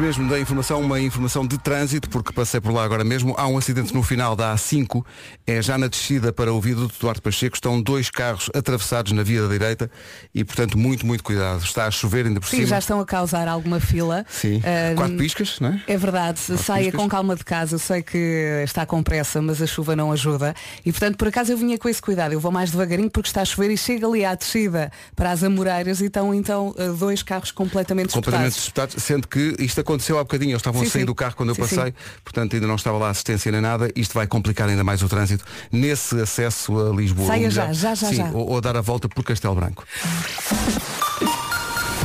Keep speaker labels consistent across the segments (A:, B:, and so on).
A: Mesmo da informação, uma informação de trânsito, porque passei por lá agora mesmo. Há um acidente no final da A5, é já na descida para o viaduto Duarte Pacheco. Estão dois carros atravessados na via da direita e, portanto, muito, muito cuidado. Está a chover ainda por
B: Sim,
A: cima.
B: já estão a causar alguma fila.
A: Sim.
B: Ah,
A: Quatro piscas, não é?
B: É verdade, saia
A: piscas.
B: com calma de casa. Eu sei que está com pressa, mas a chuva não ajuda. E portanto, por acaso eu vinha com esse cuidado. Eu vou mais devagarinho porque está a chover e chega ali à descida para as Amoreiras e estão então ah, dois carros completamente
A: Completamente
B: espetados.
A: disputados, sendo que isto aconteceu há bocadinho, eles estavam a
B: Sim,
A: sair
B: sim.
A: do carro quando eu
B: Sim,
A: passei, portanto ainda não estava lá assistência nem nada, isto vai complicar ainda mais o trânsito nesse acesso a Lisboa.
B: Saia
A: Ou
B: já, já, já,
A: sim,
B: já.
A: Ou, ou dar a volta por Castelo Branco.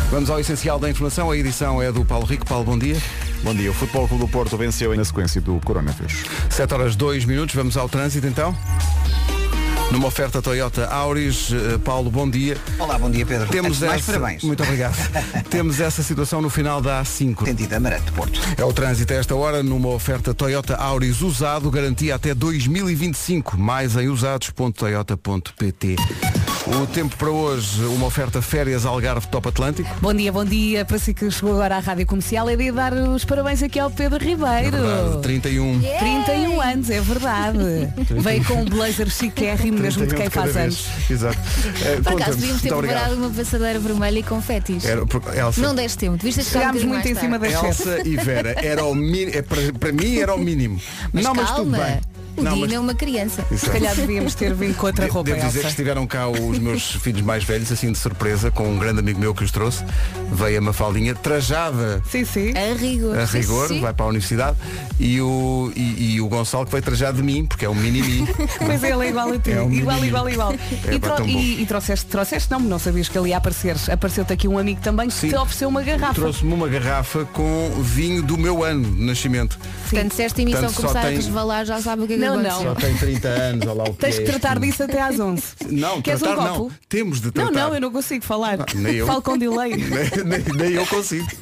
A: Vamos ao essencial da informação, a edição é do Paulo Rico. Paulo, bom dia.
C: Bom dia, o Futebol Clube do Porto venceu na sequência do coronavírus.
A: 7 horas 2 minutos, vamos ao trânsito então. Numa oferta Toyota Auris, eh, Paulo, bom dia.
D: Olá, bom dia Pedro. Antes
A: Temos
D: de mais
A: essa...
D: parabéns.
A: Muito obrigado. Temos essa situação no final da A5.
D: Tentido Amarante de Porto.
A: É o trânsito a esta hora numa oferta Toyota Auris usado, garantia até 2025. Mais em usados.toyota.pt. O tempo para hoje, uma oferta férias Algarve Top Atlântico.
B: Bom dia, bom dia para si que chegou agora à Rádio Comercial. É de dar os parabéns aqui ao Pedro Ribeiro.
A: É Verdade, 31.
B: 31 anos, é verdade. Veio com um blazer chiquérrimo mesmo de
A: 31
B: quem
A: de cada
B: faz
A: vez.
B: anos.
A: Exato. Eh,
E: Por
A: conta-me.
E: acaso devíamos ter
A: Muito
E: preparado
A: obrigado.
E: uma passadeira vermelha e confetis.
A: Era, por- Elsa,
E: Não deste tempo, devias ter chegado
B: Chegámos
E: um bocadinho
B: muito em
E: mais
B: cima
E: tarde.
B: das
A: Elsa
B: sete.
A: e Vera, era o mínimo, é, para, para mim era o mínimo.
E: Mas
A: não, mas tudo
E: calma,
A: bem.
E: o
A: não,
E: Dino
A: mas-
E: é uma criança.
B: Se
A: Exato.
B: calhar devíamos ter vindo com outra roupa,
A: Devo dizer que
B: Elsa.
A: estiveram cá os meus filhos mais velhos, assim de surpresa, com um grande amigo meu que os trouxe. Veio a Mafaldinha, trajada
B: Sim, sim.
E: A rigor.
A: a
E: Sim,
A: rigor,
E: sim.
A: vai para a universidade, e o, e, e o Gonçalo que veio trajado de mim, porque é um mini-mim.
B: Pois ele é igual a ti.
A: É um
B: igual,
A: menino.
B: igual, igual,
A: É,
B: e,
A: pá, tão bom.
B: e, e trouxeste, trouxeste, não, não sabias que ele ia aparecer. Apareceu-te aqui um amigo também que
A: Sim.
B: te ofereceu uma garrafa.
A: Trouxe-me uma garrafa com vinho do meu ano de nascimento.
E: Portanto, se esta emissão
A: Portanto, só
E: começar
A: tem-
E: a resvalar, já sabe o que é que
B: Não,
E: aconteceu.
B: não.
A: tem 30 anos, olha lá o
B: Tens
A: é
B: que
A: este
B: tratar
A: mundo.
B: disso até às 11.
A: Não,
B: Queres
A: tratar
B: um
A: não.
B: copo?
A: Temos de
B: Não,
A: tratar. Ah,
B: não, eu não consigo falar.
A: nem eu.
B: Falo com delay.
A: nem, nem- nem eu consigo.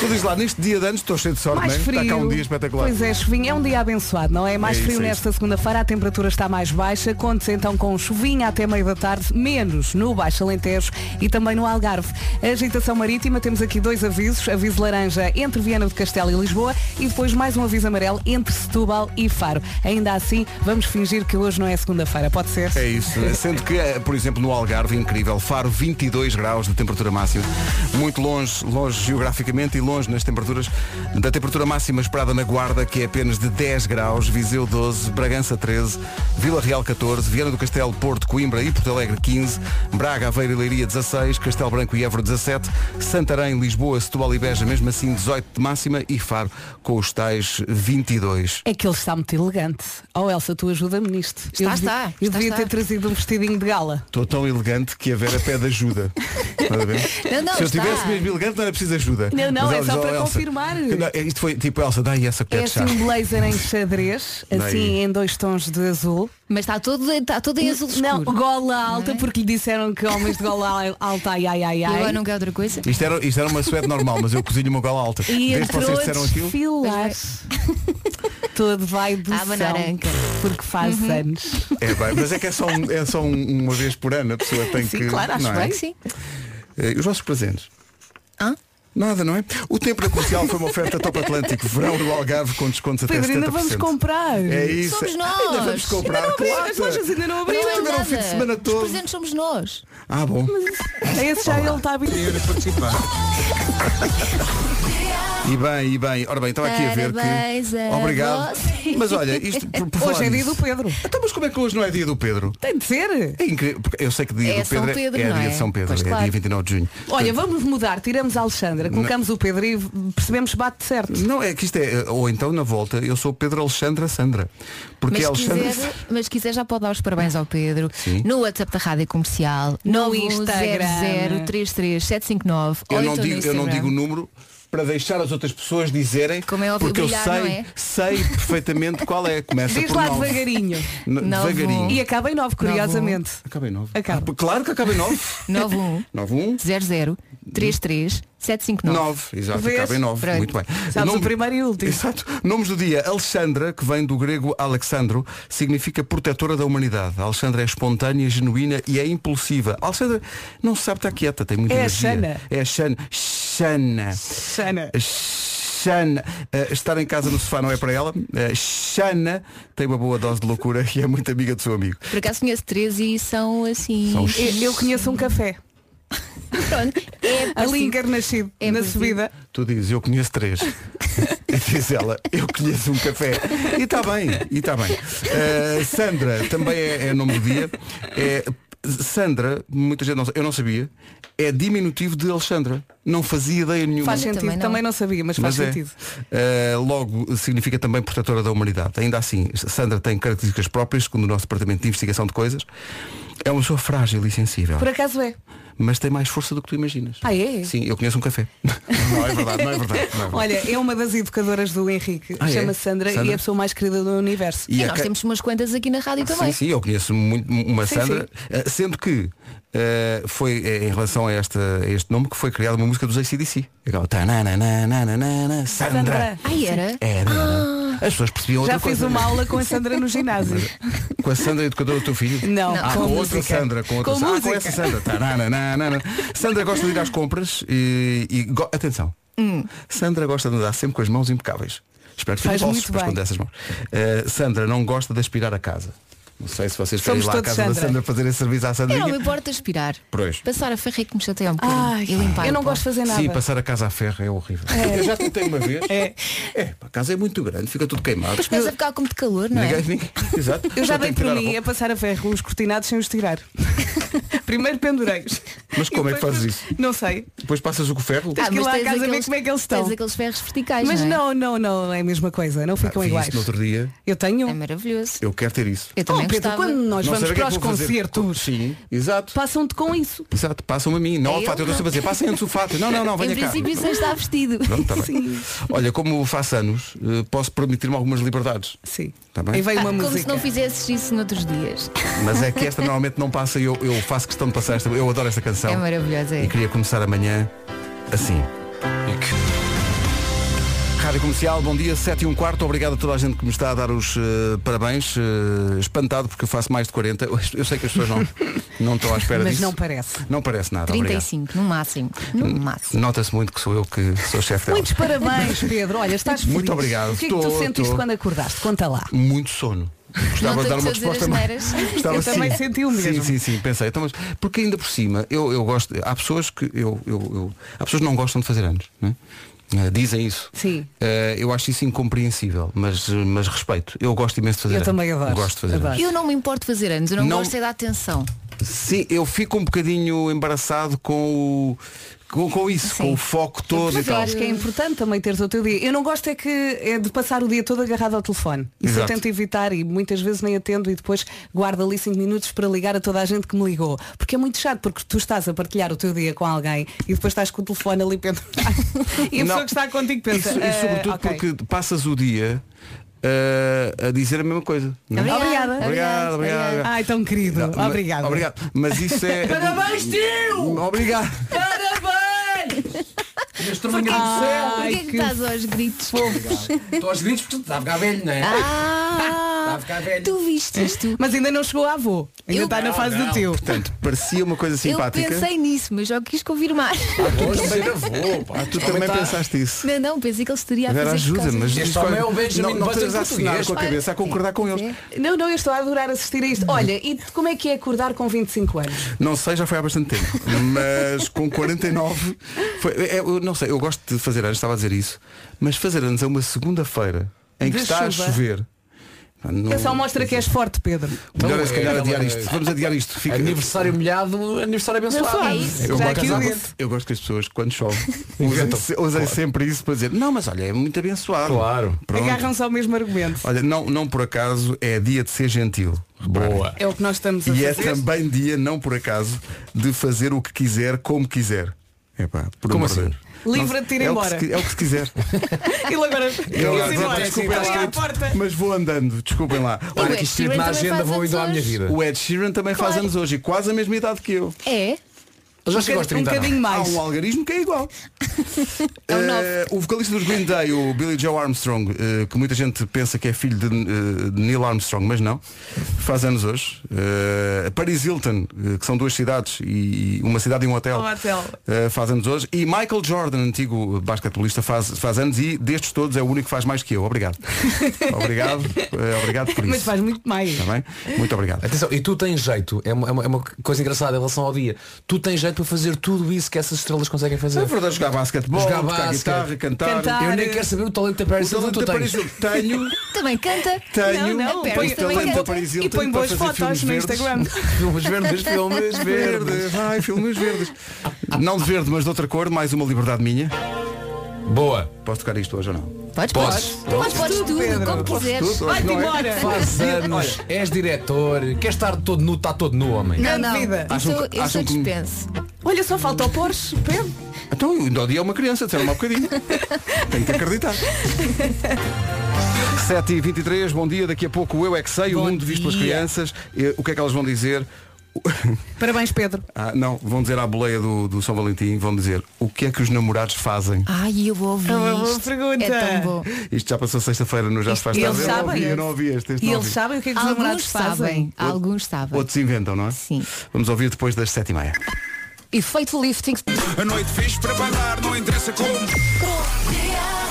A: Tu diz lá, neste dia de anos estou cheio de sorte,
B: Mais
A: não é?
B: frio.
A: Está cá um dia espetacular.
B: Pois é, chuvinha é um dia abençoado, não é? Mais
A: É isso,
B: frio
A: é
B: nesta segunda-feira, a temperatura está mais baixa, conte então com chuvinha até meio da tarde, menos no Baixo Alentejo e também no Algarve. Agitação marítima, temos aqui dois avisos, aviso laranja entre Viana do Castelo e Lisboa e depois mais um aviso amarelo entre Setúbal e Faro. Ainda assim, vamos fingir que hoje não é segunda-feira, pode ser?
A: É isso, sendo que, eh, por exemplo, no Algarve, incrível, Faro 22 graus de temperatura máxima, muito longe, longe geograficamente e longe nas temperaturas, da temperatura máxima esperada na Guarda, que é apenas de 10 graus, Viseu 12, Bragança 13, Vila Real 14, Viana do Castelo, Porto, Coimbra e Porto Alegre 15, Braga, Aveiro e Leiria 16, Castelo Branco e Évora 17, Santarém, Lisboa, Setúbal e Beja, mesmo assim 18 de máxima e Faro com os tais 22.
B: É que ele está muito elegante. Oh Elsa, tu ajuda-me nisto.
E: Está,
B: eu devia,
E: está,
B: Eu
E: está,
B: devia
E: está.
B: ter trazido um vestidinho de gala.
A: Estou tão elegante que a Vera pede ajuda. Estás a ver?
E: Não, não,
A: Se eu
E: está.
A: estivesse mesmo elegante não era preciso ajuda.
B: Não, não,
A: Mas
B: é
A: ela
B: só
A: diz,
B: para
A: "Oh, Elsa,
B: confirmar."
A: não, isto foi tipo, Elsa, dá aí essa
B: É
A: colher de
B: assim
A: chá.
B: um blazer em xadrez, assim
A: Daí.
B: em dois tons de azul.
E: Mas está todo, está todo em azul
B: Não,
E: escuro. é?
B: gola alta, porque lhe disseram que homens de gola al- alta, ai, ai, ai,
E: E agora
B: ai.
E: não quer outra coisa?
A: Isto era, isto era uma suéte normal, mas eu cozinho uma gola alta.
B: E
A: Então, Desde que
B: entrou
A: vocês
B: a
A: disseram aquilo,
B: desfilar.
E: é.
B: Todo vai do
E: À banaranca.
B: porque faz
E: Uhum.
B: anos.
A: é bem, mas é que é só, um- é só um- uma vez por ano, a pessoa tem
B: Sim,
A: que.
B: claro, acho
A: não é?
E: Bem, sim.
A: Eh, Os vossos presentes.
E: Hã?
A: Nada, não é? O tempo da comercial foi uma oferta top Atlântico, verão do Algarve com descontos até
B: Pedro,
A: 70%.
B: ainda vamos comprar.
A: É isso.
E: Somos
A: Ainda
E: nós.
A: vamos comprar.
B: Ainda não abriram,
A: claro.
B: as lojas ainda não
E: Não
B: abriram.
E: é
A: tiveram um fim de
E: nada.
A: semana todo.
E: Os presentes somos nós.
A: Ah, bom.
B: Esse já ele tá está bem.
A: E bem, e bem. Ora bem, estava aqui a ver
E: Parabéns
A: que.
E: a
A: Obrigado.
E: você.
A: Mas olha, isto por, por falar
B: Hoje é dia
A: nisso.
B: do Pedro.
A: Então, mas como é que hoje não é dia do Pedro?
B: Tem de ser.
A: É incrível, porque eu sei que dia
E: É
A: do
E: São
A: Pedro, é-
E: Pedro,
A: é,
E: não
A: dia
E: é?
A: de São Pedro,
E: Pois
A: é
E: claro.
A: dia 29 de junho.
B: Olha, vamos mudar, tiramos a Alexandra, colocamos o Pedro e percebemos se bate certo.
A: Não, é que isto é, ou então na volta, eu sou Pedro Alexandra Sandra. Porque
E: Mas se,
A: Alexandra.
E: quiser, mas se quiser já pode dar os parabéns ao Pedro
A: Sim.
E: no WhatsApp da Rádio Comercial
B: No
E: 910033759
A: Eu
E: ou
A: não,
E: então no
A: digo, eu não
E: Instagram.
A: digo o número para deixar as outras pessoas dizerem,
E: Como é óbvio,
A: porque eu
E: brilhar,
A: sei,
E: não é?
A: sei perfeitamente qual é. Começa
B: Diz
A: por
B: lá
A: nove.
B: devagarinho.
A: N-
E: Nove.
A: Devagarinho.
B: E acaba em
E: um.
B: nove, curiosamente.
A: Acaba em 9.
B: Acaba.
A: claro que acaba em 9.
E: 91
A: 9, 1,
E: 33759
A: 9. Exato,
B: Vês?
A: acaba em 9.
E: Pronto.
A: Muito bem.
B: Sabes
A: Nome-
B: o primeiro e o último.
A: Exato. Nomes do dia. Alexandra, que vem do grego Alexandro, significa protetora da humanidade. A Alexandra é espontânea, genuína e é impulsiva. A Alexandra não se sabe estar quieta, tem muita
B: É a
A: energia.
B: Xana.
A: É a Xana. Xana.
B: Sana.
A: Xana. Xana. Eh, estar em casa no sofá não é para ela. Eh, Xana tem uma boa dose de loucura e é muito amiga do seu amigo.
E: Por acaso conheço três e são assim.
A: São
B: Eu, eu conheço um café.
E: Pronto. É
B: Ali
E: parecido.
B: encarnascido,
E: É
B: na
E: parecido.
B: subida.
A: Tu dizes, eu conheço três. e diz ela, eu conheço um café. E está bem, e está bem. Eh, Sandra também é, é nome do dia. É, Sandra, muita gente não sa- eu não sabia, é diminutivo de Alexandra. Não fazia ideia nenhuma.
B: Faz
E: Eu
B: sentido, também
E: também
B: não.
E: não.
B: sabia, mas,
A: Mas
B: faz
A: é.
B: sentido.
A: Eh, logo, significa também protetora da humanidade. Ainda assim, Sandra tem características próprias, segundo o nosso Departamento de Investigação de Coisas. É uma pessoa frágil e sensível,
B: Por acaso é.
A: mas tem mais força do que tu imaginas.
B: Ah, é?
A: Sim, eu conheço um café. não é verdade, não é verdade. não é verdade.
B: Olha, é uma das educadoras do Henrique.
A: Ah, é?
B: Chama-se Sandra, e é
A: Sandra?
B: a pessoa mais querida do universo.
E: E
A: a
E: É, nós
A: ca-
E: temos umas quantas aqui na rádio
A: Sim,
E: também.
A: sim, eu conheço muito uma
B: então Sim,
A: Sandra, eh, sendo que eh, foi eh, em relação a, esta, a este nome que foi criada uma música dos ACDC. Aquela tananana, Sandra.
B: Sandra.
E: Ai, Ah, era? Ah.
A: Era. As pessoas percebiam
B: Já
A: outra
B: fiz
A: coisa. ah,
B: uma aula com a Sandra no ginásio.
A: Com a Sandra, educadora do teu filho?
B: Não,
A: Ah, com,
B: com
A: outra
B: música.
A: Sandra, com outra
B: Com
A: Sandra. Ah, com
B: música.
A: essa Sandra. Tarananana. Sandra gosta de ir às compras e. e go- Atenção.
B: Hum.
A: Sandra gosta de andar sempre com as mãos impecáveis. Espero que
B: Faz
A: sejam
B: muito
A: ossos para
B: bem.
A: esconder essas mãos. Eh, Sandra não gosta de aspirar a casa. Não sei se vocês querem ir
B: Somos
A: lá à
B: todos
A: casa da
B: Sandra.
A: Sandra fazer esse serviço à
E: Eu não
A: Sandrinha.
E: me importo aspirar.
A: Pois.
E: Passar a ferro é que me chateia um bocadinho.
B: Ai,
E: e limpar
B: eu
E: o
B: não
E: pó.
B: gosto de fazer nada.
A: Sim, passar a casa a ferro é horrível. Eu já tentei uma vez. É. pá, a casa é muito grande, fica tudo queimado.
E: Depois começa a ficar com muito calor, não é?
A: Ninguém- ninguém- Exato.
B: Eu já
A: tenho que
B: dei por
A: tirar a
B: mim
A: roupa.
B: a passar a ferro os cortinados sem os tirar. Primeiro pendurei-os.
A: Mas como é que
B: E depois-
A: fazes isso?
B: Não sei.
A: Depois passas o com o ferro.
B: Tens que ir
E: Ah, mas
B: lá a
E: tens
B: casa ver
E: aqueles-
B: como é que eles estão.
E: Tens aqueles ferros verticais,
B: Mas
E: não, é?
B: não, não, não é a mesma coisa. Não ficam
A: vi
B: iguais.
A: Ah, isso no outro dia.
B: Eu tenho.
E: É maravilhoso.
A: Eu quero ter isso.
E: Eu também
B: Oh, Pedro,
E: gostava.
B: quando nós
A: Não sei
B: vamos
A: o que é
B: para
A: que
B: os
A: vou fazer.
B: concertos,
A: Sim, exato.
B: passam-te com isso.
A: Exato, passam-me a mim. Não
B: É,
A: ao
E: eu
A: fato, eu estou
E: não.
A: sempre a dizer, passem antes o fato. Não, não, não, venha
E: Em
A: cá.
E: princípio sem estar vestido.
A: Pronto, tá bem. Olha, como faço anos, eh, posso permitir-me algumas liberdades.
B: Sim.
A: Tá bem.
B: Aí veio uma
E: Como
B: música.
E: se não fizesses isso noutros dias.
A: Mas é que esta normalmente não passa e eu, eu faço questão de passar esta. Eu adoro esta canção.
E: É maravilhosa, é.
A: E queria começar amanhã assim. Rádio Comercial, bom dia, 7 e um quarto. Obrigado a toda a gente que me está a dar os eh, parabéns. Eh, espantado porque eu faço mais de 40. Eu, eu sei que as pessoas não, não estão à espera
B: Mas
A: disso.
B: não parece.
A: Não parece nada. obrigado. Então.
E: 35, no máximo. No máximo.
A: Nota-se muito que sou eu que sou chefe dela.
B: Muitos parabéns, Pedro. Olha, estás feliz.
A: Muito obrigado.
B: O que é que tu
A: Tô,
B: sentiste
A: tô.
B: quando acordaste? Conta lá.
A: Muito sono. Gostava
E: Nota
A: de dar
E: de
A: uma
E: fazer as
A: resposta.
E: neiras.
A: Gostava
B: Eu também
A: sim.
B: senti o mesmo.
A: Sim, sim, sim, pensei. Então, mas porque ainda por cima, eu, eu gosto. Há pessoas que eu, eu, eu- há pessoas que não gostam de fazer anos. Né? Eh, dizem isso.
B: Sim.
A: Eh, eu acho isso incompreensível, mas, mas respeito. Eu gosto imenso de fazer
B: Eu
A: anos.
B: também adoro.
A: Gosto de fazer
B: Adoro.
A: anos.
E: Eu não me importo de fazer anos, eu não,
A: Não-
E: gosto é da atenção.
A: Sim, eu fico um bocadinho embaraçado com o. Com, com isso, com o foco todo e
B: Mas eu
A: tal.
B: acho que é importante também teres o teu dia. Eu não gosto é que é de passar o dia todo agarrado ao telefone. Isso
A: Exato.
B: eu tento evitar e muitas vezes nem atendo e depois guardo ali 5 minutos para ligar a toda a gente que me ligou. Porque é muito chato, porque tu estás a partilhar o teu dia com alguém e depois estás com o telefone ali pendurado. E a
A: Não.
B: pessoa que está contigo pensa.
A: Isso- E,
B: "Ah,
A: sobretudo
B: ok."
A: porque passas o dia ah, a dizer a mesma coisa. não é?
E: Obrigada,
A: Obrigado,
B: Obrigada.
A: obrigado.
B: Ai, tão querido.
A: Não, mas-
B: Obrigada.
A: Obrigado. Mas isso é.
B: Parabéns, tio!
A: Obrigado.
B: Parabéns!
E: Porquê é que estás aos gritos?
F: Estou aos gritos porque está a ficar velho, não é? Está a
E: Ah,
F: ficar velho.
E: tu viste isto?
B: Mas ainda não chegou a avô. Ainda
E: Eu-
B: está na
F: Não,
B: fase do
F: não.
B: tio.
A: Portanto, parecia uma coisa
E: Eu
A: simpática.
E: pensei nisso, mas já quis confirmar.
F: Hoje também avô, pá.
A: Ah, tu também
F: está-
A: pensaste isso.
E: Não, não, pensei que ele estaria a fazer
A: Vera,
E: por
A: ajuda,
E: causa
A: mas
E: disso.
F: tá Este
A: escolhe-
F: homem é o Benjamin
A: não, não
F: Button
A: estás a assinar
F: português.
A: com a cabeça, a concordar com
E: Pois
A: eles.
B: Não, não, eu estou a adorar assistir a isto.
A: Uhum.
B: Olha, e como é que é acordar com 25 anos?
A: Não sei, já foi há bastante tempo. Mas com 49 foi, é, eu não sei, eu gosto de fazer anos, estava a dizer isso. Mas fazer anos é uma segunda-feira em que
B: De
A: está a
B: chuva.
A: chover. Ah, não-
B: Eu só um mostra que és forte, Pedro.
A: Melhor é
F: Não,
A: se calhar
F: é-
A: adiar isto. Vamos adiar isto. Fica...
F: Aniversário molhado, aniversário abençoado.
B: Abençoado. É isso.
A: Eu
B: Já
A: gosto,
B: aquilo
A: eu,
B: disse.
A: gosto que as pessoas, quando chove, usem, se- usem sempre isso para dizer, não, mas olha, é muito abençoado.
F: Claro.
A: Pronto.
B: Agarram-se ao mesmo argumento.
A: Olha, não, não por acaso é dia de ser gentil.
F: Boa.
B: É o que nós estamos a
A: E é
B: fazer.
A: também dia, não por acaso, de fazer o que quiser, como quiser. Epá, por
F: Como
A: amor de
F: assim?
A: Deus.
B: Livra-te de ir
A: é o que
B: embora.
A: se qui- é o que se quiser.
B: Ele agora.
A: Eu
B: Ele
A: agora,
B: diz, "Olha,
A: desculpem
B: ali
A: lá,
B: à porta.
A: mas vou andando, desculpem lá.
E: E o
A: Olha,
E: Ed
F: Aqui escrito
E: Sheeran
F: na
E: também
F: agenda,
E: faz
F: vou indo à
E: anos
F: minha
E: hoje.
F: vida.
A: o Ed Sheeran também faz
E: Claro.
A: anos hoje e quase a mesma idade que eu.
E: É?
F: Ele já chegou
B: um
F: aos 30, não é?
B: bocadinho
A: Há
B: mais.
A: um algarismo que é igual.
E: É um
A: Eh,
E: nove.
A: o vocalista dos Green Day, o Billy Joe Armstrong, eh, que muita gente pensa que é filho de, eh, de Neil Armstrong, mas não, faz anos hoje. Eh, Paris Hilton, eh, que são duas cidades, e uma cidade e um hotel,
B: Um hotel.
A: eh, faz anos hoje. E Michael Jordan, antigo basquetebolista, faz, faz anos e destes todos é o único que faz mais que eu. Obrigado. obrigado, eh, obrigado por isso.
B: Mas faz muito mais.
A: Está bem? Muito obrigado.
F: Atenção, e tu tens jeito, é uma, é uma- é uma coisa engraçada em relação ao dia. Tu tens jeito para fazer tudo isso que essas estrelas conseguem
A: É
F: fazer.
A: verdade, jogar basquetebol,
F: Jogar
A: tocar
F: basquete,
A: guitarra, cantar.
B: cantar.
F: Eu nem quero saber o talento da Paris
A: O
F: Hilton
A: talento
F: que tu
A: da Paris
F: tens.
A: Hilton tenho.
E: Também canta.
A: Tenho.
E: Não, não,
A: Põe
E: Paris
A: o
E: também
A: talento
E: canta.
A: da Paris Hilton
B: E põe
A: para
B: boas
A: fazer filmes
B: fotos no
A: verdes.
B: Instagram.
F: Filmes verdes, filmes verdes.
A: Verde, vai, filmes verdes. Não de verde, mas de outra cor, mais uma liberdade minha.
F: Boa.
A: Posso tocar isto hoje ou não?
E: Podes,
F: Podes.
E: podes. Podes, podes tudo, como quiseres.
A: Hoje não é?
F: Faz anos, és diretor, queres estar todo nu, está todo nu, homem.
E: Não,
B: Grande
E: não.
B: vida.
E: Eu
A: Acham
E: sou,
A: que-
E: eu
A: acham
E: sou
A: que-
E: dispenso.
B: Olha só, falta o Porsche. Pedro.
A: Então, ainda o dia é uma criança, disseram-me há bocadinho. Tenho que acreditar. 7h23, bom dia. Daqui a pouco o Eu É Que Sei, o
B: Bom
A: mundo visto pelas
B: dia.
A: crianças. E, o que é que elas vão dizer?
B: Parabéns, Pedro.
A: Ah, não, vão dizer à boleia do, do São Valentim, vão dizer o que é que os namorados fazem.
E: Ai, eu vou ouvir
B: É uma boa
E: isto.
B: pergunta.
E: É tão bom.
A: Isto já passou sexta-feira, não já se faz
B: E eles
A: tarde. Eu não ouvi,
B: sabem.
A: eu não ouvi este. este
B: E
A: não
B: eles
A: ouvi.
B: sabem o que é que os
E: Alguns
B: namorados fazem.
E: sabem. Alguns sabem.
A: Outros inventam, não é?
E: Sim.
A: Vamos ouvir depois das 7h30.
E: Efeito lifting.
G: A noite fixe para bailar, não interessa como.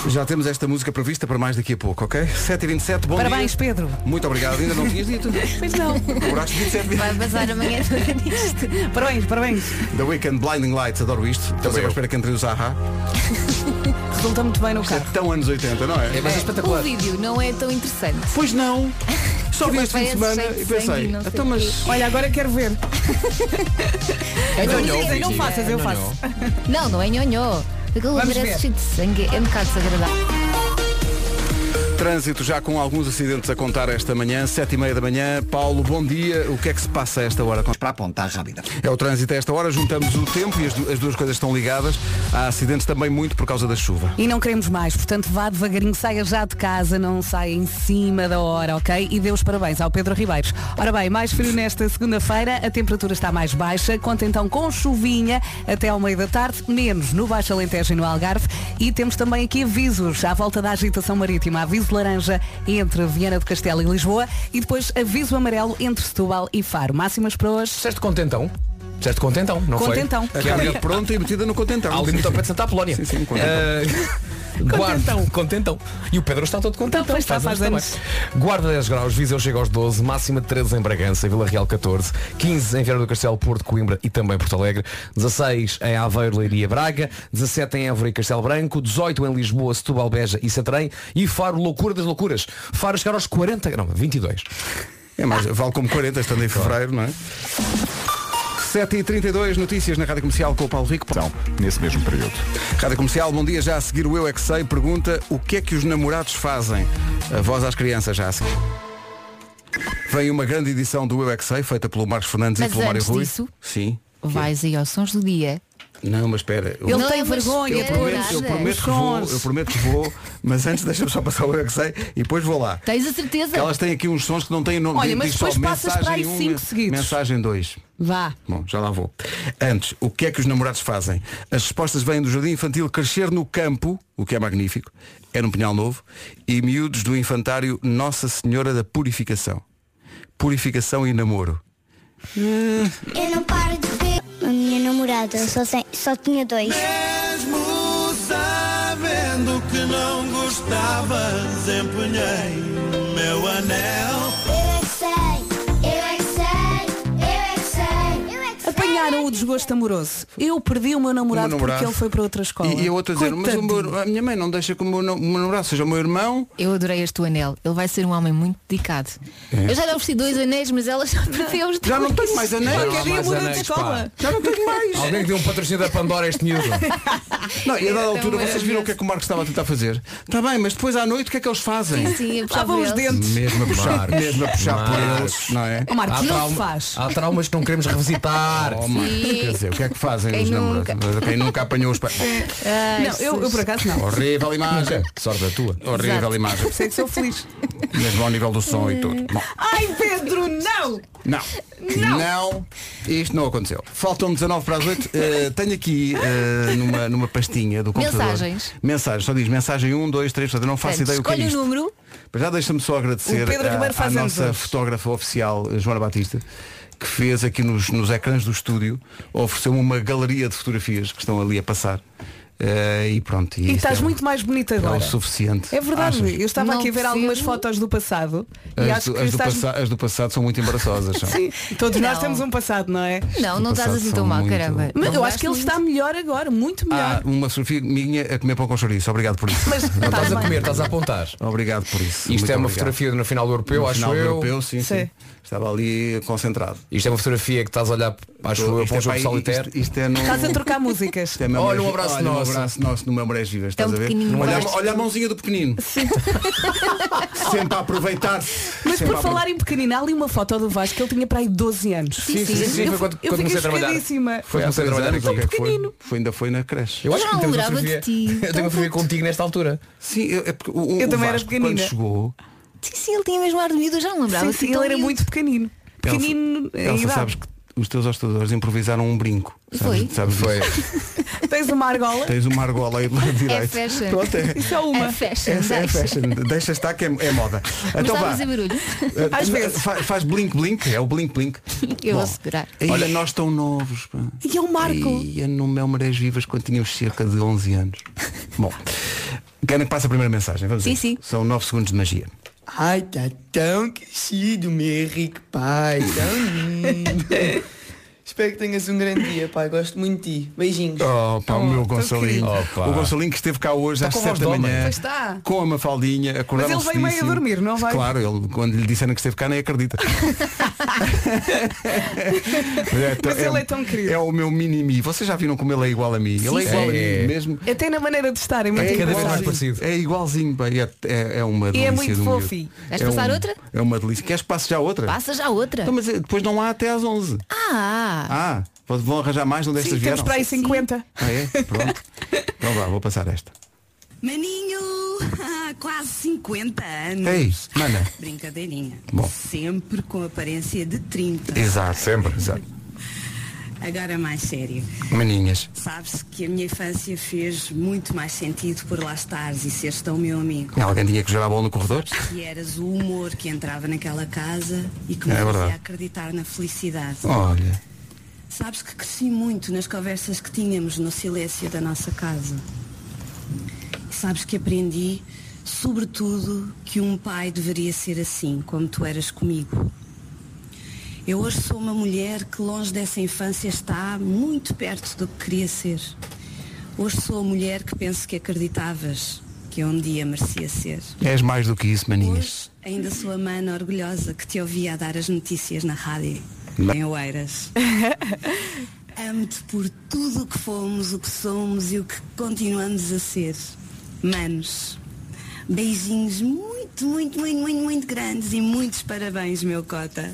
A: Já temos esta música prevista para mais daqui a pouco, ok? 7h27, bom
B: Parabéns,
A: dia.
B: Pedro.
A: Muito obrigado, ainda não tinhas dito.
B: Pois não.
A: Cobraste 27
E: Vai passar amanhã toda nisto.
B: parabéns, parabéns.
A: The Weekend Blinding Lights, adoro isto. Também à espera que entre o Zaha.
B: Resulta muito bem no
A: É
B: carro.
A: tão anos 80, não é?
F: É, mas é
E: O
F: espetacular.
E: vídeo não é tão interessante.
A: Pois não. Só vi
E: Mas
A: este fim de
E: parece
A: semana
E: cheio de
A: e
E: sangue
A: pensei,
E: e não sei
A: então
E: o
A: mas.
B: Olha, agora quero ver.
F: É nhonhô,
B: Não digas, não
F: Vicky.
B: faças, eu
F: É
B: faço.
F: nhonhô.
E: Não, não é nhonhô. Aquele
B: Vamos ver.
E: lugar cheio de sangue é um bocado desagradável.
A: Trânsito já com alguns acidentes a contar esta manhã, 7h30 da manhã. Paulo, bom dia. O que é que se passa a esta hora?
D: Para apontar rápida.
A: É o trânsito a esta hora, juntamos o tempo e as, du- as duas coisas estão ligadas. Há acidentes também muito por causa da chuva.
B: E não queremos mais, portanto vá devagarinho, saia já de casa, não saia em cima da hora, ok? E dê os parabéns ao Pedro Ribeiros. Ora bem, mais frio nesta segunda-feira, a temperatura está mais baixa, conta então com chuvinha até ao meio da tarde, menos no Baixo Alentejo e no Algarve. E temos também aqui avisos à volta da agitação marítima, aviso laranja entre Viana do Castelo e Lisboa e depois aviso amarelo entre Setúbal e Faro. Máximas para hoje.
F: Disseste contentão? Disseste contentão, não foi?
B: Contentão.
A: A
F: Que é ali-
A: carga pronta e metida no contentão.
F: ali no topo de Santa Apolónia.
A: Sim, sim, contentão.
F: Eh, Guarda, contentão. E o Pedro está todo contentão.
G: Então
B: Pois está, faz
F: também. é? Guarda 10 graus, Viseu chega aos 12, máxima de 13 em Bragança, Vila Real 14, 15 em Viana do Castelo, Porto, Coimbra e também Porto Alegre, 16 em Aveiro, Leiria, Braga, 17 em Évora e Castelo Branco, 18 em Lisboa, Setúbal, Beja e Santarém e Faro, loucura das loucuras. Faro chegar aos 40, não, 22.
A: É mais,
C: Ah.
A: vale como 40, estando em fevereiro, não é? 7h32, notícias na Rádio Comercial com o Paulo Rico.
C: Então, nesse mesmo período.
A: Rádio Comercial, bom dia. Já a seguir o Eu É Que Sei pergunta o que é que os namorados fazem. A voz às crianças já a seguir. Vem uma grande edição do Eu É Que Sei, feita pelo Marcos Fernandes e
E: Mas
A: pelo Mário
E: antes
A: Rui.
E: disso-
A: Sim.
E: Vais aí aos sons do dia.
A: Não, mas espera.
B: Ele
E: Não
B: tem
E: é uma
B: vergonha,
A: Eu
E: espera.
A: prometo, eu prometo que vou, eu prometo que vou, mas antes deixa-me só passar o eu é que sei e depois vou lá.
E: Tens a certeza?
A: Que elas têm aqui uns sons que não têm nome.
B: é. Olha,
A: Diz-
B: mas
A: diz
B: depois
A: só,
B: passas para aí
A: mensagem um,
B: cinco
A: men-
B: seguidos.
A: Mensagem 2.
B: Vá.
A: Bom, já lá vou. Antes, o que é que os namorados fazem? As respostas vêm do jardim infantil crescer no campo, o que é magnífico, é num Pinhal Novo, e miúdos do infantário Nossa Senhora da Purificação. Purificação e namoro.
H: Eu não paro de ver a minha namorada, só, tem- só tinha dois.
G: Eh. Mesmo sabendo que não gostavas, empunhei o meu anel.
H: Eu é que sei, eu é que sei, eu é que sei, eu é que sei.
B: Apanharam o desgosto amoroso. Eu perdi o meu namorado,
A: O meu namorado.
B: porque ele foi para outra escola.
A: E, e a outra dizer, mas o
B: Coitadinho.
A: meu- a minha mãe não deixa que o meu, na- o meu namorado seja o meu irmão.
E: Eu adorei este anel. Ele vai ser um homem muito dedicado. Eu já lhe ofereci dois anéis, mas ela já perdeu os dois.
A: É. Já não tenho mais anéis.
F: não há
B: Qualquer dia
F: mais
B: muda de
F: anéis,
B: escola.
A: Já não tenho mais.
F: Alguém que deu um patrocínio da Pandora a este miúdo.
A: Não, e a
E: Era
A: dada
E: tão
A: altura vocês viram o que é que o Marcos estava a tentar fazer. Está bem, mas depois à noite o que é que eles fazem?
E: Sim, eu
B: Estavam os
E: eles.
B: dentes.
A: Mesmo a puxar, mesmo a puxar por
F: Marcos.
A: eles, não é?
B: Ó Marcos, não se
F: trauma-
B: faz.
F: há traumas que não queremos revisitar.
A: Oh, Marcos. Quer dizer, o que é que fazem
E: Quem
A: os
E: nunca?
A: namorados? Quem nunca apanhou os pais.
E: Ai,
B: Não, eu, eu por acaso não.
A: Horrível imagem.
F: Sorte da tua.
A: Horrível
E: Exato.
A: imagem.
B: Sei é que sou feliz.
A: Mesmo ao nível do som e tudo. Bom,
B: Ai, Pedro, não!
A: não. não. Isto não aconteceu. Faltam 19 para as 8. Eh, tenho aqui eh, numa, numa pastinha do computador.
E: Mensagens.
A: Mensagens. Só diz mensagem 1, 2, 3, 4. Eu não faço
E: Portanto,
A: ideia o que é
E: escolhe o
A: isto.
E: número.
A: Mas já deixa-me só agradecer
B: O Pedro Ribeiro
A: à, à
B: faz anos
A: nossa
B: hoje.
A: fotógrafa oficial, eh, Joana Batista, que fez aqui nos, nos ecrãs do estúdio, ofereceu-me uma galeria de fotografias que estão ali a passar. Eh, e pronto.
B: E
A: isto
B: estás
A: é,
B: muito mais bonito
A: é o
B: agora.
A: suficiente.
B: É verdade,
A: Achas?
B: eu estava
E: Não
B: aqui a ver
E: preciso.
B: algumas fotos do passado
A: As,
B: e acho que
A: as do
B: estás.
A: passa- as do passado são muito embaraçosas. são.
B: Todos nós
E: Não.
B: temos um passado, não é?
E: Não, não estás
A: passado
E: assim
A: são
E: tão mal,
A: muito-
E: caramba.
B: Mas
E: Não
B: eu acho
E: gasto
B: que ele
E: muito.
B: está melhor agora, muito melhor.
A: Há uma Sofia minha a comer pão com chouriço. Obrigado por isso.
B: Mas
F: Não
B: tá
F: estás a
B: bem.
F: comer, estás a apontar.
A: Obrigado por isso.
F: Isto
A: Muito
F: é uma
A: obrigado.
F: fotografia no final do europeu,
A: No
F: acho
A: final do
F: eu.
A: europeu, sim, sim,
B: Sim.
A: Estava ali concentrado.
F: Isto é uma fotografia que estás a olhar, acho eu,
A: Isto
F: para um
A: é
F: jogo
A: para-
F: solitário.
A: isto- isto é num-
B: Estás a trocar músicas.
A: isto é mesmo-
F: Olha, um abraço
A: olha,
F: nosso. É um
A: Um abraço nosso no Memórias Vivas.
E: Tão
A: Estás a ver?
E: pequenininho,
A: Olha,
E: gosto.
A: olha a mãozinha do pequenino. Sempre a aproveitar-se.
B: Mas
A: Sempre
B: por
A: a
B: falar em pequenino, há ali uma foto do Vasco que ele tinha para aí 12 anos.
E: Sim, sim.
F: sim, foi quando-
B: eu eu
F: quando
B: fiquei
F: comecei a trabalhar.
B: chocadíssima.
F: Foi há
A: aproveitar-se.
F: três anos,
A: Ou o que é
B: tão
A: que foi?
B: pequenino.
A: foi ainda foi na creche.
F: Eu acho
E: Já
F: que temos uma
E: adorava de
F: fotografia.
E: ti,
F: Eu tenho
E: tão
F: uma fotografia
E: puto.
F: contigo nesta altura.
A: Sim, eu, é porque o, o-
B: Eu
A: o
B: também era
A: Vasco,
B: pequenina.
A: Quando chegou,
E: Sim, sim, ele tinha mesmo ar de miúdo, eu já não lembrava.
B: Sim,
E: assim,
B: sim,
E: tão
B: ele era
E: miúdo.
B: muito pequenino. Pequenino em
A: Elsa,
B: idade.
A: sabes que os teus hostadores improvisaram um brinco. Sabes,
E: Foi.
A: sabes
F: Foi.
A: disso?
B: Tens uma argola.
A: Tens uma argola aí do lado direito.
E: fashion.
A: Pronto, é.
B: Isso é uma.
E: É fashion,
A: Essa é
E: deixa.
A: fashion. Deixa estar que é, é moda.
E: Mas
A: Então
E: estava a
A: vá.
E: fazer barulho.
A: Eh,
B: Às vezes.
A: fa- Faz blink blink, é o blink blink.
E: Eu
A: Bom,
E: vou segurar.
A: Olha, nós tão novos. pá.
B: E é o Marco.
A: E no meu Marés Vivas quando tínhamos cerca de 11 anos. Bom, querem que passe a primeira mensagem? Vamos
E: Sim,
A: ver.
E: sim.
A: São 9 segundos de magia.
I: Ai, tá tão crescido, meu rico pai, tão lindo. Espero que tenhas um grande dia, pai. Gosto muito de ti. Beijinhos.
A: Oh, pá, o meu
B: querido.
A: Gonçalinho.
F: Opa. Tá
A: o Gonçalinho que esteve cá hoje
B: Tá
A: às
F: com voz
A: 7 da
F: de homem.
A: manhã.
B: Pois
I: tá.
B: está.
A: Com a Mafaldinha, acordaram
B: Mas ele veio meio a dormir, não vai?
A: Claro, ele, quando lhe disseram que esteve cá, nem acredita. Então, é, tão-
B: Mas ele é tão querido.
A: É o meu mini-mi. Vocês já viram como ele é igual a mim? Ele é
B: Sim,
A: igual a mim
F: sim.
A: mesmo.
B: Até na maneira de estar é muito
A: É
F: cada vez
B: engraçado.
F: mais parecido.
A: É igualzinho, bem, é, é, é uma delícia.
B: muito
A: do miúdo.
B: fofinho.
E: Queres
A: É
E: passar
A: um-
E: outra?
A: É uma delícia. Queres que passe já
B: tá.
A: outra?
E: Passa já outra.
A: Então, mas eh, depois não há até às 11.
E: Ah,
A: Ah, vão- vão arranjar mais onde
B: Sim,
A: estas vieram?
B: temos para aí 50.
A: Ah, é? Pronto. então vá, vou passar esta.
J: Maninho, ah, quase 50 anos.
A: Ei, É mana.
J: Brincadeirinha.
A: Bom. É.
J: Sempre com aparência de 30.
A: Exato. Sempre. Exato.
J: Agora mais sério.
A: Maninhas.
J: Sabes que a minha infância fez muito mais sentido por lá estares e seres tão meu amigo.
A: Alguém tinha que jogar a bola no corredor?
J: E eras o humor que entrava naquela casa e que me
A: É verdade.
J: fazia acreditar na felicidade.
A: Olha.
J: Sabes que cresci muito nas conversas que tínhamos no silêncio da nossa casa. E sabes que aprendi, sobretudo, que um pai deveria ser assim, como tu eras comigo. Eu hoje sou uma mulher que longe dessa infância está muito perto do que queria ser. Hoje sou a mulher que penso que acreditavas que um dia merecia ser.
A: És mais do que isso, maninhas.
J: Hoje ainda sou a mana orgulhosa que te ouvia a dar as notícias na rádio. Em Oeiras. Amo-te por tudo o que fomos, o que somos e o que continuamos a ser. Manos. Beijinhos muito, muito, muito, muito, muito grandes e muitos parabéns, meu cota.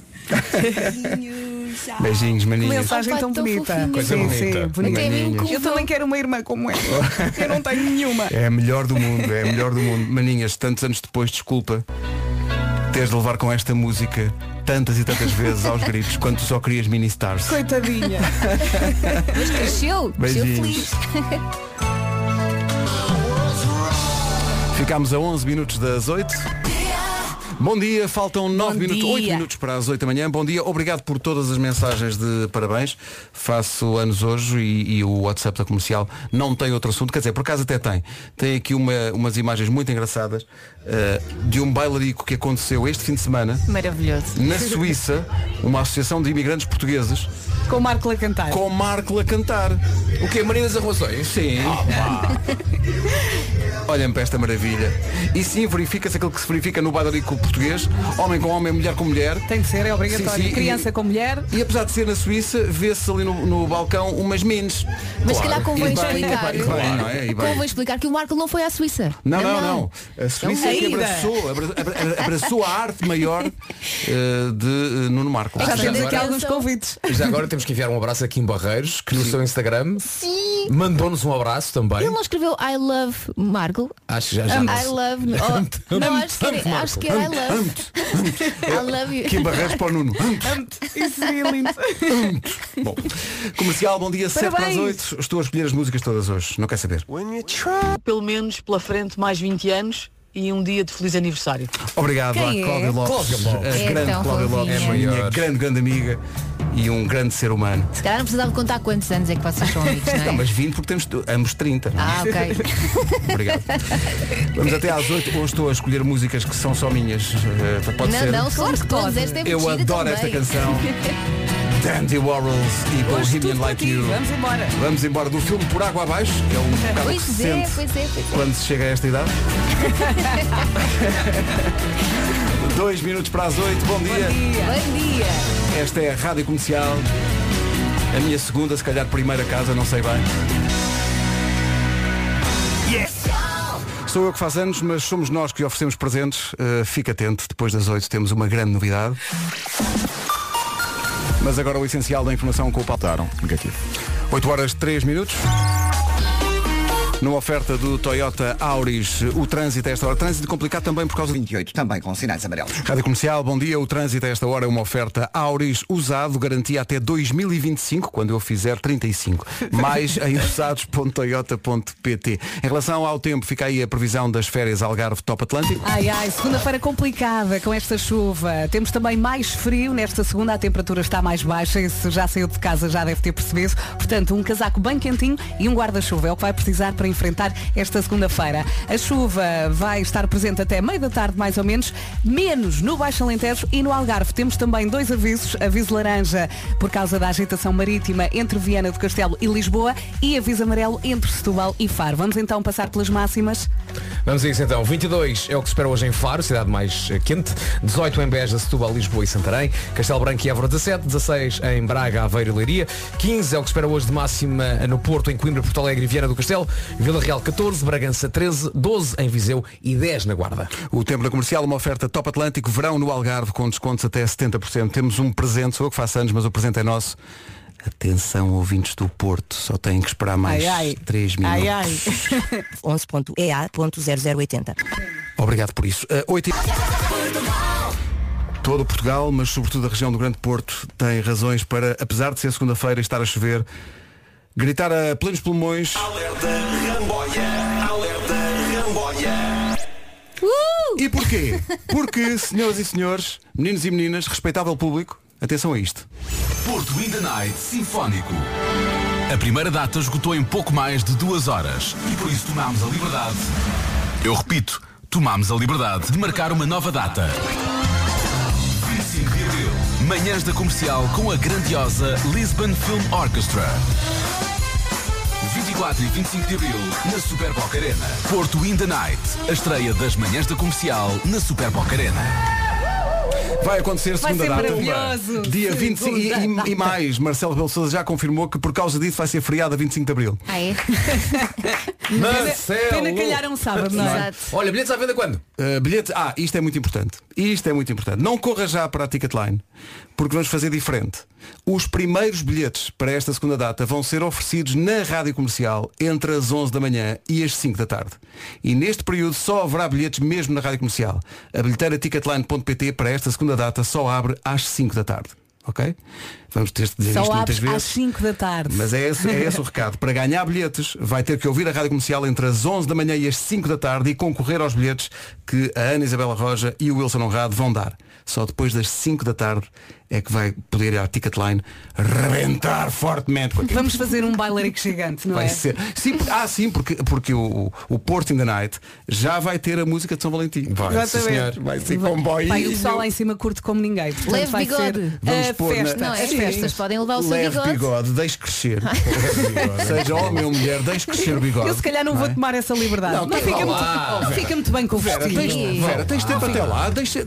J: Beijinhos. tchau.
A: Beijinhos, maninhas.
B: Mensagem
E: Opa,
B: tá tão
E: tão
B: bonita.
E: fofinho. Coisa
B: sim,
F: bonita.
B: sim, bonita.
E: até a mim
B: Eu
E: incomodou.
B: também quero uma irmã como ela. um Eu não tenho nenhuma.
A: É a melhor do mundo, é a melhor do mundo. Maninhas, tantos anos depois, desculpa teres de levar com esta música tantas e tantas vezes aos gritos quando tu só querias mini stars.
B: Coitadinha.
E: mas cresceu. Cresceu
A: Beijinhos.
E: feliz.
A: Ficámos a 11 minutos das 8. Bom dia, faltam 9
B: Bom
A: minutos, 8
B: dia.
A: minutos para as 8 da manhã. Bom dia, obrigado por todas as mensagens de parabéns. Faço anos hoje e, e o WhatsApp da comercial não tem outro assunto, quer dizer, por acaso até tem. Tem aqui uma- umas imagens muito engraçadas eh, de um bailarico que aconteceu este fim de semana
E: Maravilhoso.
A: na Suíça, uma associação de imigrantes portugueses,
B: Com o Marco a cantar.
A: com Marco a cantar. Ah,
F: O quê? Marinas Arruações?
A: Sim. Olhem para esta maravilha. E sim, verifica-se aquilo que se verifica no badarico português, homem com homem, mulher com mulher.
B: Tem de ser, é obrigatório.
A: Sim, sim,
B: Criança
A: e-
B: com mulher.
A: E apesar de ser na Suíça, vê-se ali no, no balcão umas meninas.
E: Mas se calhar convém
A: E bem,
E: explicar.
A: e bem, não é? E bem.
E: Convém explicar que o Marco não foi à Suíça.
A: Não, não, não. A Suíça é que
E: Ainda.
A: abraçou, abra- abra- abraçou a arte maior eh, de eh, Nuno Marco.
F: Já temos aqui
B: alguns convites.
F: Já agora temos que enviar um abraço aqui em Barreiros, que no seu Instagram
E: Sim.
F: mandou-nos um abraço também.
E: Ele não escreveu I love Marco.
F: Acho que já já.
E: I love. oh, não, acho que
A: Amo-te,
E: era, acho que é era I
A: amo-te,
E: love.
A: amo-te.
E: I love you.
A: Aqui em Barreiros para o Nuno. Hum.
B: Isso seria lindo.
A: Bom, comercial, bom dia, 7 para as
K: Parabéns.
A: 8. Estou a escolher as músicas todas hoje, não quer saber.
K: Pelo menos pela frente mais 20 anos e um dia de feliz aniversário.
A: Obrigado à é Cláudia Lopes, Então. a
E: É
A: grande
E: tão
A: Cláudia Lopes,
E: fofinha.
A: minha grande, grande amiga e um grande ser humano.
E: Se calhar não precisava contar quantos anos é que vocês são amigos, não é?
A: Não, mas 20 porque temos tu- ambos 30. não é?
E: Ah, ok.
A: Obrigado. Vamos até às 8. Hoje estou a escolher músicas que são só minhas. eh, pode
E: não,
A: ser.
E: não, somos todos. Esta é
A: Eu
E: mentira
A: adoro
E: também.
A: esta canção. Dandy Warhols e Bohemian Like You.
B: Vamos embora.
A: Vamos embora do filme Por Água Abaixo, que é um bocado que se
E: Pois é,
A: sente
E: pois é, pois é.
A: quando se chega a esta idade. Dois minutos para as oito, bom dia.
E: Bom dia.
A: Esta é a Rádio Comercial, a minha segunda, se calhar primeira casa, não sei bem. Yes! Sou eu que faz anos, mas somos nós que oferecemos presentes. Uh, fica atento, depois das oito temos uma grande novidade. Mas agora o essencial da informação com o Pautaram. Negativo. 8 horas 3 minutos. Numa oferta do Toyota Auris, o trânsito a esta hora. Trânsito complicado também por causa do 28, também com sinais amarelos. Rádio Comercial, bom dia. O trânsito a esta hora é uma oferta Auris usado, garantia até 2025, quando eu fizer 35. Mais em usados.toyota.pt. Em relação ao tempo, fica aí a previsão das férias Algarve Top Atlântico.
B: Ai, ai, segunda-feira complicada com esta chuva. Temos também mais frio. Nesta segunda a temperatura está mais baixa. E se já saiu de casa já deve ter percebido. Portanto, um casaco bem quentinho e um guarda-chuva é o que vai precisar para enfrentar esta segunda-feira. A chuva vai estar presente até meio da tarde, mais ou menos, menos no Baixo Alentejo e no Algarve. Temos também dois avisos. Aviso laranja por causa da agitação marítima entre Viana do Castelo e Lisboa e aviso amarelo entre Setúbal e Faro. Vamos então passar pelas máximas.
F: Vamos a isso então. 22 é o que se espera hoje em Faro, cidade mais eh, quente. 18 em Beja, Setúbal, Lisboa e Santarém. Castelo Branco e Évora 17. 16 em Braga, Aveiro e Leiria. 15 é o que se espera hoje de máxima no Porto, em Coimbra, Porto Alegre e Viana do Castelo. Vila Real 14, Bragança 13, 12 em Viseu e 10 na Guarda.
A: O tempo da comercial, uma oferta Top Atlântico, verão no Algarve, com descontos até 70%. Temos um presente, sou eu que faço anos, mas o presente é nosso. Atenção, ouvintes do Porto, só têm que esperar mais
L: ai.
A: 3 minutos.
L: Ai, ai. 11.ea.0080.
A: Obrigado por isso. Eh, oito e... Todo Portugal, mas sobretudo a região do Grande Porto, tem razões para, apesar de ser segunda-feira e estar a chover, gritar a plenos pulmões.
M: Uh!
G: Ramboia, alerta, Ramboia.
A: E porquê? Porque, senhoras e senhores, meninos e meninas, respeitável público, atenção a isto.
M: Porto in the Night Sinfónico. A primeira data esgotou em pouco mais de duas horas e por isso tomámos a liberdade. Eu repito, tomámos a liberdade de marcar uma nova data. 25 de abril. Manhãs da comercial com a grandiosa Lisbon Film Orchestra. 24 e 25 de abril na Super Boca Arena. Porto in the Night. A estreia das manhãs da comercial na Super Boca Arena.
A: Vai acontecer
M: Vai
A: segunda
M: ser
A: data.
M: maravilhoso.
A: Dia 25 e,
M: Segunda
A: e- e
M: data.
A: mais, Marcelo Rebelo de Sousa já confirmou que por causa disso vai ser feriado a 25 de Abril.
E: Ah, é?
A: Marcelo!
B: Pena calhar um sábado, não é?
F: Olha, bilhetes à venda quando?
A: Uh, bilhetes, ah, isto é muito importante. Isto é muito importante. Não corra já para a Ticketline, porque vamos fazer diferente. Os primeiros bilhetes para esta segunda data vão ser oferecidos na rádio comercial entre as 11 da manhã e as 5 da tarde. E neste período só haverá bilhetes mesmo na rádio comercial. A bilheteira ticketline.pt para esta segunda data só abre às 5 da tarde. Ok? Vamos ter de dizer
B: Só
A: isto muitas
B: abres
A: vezes.
B: às 5 da tarde.
A: Mas é esse, é esse o recado. Para ganhar bilhetes, vai ter que ouvir a rádio comercial entre as 11 da manhã e as 5 da tarde e concorrer aos bilhetes que a Ana Isabela Roja e o Wilson Honrado vão dar. Só depois das 5 da tarde é que vai poder ir à Ticketline rebentar fortemente. com aquilo.
B: Vamos fazer um bailarico gigante, não
A: Vai
B: é?
A: ser. Sim, por- ah, sim, porque, porque o, o Porto in the Night já vai ter a música de São Valentim. Vai, sim, senhor. Vai ser comboio.
B: Pai, o pessoal lá em cima curte como ninguém. Portanto,
E: Leve
B: vai
E: bigode.
B: Ser
A: Vamos
B: a
A: pôr na-
B: festa.
A: Não, é
B: A
A: sim,
E: festas. Podem levar o seu
A: Leve
E: bigode.
A: deixe crescer. Seja homem ou mulher, deixe crescer o bigode.
B: Eu se calhar não vou
A: é?
B: tomar essa liberdade.
A: Não,
B: Mas
A: tem- vá
B: fica, muito,
A: lá, Vera.
B: fica muito bem com o
A: Vera,
B: vestido.
A: tens, Vera, tens tempo até lá. Deixa,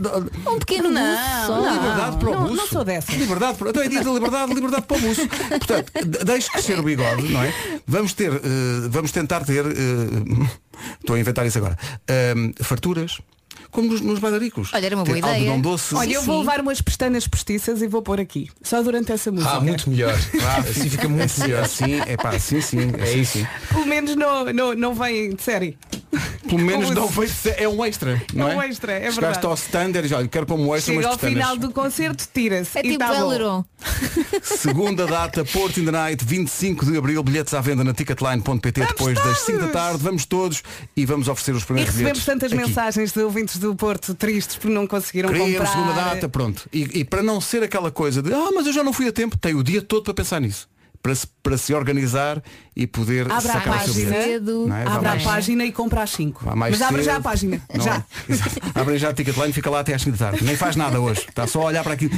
E: Um pequeno
B: não,
E: buço só.
B: não,
A: liberdade para o
B: não,
A: buço.
B: não sou dessa.
A: Liberdade para... Então é dia da liberdade, liberdade para o buço. Portanto, de- deixe crescer o bigode, não é? Vamos ter, eh, vamos tentar ter, eh, estou a inventar isso agora, Ahm, farturas, como nos, nos bailaricos.
E: Olha, era uma boa
A: Ter
E: ideia.
A: algodão doce.
B: Olha, eu vou levar umas pestanas postiças e vou pôr aqui. Só durante essa música.
F: Ah, muito melhor.
A: Ah,
F: Assim fica muito melhor.
A: Sim, é pá, sim, sim. É isso.
B: Pelo menos não, não, não vem de série.
A: Pelo menos
B: Uso.
A: não foi, é um extra, não é?
B: um extra, é
A: Chegaste
B: verdade.
A: ao standard e diz, olha, quero para um extra
B: Chega
A: umas
B: ao
A: pestanas.
B: final do concerto, tira-se.
E: É
B: e
E: tipo
B: tá bom.
E: Aileron.
A: Segunda data, Porto in the Night, 25 de Abril, bilhetes à venda na ticketline.pt depois das 5 da tarde. Vamos todos e vamos oferecer os
B: E
A: primeiros bilhetes.
B: recebemos tantas
A: aqui.
B: mensagens de ouvintes do Porto tristes porque não conseguiram
A: Queríamos
B: comprar.
A: segunda data, pronto. E, e para não ser aquela coisa de, ah, mas eu já não fui a tempo, tem o dia todo para pensar nisso. Para se, para se organizar e poder
B: Abra a
A: sacar o seu
B: página,
A: bilhete. Não é? Vá
B: abra a
A: mais-
B: página e compra às 5.
A: Vá mais
B: Mas abre
A: cedo.
B: já a página.
A: Não. é
B: Já. Ah,
A: Abre já a ticketline e fica lá até às 5 da tarde. Nem faz nada hoje. Está só a olhar para aquilo.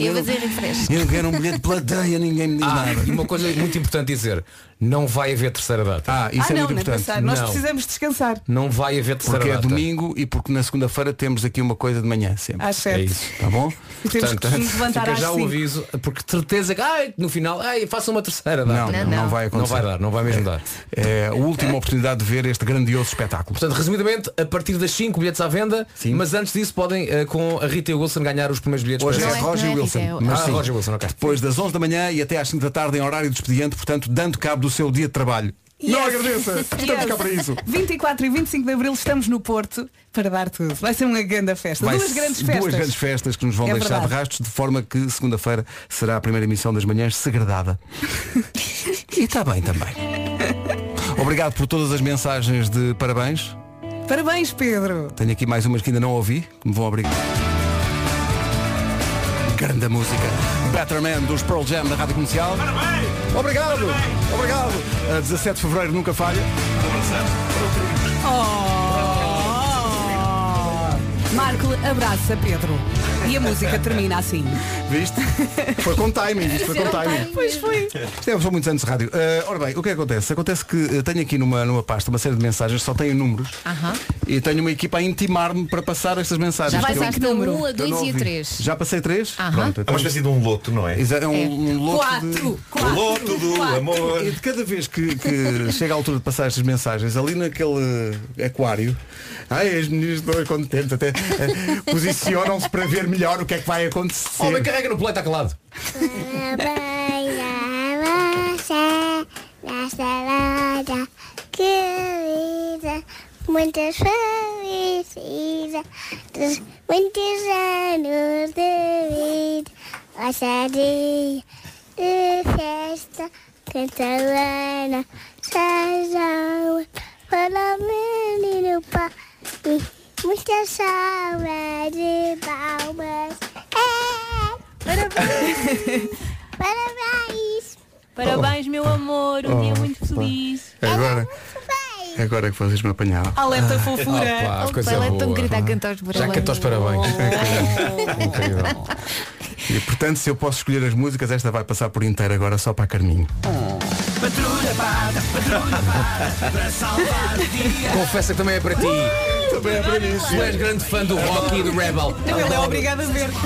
E: Eu vou dizer refresco.
A: Eu quero um bilhete de plateia, ninguém me diz
F: Ah,
A: nada.
F: e uma coisa muito importante dizer, não vai haver terceira data.
A: Ah,
B: ah não, não é passar. Nós precisamos descansar.
F: Não vai haver terceira
A: Porque é
F: data.
A: domingo e porque na segunda-feira temos aqui uma coisa de manhã sempre.
B: Às
F: É
B: sete.
F: isso.
A: Tá bom?
B: Ah, E temos que nos levantar
F: fica
B: às
F: já o
B: cinco.
F: aviso, porque de certeza que ai, no final, ai, faça uma terceira data.
A: Não, não, não vai acontecer.
F: Não vai dar, não vai mesmo dar.
A: É a última oportunidade de ver este grandioso espetáculo.
F: Portanto, resumidamente, a partir das 5 bilhetes à venda, mas antes disso podem eh, com a Rita e o Wilson ganhar os primeiros bilhetes
A: Hoje
F: para
A: é
F: essa.
A: Roger Wilson.
F: Ah,
A: mas sim,
F: Roger Wilson, ok.
A: Depois das 11 da manhã e até às 5 da tarde em horário de expediente, portanto, dando cabo do seu dia de trabalho. Não agradeça. Estamos cá para isso.
B: 24 e 25 de Abril estamos no Porto para dar tudo. Vai ser uma grande festa.
A: Vai
B: duas
A: ser
B: grandes festas.
A: Duas grandes festas que nos vão
B: É
A: deixar de
B: verdade.
A: rastros, de forma que segunda-feira será a primeira emissão das manhãs segredada. e está bem também. Obrigado por todas as mensagens de parabéns.
B: Parabéns, Pedro.
A: Tenho aqui mais umas que ainda não ouvi, que me vão obrigar. Grande música. Better Man dos Pearl Jam da Rádio Comercial. Parabéns! Obrigado! Obrigado! A 17 de Fevereiro nunca falha.
B: Oh! Marco abraça Pedro. E a música termina assim.
A: Viste? Foi com timing, isto é? foi com timing.
B: Pois foi.
A: Isto é, são muitos anos de rádio. Eh, ora bem, o que é que acontece? Acontece que eh, tenho aqui numa, numa pasta uma série de mensagens, só tenho números. E tenho uma equipa a intimar-me para passar estas mensagens.
E: Já
A: Porque eu-
E: passaste da
A: eu
E: um a
A: não
E: dois e a
A: ouvi.
E: três.
A: Já passei três?
E: Aham.
A: Pronto,
L: É uma espécie de um loto, não é?
A: Isso é um, um loto
E: Quatro,
A: de... Um
E: quatro,
L: O loto do quatro. amor.
A: E de cada vez que, que chega a altura de passar estas mensagens, ali naquele aquário, ai, as meninas estão contentes, até eh, posicionam-se para ver melhor o que é que vai acontecer.
F: Homem, carrega no play,
L: tá
F: está calado.
H: salada, querida, muitas felicidades, muitos anos de vida, hoje dia de festa, cantarana, sazão, para menino pai, muita saúde, palmas, é, parabéns, parabéns.
N: Parabéns, meu amor, um
A: Oh,
N: dia muito
A: pá. É
N: feliz.
A: Agora, É agora que vocês me apanharam. Ah,
B: Alerta
A: fofura.
E: Opa, Ah, ela é tão querida a cantar os
A: Já
E: parabéns.
A: cantou os parabéns. Tá E portanto, se eu posso escolher as músicas, esta vai passar por inteiro agora só para a Carminho.
G: Patrulha parda, patrulha parda, para salvar o dia.
F: Confessa que também é para ti. também é para mim. Tu és grande fã do rock e do rebel.
G: Então
B: Não, ele é obrigado a ver.
G: Eles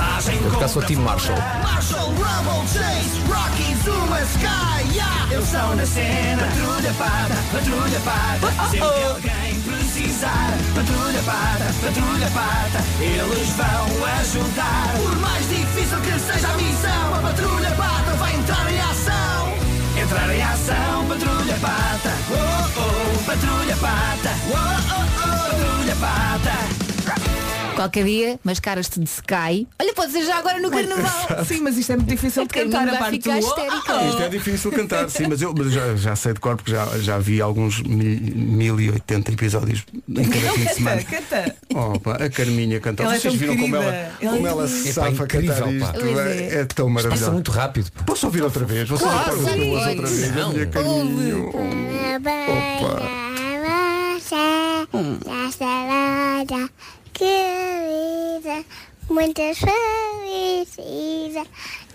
G: agem
F: Vou ficar
G: contra
F: só Team Marshall.
G: Marshall, Rubble, Chase, Rocky, Zuma, Sky, yeah. Eles estão na cena. Patrulha parda, patrulha
E: Oh,
G: parda, sempre que alguém precisar. Patrulha parda, patrulha parda, eles vão ajudar. Por mais difícil que seja a missão, a patrulha parda vai entrar em ação. Entrar em ação, patrulha pata, oh oh, patrulha pata, oh oh oh, patrulha pata.
E: Qualquer dia, mascaras-te de Sky. Olha, pode ser já agora no carnaval.
B: Sim, mas isto é muito difícil
E: de cantar a parte do... Oh,
G: Oh.
A: Isto é difícil cantar, sim, mas eu mas já, já sei de cor porque já, já vi alguns mil- 1080 episódios em cada fim de semana.
B: canta.
A: Oh, pá, a Carminha cantar.
B: Ela é
A: Vocês
B: tão
A: viram como
B: querida.
A: ela,
B: Ela é
A: como ela
B: tão
A: se
B: querida.
A: safa a
F: É pá, incrível,
A: cantar
F: pá.
A: isto. É,
F: Pois é.
A: é tão
F: Mas
A: maravilhoso.
F: passa muito rápido.
A: Posso ouvir outra vez? Vocês
F: Claro,
A: ouvem
F: sim.
A: duas outra vez. A minha Carminho.
H: Parabéns a você, da salada, querida, muitas felicidades,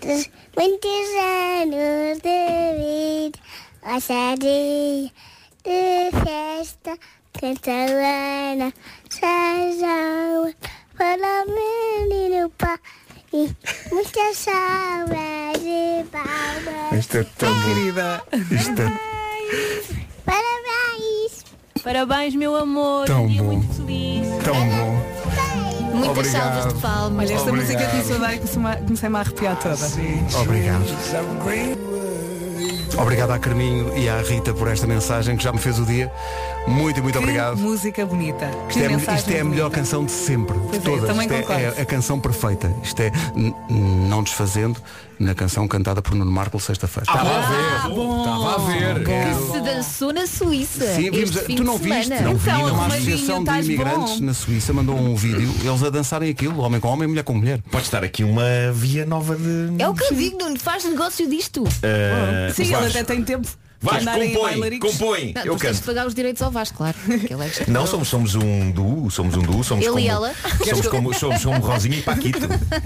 H: precisa dos muitos anos de vida. Hoje é dia de festa, cantarana, sajão, para o menino um pai. Muita saudade de palmas.
A: Isto é tão bom.
B: querida.
A: Isto é
N: Parabéns! Parabéns, meu amor!
A: Tão
N: um dia
A: bom.
N: muito feliz!
A: tão bom.
E: Muitas
A: Obrigado.
E: salvas de palmas.
B: Olha, esta música é
A: Obrigado.
B: começou a dar e comecei-me a- comecei-me a arrepiar toda.
A: Obrigado. Obrigado à Carminho e à Rita por esta mensagem que já me fez o dia. Muito, e muito obrigado.
B: Música bonita. Que
A: Isto é,
B: mensagem
A: isto é a melhor canção de sempre,
B: Pois é,
A: de
B: eu
A: todas.
B: também
A: Isto é,
B: concordo.
A: é a canção perfeita. Isto é n- n- Não Desfazendo, na canção cantada por Nuno Marco sexta-feira.
L: Ah,
F: Estava a
B: Ah,
F: ver. Estava a ver. É.
E: Que se dançou na Suíça.
A: Oh, Sim, vimos,
E: este fim
A: tu não
E: de semana. Então,
A: viste? Não vi,
B: então,
A: não. Uma associação de imigrantes na Suíça mandou um vídeo, eles a dançarem aquilo, homem com homem, mulher com mulher.
L: Pode estar aqui uma via nova de.
E: É o que eu digo, Nuno, faz negócio disto.
L: Eh,
B: Sim,
L: Vasco.
B: ele até tem tempo.
L: Vasco,
B: Andarem a
L: compõe,
B: bailaricos.
L: compõe.
E: Não,
L: Eu
E: tu tens de
L: canto.
E: pagar os direitos ao Vasco, claro. que ele é que
L: Não, somos, somos um duo, somos um duo, somos
E: Ele
L: como,
E: e ela.
L: Somos como, somos como Rosinha e Paquito.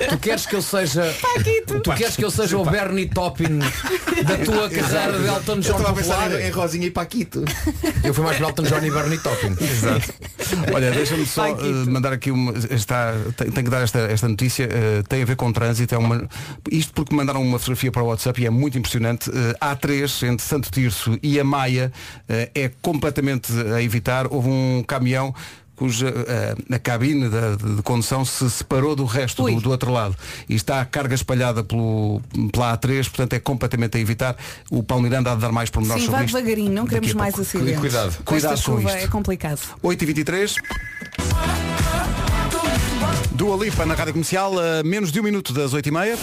F: Tu queres que eu seja.
L: Paquito.
F: Tu queres que eu seja o Bernie Toppin da tua carreira de Elton John popular?
L: Rosinha e Paquito.
F: Eu fui mais para Elton John e Bernie Toppin.
A: Exato. Olha, deixa-me só eh, mandar aqui uma. Está, tem, tem que dar esta, esta notícia, eh, tem a ver com trânsito. É uma, isto porque mandaram uma fotografia para o WhatsApp e é muito impressionante. Eh, A3, entre Santo Tirso e a Maia, eh, é completamente a evitar. Houve um caminhão cuja eh, a cabine da, de condução se separou do resto do, do outro lado e está a carga espalhada pelo, pela A3, portanto é completamente a evitar o Paulo Miranda há de dar mais pormenores
B: Sim,
A: sobre
B: vai
A: isto
B: devagarinho, não
A: daqui a
B: queremos mais
A: pouco.
B: acidentes.
A: Cuidado,
B: Com
A: cuidado
B: esta
A: com
B: chuva
A: isto.
B: É complicado.
A: 8h23. Dua Lipa na Rádio Comercial, a menos de um minuto das 8h30.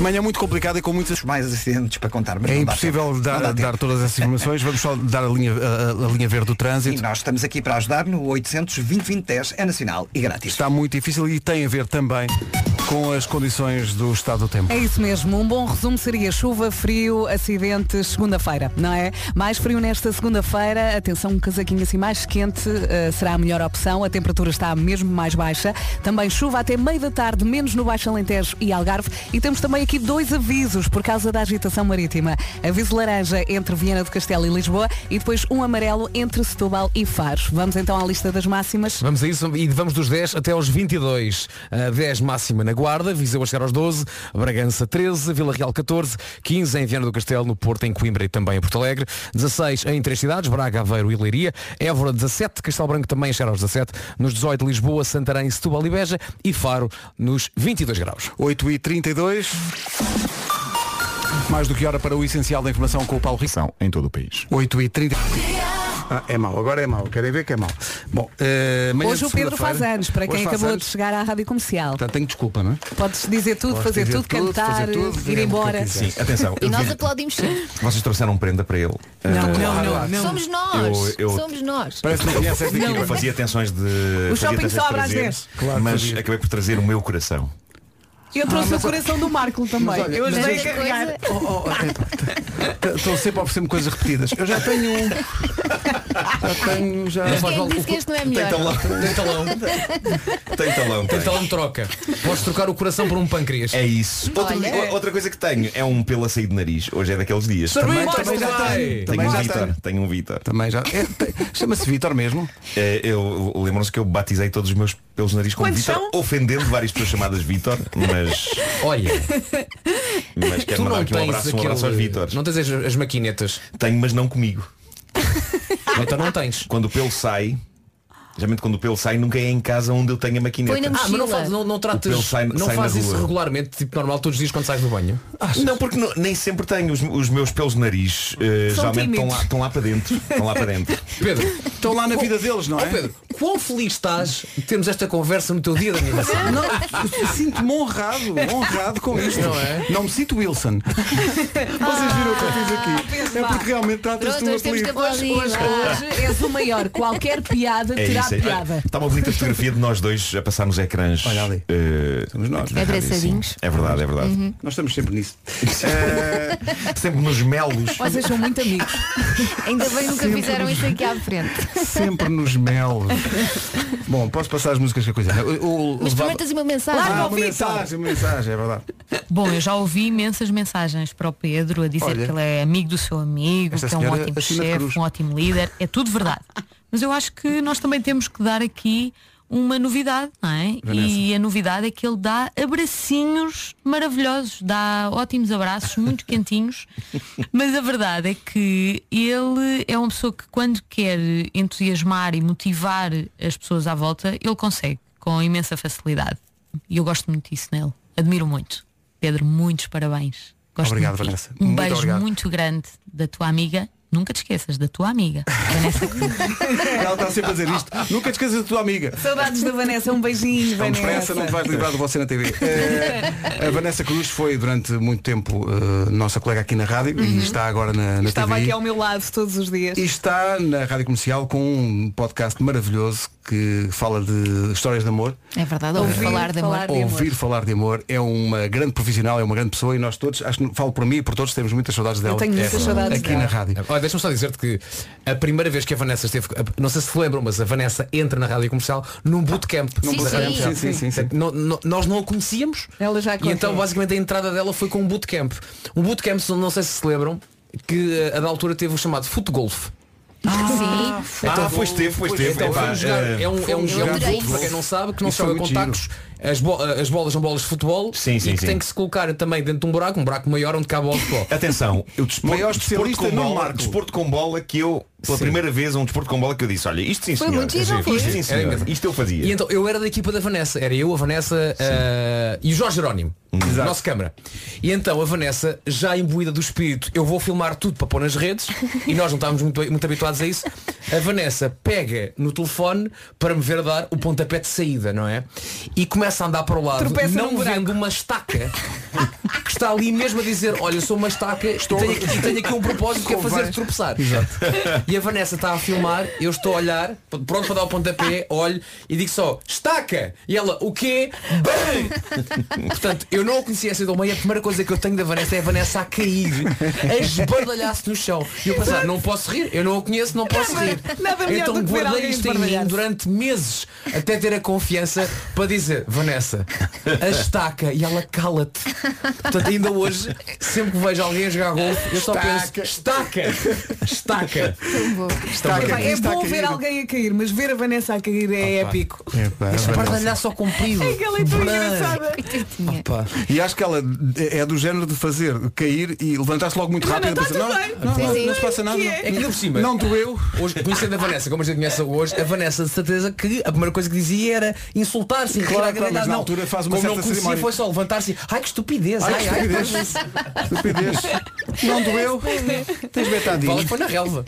A: Manhã muito complicada e com muitas
D: mais acidentes para contar. Mas
A: É
D: não dá
A: impossível
D: tempo.
A: dar,
D: Não dá tempo.
A: dar todas essas informações, vamos só dar a linha, a, a- a linha verde do trânsito.
D: E nós estamos aqui para ajudar no 800 20 10 é nacional e grátis.
A: Está muito difícil e tem a ver também com as condições do estado do tempo.
B: É isso mesmo, um bom resumo seria chuva, frio, acidentes, segunda-feira, não é? Mais frio nesta segunda-feira, atenção, um casaquinho assim mais quente eh, será a melhor opção, a temperatura está mesmo mais baixa. Também chuva até meio da tarde, menos no Baixo Alentejo e Algarve. E temos também aqui dois avisos por causa da agitação marítima. Aviso laranja entre Viana do Castelo e Lisboa e depois um amarelo entre Setúbal e Faro. Vamos então à lista das máximas.
F: Vamos a isso e vamos dos 10 até aos 22. A 10 máxima na Guarda, Viseu a chegar aos 12, Bragança 13, Vila Real 14, 15 em Viana do Castelo, no Porto, em Coimbra e também em Porto Alegre, 16 em três cidades, Braga, Aveiro e Leiria, Évora 17, Castelo Branco também a chegar aos 17, nos 18 Lisboa, Santarém, Setúbal e Beja e Faro nos 22 graus.
A: 8 e 32 Mais do que hora para o essencial da informação com o Paulo Rico.
C: São em todo o país.
A: 8 e 30 Ah, é mau, agora é mau, querem ver que é mau. Bom, eh, manhã
B: Hoje
A: de
B: o Pedro faz
A: segunda-feira-
B: anos, para
A: Hoje
B: quem
A: faz
B: acabou
A: anos.
B: de chegar à rádio comercial.
A: Portanto, tenho desculpa, não é?
B: Podes dizer tudo,
A: Posso
B: fazer
A: dizer
B: tudo,
A: tudo,
B: cantar,
A: fazer tudo,
B: ir
A: é o que eu
B: embora.
A: quiser. Sim,
L: atenção,
E: E
L: eu
E: nós
L: devia-
E: aplaudimos sempre.
L: um Vocês trouxeram prenda para ele. Eh,
E: Somos nós.
L: Eu- eu-
E: Somos nós.
A: Parece que não conhece esta
L: Eu
A: equipa.
L: fazia tensões de. fazia
B: O shopping
L: tensões de
B: só abre às
L: trazer,
B: 10.
A: Claro,
L: mas
A: sabia.
L: acabei por trazer o meu coração.
A: Ah,
B: Eu trouxe o coração do Marco também. eu
E: mas
B: ajudei
E: olha,
B: a carregar.
G: Oh,
A: Oh, é, Estão sempre a oferecer-me coisas repetidas. Eu já tenho um. Já tenho, já.
E: Mas quem disse que este não é melhor?
F: Tem talão,
L: Tem talão,
F: tem
L: Então tem.
A: Então
F: talão de troca. Podes trocar o coração por um pâncreas.
L: É isso. Outra,
F: Olha.
L: o- outra coisa que tenho é um pelo a sair de nariz. Hoje é daqueles dias.
F: Sorvete,
L: Também-
F: também já
L: também
F: tem.
A: Também
L: tenho. Tenho um
A: já
L: Vitor.
A: tem.
L: Tenho um Vitor.
A: Também já. é, tem- Chama-se Vitor mesmo.
L: Eh, eu lembram-se que eu batizei todos os meus pelos de nariz como
B: Quantos
L: Vitor,
B: são?
L: ofendendo várias pessoas chamadas Vitor, mas.
F: Olha.
L: Mas quero
F: tu
L: mandar
F: não
L: aqui um
F: tens
L: abraço, um
F: aquele-
L: abraço aos Vitores.
F: Não tens as, as maquinetas.
L: Tenho, mas não comigo.
F: Então não tens.
L: Quando o pelo sai, geralmente quando o pelo sai, nunca é em casa onde eu tenho a maquineta.
E: Põe na
F: Ah, mas não, faz, não, não
L: O pelo
F: tratas,
L: sai-
F: não
L: sai
F: faz
L: na
F: isso
L: rua.
F: regularmente, tipo normal, todos os dias quando sais do banho.
L: Não, porque não- nem sempre tenho os, os meus pelos de nariz. eh,
F: São
L: geralmente estão
F: tímidos.
L: lá, estão lá para dentro. Estão lá para dentro.
F: Pedro,
A: Estão lá na vida deles, não
F: oh,
A: é?
F: Pedro, quão feliz estás de termos esta conversa no teu dia de aniversário?
A: Não, eu sinto-me honrado, honrado com isto.
F: Não é?
A: Não me sinto Wilson. Vocês viram o que eu fiz aqui? É porque realmente tratas-te
E: Pronto,
A: de um
E: hoje temos que
A: apelido.
E: aplaudir.
B: Ah, Hoje,
E: vá.
B: hoje és o maior. Qualquer piada
L: É
B: terá
L: isso aí.
B: piada.
L: Está uma bonita fotografia de nós dois a passar nos ecrãs. eh, Olha ali.
A: Somos nós.
E: Abraçadinhos.
L: É verdade, é verdade.
B: Uhum.
A: Nós estamos sempre nisso. Eh,
L: Sempre nos
G: oh.
L: melos.
B: Vocês são muito amigos.
E: Ainda bem nunca fizeram isto aqui à frente.
A: Sempre nos melos. Bom, posso passar as músicas que a coisa. O, o,
E: Mas
A: levava-
E: também tens uma mensagem.
A: Ah, uma mensagem, uma mensagem, é verdade.
O: Bom, eu já ouvi imensas mensagens para o Pedro a dizer
A: Olha.
O: que ele é amigo do seu amigo,
A: Esta
O: que é um
A: senhora
O: ótimo
A: assina cruz.
O: chefe, um ótimo líder. É tudo verdade. Mas eu acho que nós também temos que dar aqui uma novidade, não é?
A: Vanessa.
O: E a novidade é que ele dá abracinhos maravilhosos, dá ótimos abraços, muito quentinhos. Mas a verdade é que ele é uma pessoa que quando quer entusiasmar e motivar as pessoas à volta, ele consegue com imensa facilidade. E eu gosto muito disso nele. Admiro muito. Pedro, muitos parabéns. Gosto
A: Obrigado,
O: muito de ti.
A: Vanessa.
O: Um
A: Muito
O: beijo
A: obrigado.
O: muito grande da tua amiga. Nunca te esqueças da tua amiga. Vanessa Cruz.
A: Ela está sempre a dizer isto. Nunca te esqueças da tua amiga.
B: Saudades da Vanessa, um beijinho,
A: Não
B: Vanessa.
A: depressa, não te vais livrar de você na TV. Eh, a Vanessa Cruz foi durante muito tempo eh, nossa colega aqui na rádio e está agora na, na
B: Estava
A: TV.
B: aqui um ao meu lado todos os dias.
A: E está na Rádio Comercial com um podcast maravilhoso que fala de histórias de amor.
E: É verdade, ouvi
A: Eh,
E: falar de amor.
A: Ouvir falar de amor é uma grande profissional, é uma grande pessoa e nós todos, acho que falo por mim e por todos, temos muitas saudades dela.
F: É verdade.
A: Aqui na rádio.
F: Olha, deixa-me só dizer-te que a primeira vez que a Vanessa esteve, não sei se se lembram, mas a Vanessa entra na rádio comercial num bootcamp.
A: Num Sim, bootcamp. sim. Sim, sim, sim, sim.
F: No- no- nós não a conhecíamos.
B: Ela já
F: E
B: contou.
F: então basicamente a entrada dela foi com um bootcamp. Um bootcamp, se- não sei se se lembram, que eh, a da altura teve o chamado futgolf.
E: Sim.
L: Ah, pois teve, pois teve.
F: Então,
L: Epá,
F: vamos jogar.
L: eh,
F: É um, é um
L: eu
F: jogo
L: adorei
F: para quem
L: isso.
F: não sabe, que não
L: Isso
F: se joga
L: foi
F: com
L: muito giro.
F: tacos. As, bo- eh, as bolas são bolas de futebol
L: Sim, sim,
F: e que
L: sim.
F: tem que se colocar também dentro de um buraco, um buraco maior onde cabe a bola de futebol.
L: Atenção, o desporto,
F: Maior
L: desporto
F: especialista
L: com
F: no
L: bola,
F: Marco.
L: desporto com bola que eu, pela
F: Sim.
L: primeira vez, um desporto com bola que eu disse, olha, isto sim
F: Foi
L: senhor,
F: muito giro,
L: isto,
F: foi.
L: sim
F: Era
L: senhor,
F: engraçado.
L: isto eu fazia.
F: E então eu era da equipa da Vanessa, era eu, a Vanessa eh, e o Jorge Jerónimo,
L: Hum.
F: o nosso câmara. E então a Vanessa, já imbuída do espírito, eu vou filmar tudo para pôr nas redes e nós não estávamos muito, muito habituados a isso. A Vanessa pega no telefone para me ver dar o pontapé de saída, não é? E começa a andar para o lado,
G: Tropeça
F: não
G: num buraco.
F: vendo uma estaca que está ali mesmo a dizer, olha, eu sou uma estaca e tenho, aqui, e tenho aqui um propósito que é
G: Convém.
F: fazer tropeçar.
G: Exato.
F: E a Vanessa está a filmar, eu estou a olhar, pronto para dar o pontapé, olho e digo só, estaca! E ela, o quê? Bam! Portanto, eu não a conhecia essa do meio, a primeira coisa que eu tenho da Vanessa é a Vanessa a cair, a esbardalhar-se no chão. E eu pensar, não posso rir, eu não a conheço, não posso
G: Nada-
F: rir.
G: nada melhor
F: então
G: do que ver
F: guardei
G: alguém
F: isto em mim
G: esbardalhar-se.
F: durante meses até ter a confiança para dizer, Vanessa, a estaca e ela cala-te. Portanto, ainda hoje, sempre que vejo alguém a jogar golfe, eu só penso, estaca, estaca. Estaca.
B: Epá, é
F: Está a
B: bom
F: cair.
B: ver alguém a cair, mas ver a Vanessa a cair é épico.
F: Deixa para olhar só comprido.
B: É que ela é tão
F: Branco.
B: engraçada.
F: É.
A: E acho que ela é do género de fazer cair e levantar-se logo muito
F: Não,
A: rápido
F: não,
A: e pensar,
F: tá tudo
A: não,
F: bem.
A: não,
F: Sim,
A: não,
F: sim.
A: não se passa nada.
F: Que é? É que ainda por cima.
A: Não doeu.
F: Hoje, conhecendo a Vanessa, como a gente conhece hoje, a Vanessa de certeza que a primeira coisa que dizia era insultar-se,
A: Claro,
F: retirar a
A: claro,
F: gargalhada.
A: mas na
F: Não,
A: altura faz uma
F: como
A: certa
F: não conhecia
A: cerimónia.
F: foi só levantar-se. e, Ai que estupidez,
A: Ai,
F: ai,
A: que
F: ai,
A: estupidez. Estupidez. Não doeu. Tens betadinho.
F: Fala que foi na relva.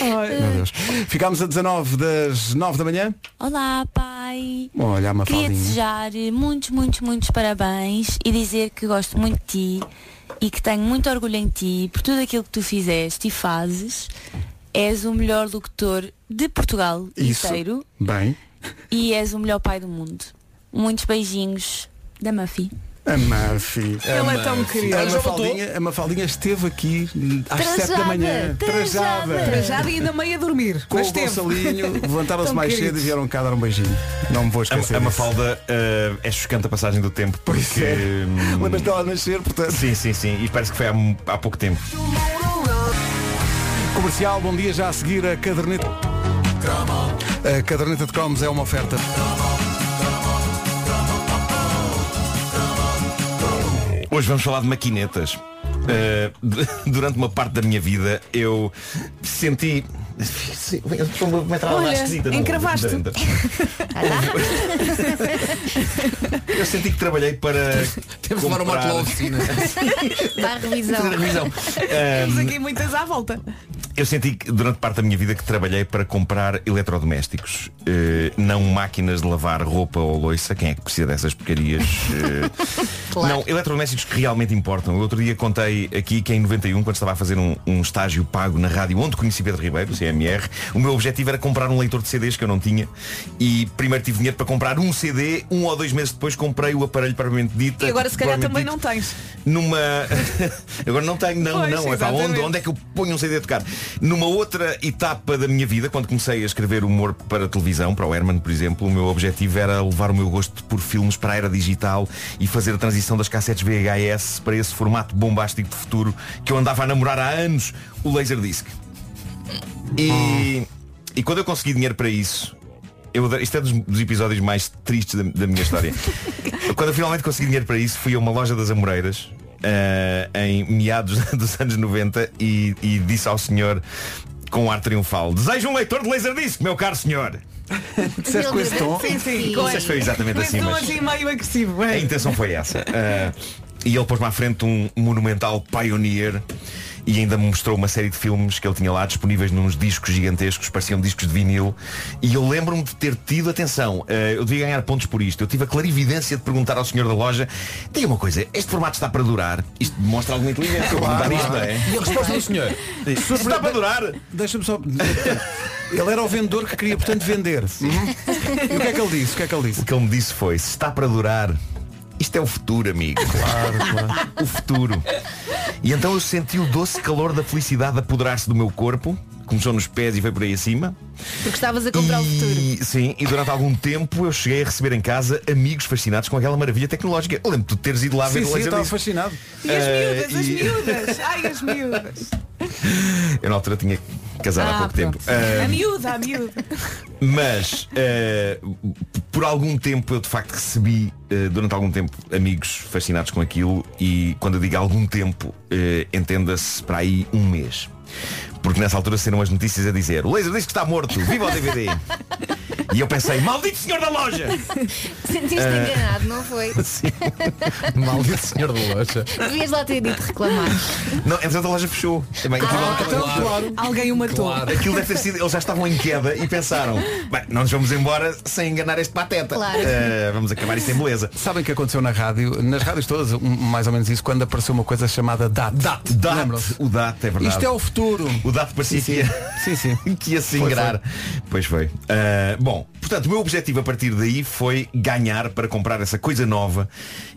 A: Meu Deus. Ficámos a 19 das 9 da manhã.
N: Olá, pai.
A: Olha, a
N: Queria
A: Mafaldinha.
N: desejar muitos, muitos, muitos parabéns e dizer que gosto muito de ti e que tenho muito orgulho em ti por tudo aquilo que tu fizeste e fazes. És o melhor locutor de Portugal
A: Isso.
N: inteiro
A: Bem.
N: e és o melhor pai do mundo. Muitos beijinhos da Mafi.
A: A Murphy.
N: Ela é tão querida.
A: A
N: Ela já
A: Mafaldinha, a Mafaldinha esteve aqui hum, às
B: Trajada,
A: 7 da manhã. Trajada.
B: Trajada e ainda meio a dormir.
A: Com
B: mas
A: o
B: teve.
A: Gonçalinho, levantaram-se
B: Tão
A: mais cedo
B: queridos.
A: e vieram cá dar um beijinho. Não me vou esquecer.
L: A, a
A: disso.
L: Mafalda eh, é chocante a passagem do tempo. Pois porque,
A: é.
L: hum,
A: Lembras dela nascer, portanto.
L: Sim, sim, sim. E parece que foi há, mu- há pouco tempo.
A: Comercial, bom dia já a seguir a caderneta. A caderneta de cromos é uma oferta.
L: Hoje vamos falar de maquinetas. Eh, d- durante uma parte da minha vida eu senti. Sim, eu estou a meter uma
G: Olha,
L: esquisita, não- é?
G: encravaste.
L: Eu senti que trabalhei para. um,
F: Temos de levar o Marco lá à oficina.
E: Dá revisão.
L: Fazer a revisão.
B: é?
A: Hum.
B: Temos
L: Ahm,
B: aqui muitas à volta.
L: Eu senti que durante parte da minha vida que trabalhei para comprar eletrodomésticos, Eh, não máquinas de lavar roupa ou loiça, quem é que precisa dessas porcarias? Eh, Não, eletrodomésticos que realmente importam. O um outro dia contei aqui que em 91, quando estava a fazer um, um estágio pago na rádio onde conheci Pedro Ribeiro, sim, GNR. O meu objetivo era comprar um leitor de CDs que eu não tinha e primeiro tive dinheiro para comprar um CD, um ou dois meses depois comprei o aparelho propriamente dito.
B: E agora se calhar também
L: propriamente
B: não tens.
L: numa agora não tenho não
B: Pois,
L: não é pá, onde
B: exatamente.
L: onde é que eu ponho um CD a tocar numa outra etapa da minha vida quando comecei a escrever humor para televisão para o Herman por exemplo o meu objetivo era levar o meu gosto por filmes para a era digital e fazer a transição das cassetes VHS para esse formato bombástico de futuro que eu andava a namorar há anos o Laserdisc e, e quando eu consegui dinheiro para isso eu, adoro- isto é dos, dos episódios mais tristes da, da minha história. Quando eu finalmente consegui dinheiro para isso, fui a uma loja das Amoreiras. ah, em meados dos anos 90 e, e disse ao senhor com um ar triunfal Desejo um leitor de laserdisc, meu caro senhor
A: Disseste com esse tom?
B: Sim, sim.
L: Não sei se foi exatamente
B: Mas
L: assim,
B: um
L: mas-
B: assim meio agressivo.
L: A
B: é.
A: Então,
L: intenção foi essa Ah, E ele pôs-me à frente um monumental Pioneer E ainda me mostrou uma série de filmes que ele tinha lá Disponíveis nos discos gigantescos Pareciam discos de vinil E eu lembro-me de ter tido, atenção ah, Eu devia ganhar pontos por isto Eu tive a clarividência de perguntar ao senhor da loja Diga uma coisa, este formato está para durar Isto demonstra alguma inteligência eu vou
A: Claro,
L: perguntar isto,
A: claro.
L: não é?
A: E a resposta do senhor?
L: Isto está para durar
A: Deixa-me só. Ele era o vendedor que queria, portanto, vender.
L: Uhum.
A: E o que é que ele disse? O que é que ele disse?
L: O que ele me disse foi, se está para durar, isto é o futuro, amigo. Claro, claro. O futuro. E então eu senti o doce calor da felicidade apoderar-se do meu corpo. Começou nos pés e foi por aí acima.
E: Porque estavas a comprar o futuro.
L: E, sim, e durante algum tempo eu cheguei a receber em casa amigos fascinados com aquela maravilha tecnológica. Eu lembro-te de teres ido lá
A: sim,
L: ver o
A: sim, eu
L: laser
A: estava
L: disc.
A: fascinado.
B: E as
L: Ah,
B: miúdas, as
L: e-
B: miúdas. Ai, as miúdas.
L: Eu na altura tinha casado há
B: Ah,
L: pouco
B: pronto.
L: tempo. Ah,
B: A miúda, a miúda.
L: Mas eh, p- por algum tempo eu de facto recebi eh, durante algum tempo amigos fascinados com aquilo e quando eu digo algum tempo eh, entenda-se para aí um mês. Porque nessa altura saíram as notícias a dizer o laser diz que está morto, viva o DVD! e eu pensei, maldito senhor da loja!
E: Sentiste
A: Eh,
L: Ah.
E: enganado, não foi?
L: maldito senhor da loja.
E: Devias lá ter dito reclamar.
L: Não, entretanto a loja fechou. Também
B: Ah, então, Alguém o matou.
L: Aquilo deve ter sido, eles já estavam em queda e pensaram, bem, não nos vamos embora sem enganar este pateta.
A: Claro.
L: Eh, vamos acabar isto em beleza.
A: Sabem o que aconteceu na rádio, nas rádios todas, um, mais ou menos isso, quando apareceu uma coisa chamada DAT. DAT,
L: DAT o DAT é verdade.
A: Isto é o futuro.
L: O dado parecia
A: Sim,
L: que
A: sim.
L: ia,
A: Sim, sim.
L: que ia se ingrar. Pois foi. Ah, bom, portanto, o meu objetivo a partir daí foi ganhar para comprar essa coisa nova,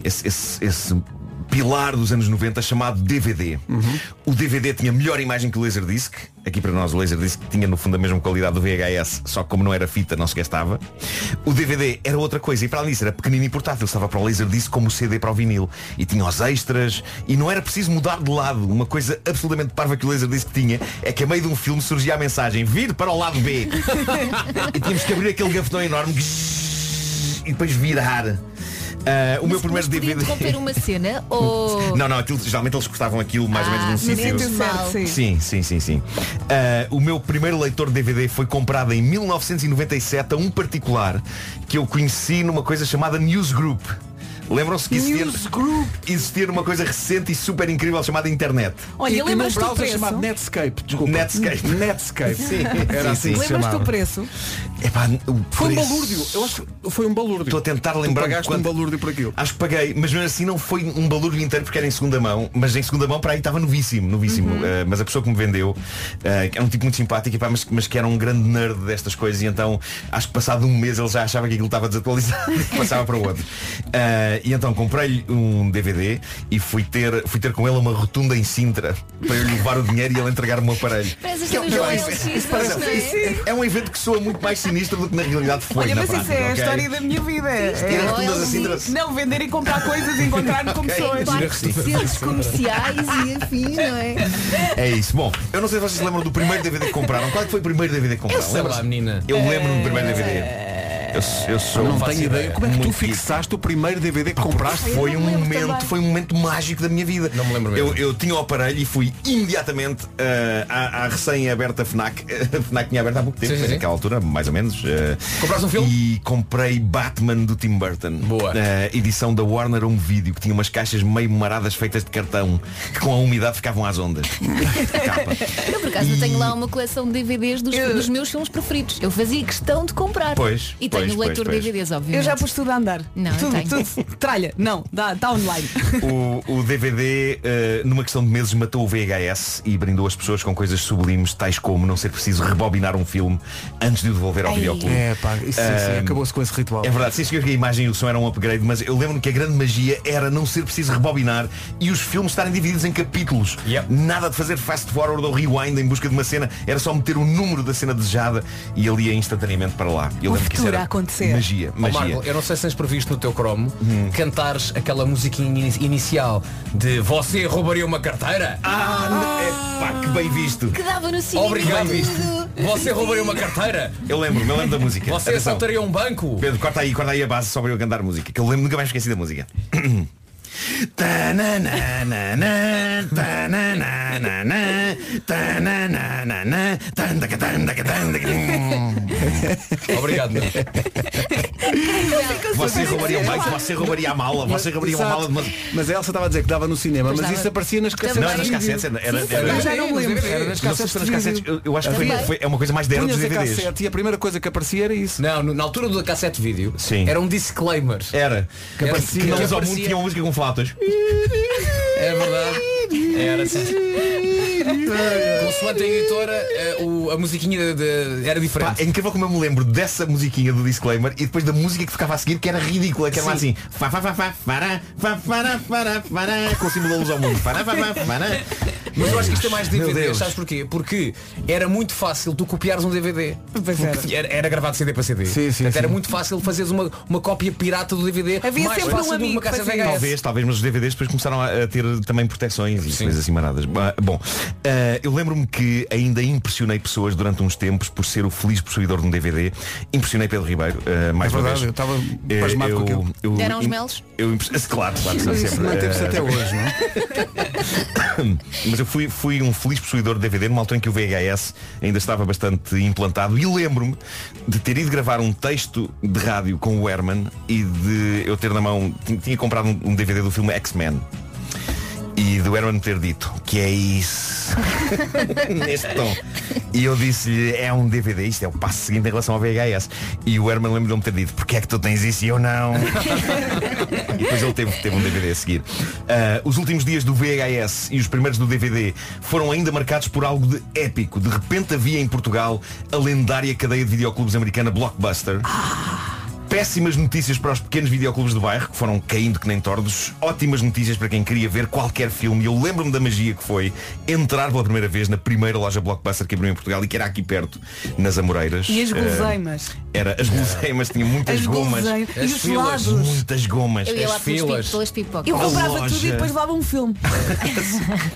L: esse, esse- esse pilar dos anos 90 chamado DVD. O DVD tinha melhor imagem que o Laserdisc. Aqui para nós o Laserdisc tinha no fundo a mesma qualidade do VHS, só que como não era fita não se gastava. O DVD era outra coisa e para além disso era pequenino e portátil, estava para o Laserdisc como o CD para o vinil. E tinha os extras e não era preciso mudar de lado. Uma coisa absolutamente parva que o Laserdisc tinha é que a meio de um filme surgia a mensagem vir para o lado B. e tínhamos que abrir aquele gavetão enorme e depois virar. Ah, o meu primeiro
E: Podia
L: DVD.
E: interromper uma cena ou.
L: Não, não, aquilo, geralmente eles cortavam aquilo mais ou menos
E: Ah,
L: num
E: no
L: sítio.
E: sítio certo, sim.
L: sim, sim, sim, sim. Ah, o meu primeiro leitor de DVD foi comprado em 1997 a um particular que eu conheci numa coisa chamada News Group. Lembram-se que existia, existia uma coisa recente e super incrível chamada internet.
B: Olha,
A: e num
B: lembras-te do
A: browser
B: preço?
A: chamado Netscape, desculpa.
L: Netscape.
A: Netscape.
L: Sim,
A: Era assim que se
B: Lembras-te
A: chamava.
B: do preço?
L: Epá, o
A: Foi um
L: preço-
A: balúrdio. Eu acho que foi um balúrdio.
L: Estou a tentar lembrar
A: pagaste um
L: balúrdio por aquilo. Acho que paguei, mas mesmo assim não foi um balúrdio inteiro porque era em segunda mão, mas em segunda mão para aí estava novíssimo, novíssimo.
B: Uhum.
L: Eh, mas a pessoa que me vendeu eh, que era um tipo muito simpático, epá, mas, mas que era um grande nerd destas coisas e então acho que passado um mês ele já achava que aquilo estava desatualizado e passava para o outro. Eh, e então comprei-lhe um DVD e fui ter, fui ter com ele a uma rotunda em Sintra para eu lhe levar o dinheiro e ele entregar-me o aparelho.
E: Parece
L: Que é
E: que
L: um-
E: no
L: que é um
E: Joel
L: evento-
E: X,
L: Espera,
E: não é?
L: é um evento que soa muito mais sinistro do que na realidade foi.
B: Olha,
L: na
B: mas isso
L: prática,
B: é a
L: ok?
B: história da minha vida.
L: Isto é
B: É-
L: as rotundas assim,
B: Não, vender e comprar coisas e encontrar-me com
L: Ok.
B: pessoas.
L: Claro que sim.
E: Centros comerciais e afim, não é?
L: É isso. Bom, eu não sei se vocês lembram do primeiro DVD que compraram. Qual é que foi o primeiro DVD que compraram?
F: Eu sei
L: Lembra-se?
F: lá, menina.
L: Eu lembro-me do primeiro DVD. Eu, eu sou
A: Não
L: faço
A: tenho ideia. Como é que tu
L: fixaste o primeiro DVD que compraste? Foi um momento, foi um momento mágico da minha vida. Não me lembro Eu, eu tinha o aparelho e fui imediatamente eh, à, à recém-aberta FNAC. A FNAC tinha aberto há pouco tempo,
F: Sim, sim,
L: foi
F: sim.
L: naquela altura, mais ou menos. eh,
F: Compraste um filme?
L: E comprei Batman do Tim Burton. Boa. edição da Warner Home Video, que tinha umas caixas meio maradas feitas de cartão, que com a umidade ficavam às ondas.
E: Eu por acaso tenho lá uma coleção de DVDs dos, dos meus filmes preferidos. Eu fazia questão de comprar.
L: Pois,
E: E
L: pois.
E: tenho
L: Pois,
E: no leitor
L: pois, pois.
E: de DVDs, obviamente.
B: Eu já pus tudo a andar.
E: Não, eu
B: tudo,
E: tenho.
B: tudo. Tralha, não, dá, dá online.
L: O, o DVD, eh, numa questão de meses, matou o VHS e brindou as pessoas com coisas sublimes, tais como não ser preciso rebobinar um filme antes de o devolver ao
A: Ai.
L: videoclube.
A: É, pá, isso sim, sim,
L: Ah,
A: acabou-se com esse ritual.
L: É verdade, sim senhor que a imagem e o som eram um upgrade, mas eu lembro-me que a grande magia era não ser preciso rebobinar e os filmes estarem divididos em capítulos. Nada de fazer fast forward ou rewind em busca de uma cena, era só meter o número da cena desejada e ali ia instantaneamente para lá. Eu lembro que isso era magia,
F: Oh,
L: magia. Hum.
F: Marco, eu não sei se tens previsto no teu Chrome cantares aquela musiquinha ini- inicial de Você roubaria uma carteira?
L: Ah, é, pá, que bem visto.
E: Que dava no cinema
F: Obrigado.
E: tudo.
F: Você roubaria uma carteira?
L: Eu lembro, eu lembro da música.
F: Você assaltaria um banco?
L: Pedro, corta aí, corta aí a base só para eu cantar música, que eu lembro, nunca mais esqueci da música. Tananana, tananana, tananana, tandaca, tandaca, tandaca.
F: Obrigado, meu.
L: Você roubaria um banco, você roubaria a mala, você roubaria uma
A: Exato.
L: mala de uma...
A: Mas a Elsa estava a dizer que dava no cinema,
L: Pois
A: mas
L: dava.
A: isso aparecia nas cassetes.
L: Não, era nas cassetes, era- era- era-
A: Eu já não me lembro.
L: Era nas cassetes, era nas cassetes. Eu- eu acho que foi-
A: Havia-
L: foi- é uma coisa mais da era dos
A: Punhas a
L: DVDs.
A: cassete e a primeira coisa que aparecia era isso.
F: Não, na altura do cassete vídeo era um disclaimer.
L: Era.
A: Que aparecia.
L: Que não usa ao mundo,
F: aparecia.
L: tinha uma música com flautas.
F: É verdade. Era sim. Consoante a editora, eh, o- a musiquinha de- de- era diferente.
L: Pá, é incrível como eu me lembro dessa musiquinha do disclaimer e depois da música que tocava a seguir que era ridícula, que era lá
G: Sim.
L: assim fa, fa, fa, fa, fará, fa, fará, fará, fará, com o símbolo da luz ao mundo. Fará, fará, fará.
F: Mas eu acho que isto é mais
L: é Meu
F: DVD,
L: Deus.
F: sabes porquê? Porque era muito fácil tu copiares um DVD.
B: Pois
F: Porque era. era gravado CD para CD.
L: Sim, sim,
F: Portanto, Era
L: sim.
F: muito fácil fazeres uma, uma cópia pirata do DVD.
B: Havia
F: mais
B: sempre
F: fácil
B: um
F: do que
B: amigo
F: uma cassete
B: que fazia
F: VHS.
L: Talvez, talvez, mas os DVDs depois começaram a a ter também proteções e coisas assim maradas. Ba- Bom, eh, eu lembro-me que ainda impressionei pessoas durante uns tempos por ser o feliz possuidor de um DVD. Impressionei Pedro Ribeiro, eh, mais
A: É
L: uma
A: verdade,
L: vez.
A: eu estava
L: Eh,
A: pasmado com
L: eu-
A: aquilo.
L: eu-
E: Deram os
L: im-
E: melos?
L: Eu, impress- claro, claro,
A: Isso
L: sempre.
A: manteve-se
L: eh,
A: até hoje, não é?
L: Mas eu fui, fui um feliz possuidor de DVD numa altura em que o VHS ainda estava bastante implantado e lembro-me de ter ido gravar um texto de rádio com o Herman e de eu ter na mão, tinha, tinha comprado um, um DVD do filme X-Men e do Herman me ter dito que é isso neste tom e eu disse-lhe é um DVD isto é o passo seguinte em relação ao VHS e o Herman lembro-me de ele me ter dito porque é que tu tens isso e eu não e depois ele teve, teve um DVD a seguir. Ah, os últimos dias do VHS e os primeiros do DVD foram ainda marcados por algo de épico. De repente havia em Portugal a lendária cadeia de videoclubes americana Blockbuster. Péssimas notícias para os pequenos videoclubes do bairro, que foram caindo que nem tordos. Ótimas notícias para quem queria ver qualquer filme. E eu lembro-me da magia que foi entrar pela primeira vez na primeira loja Blockbuster que abriu em Portugal e que era aqui perto, nas Amoreiras.
B: E as
L: Ah,
B: guloseimas.
L: era as guloseimas, tinha muitas
B: As
L: gomas.
B: guloseimas. E os gelados.
L: Muitas gomas.
E: Eu ia lá
L: as
E: pelos
L: filas.
E: pi- pelas pipocas.
B: Eu
L: A
B: comprava tudo
L: loja.
B: e depois levava um filme.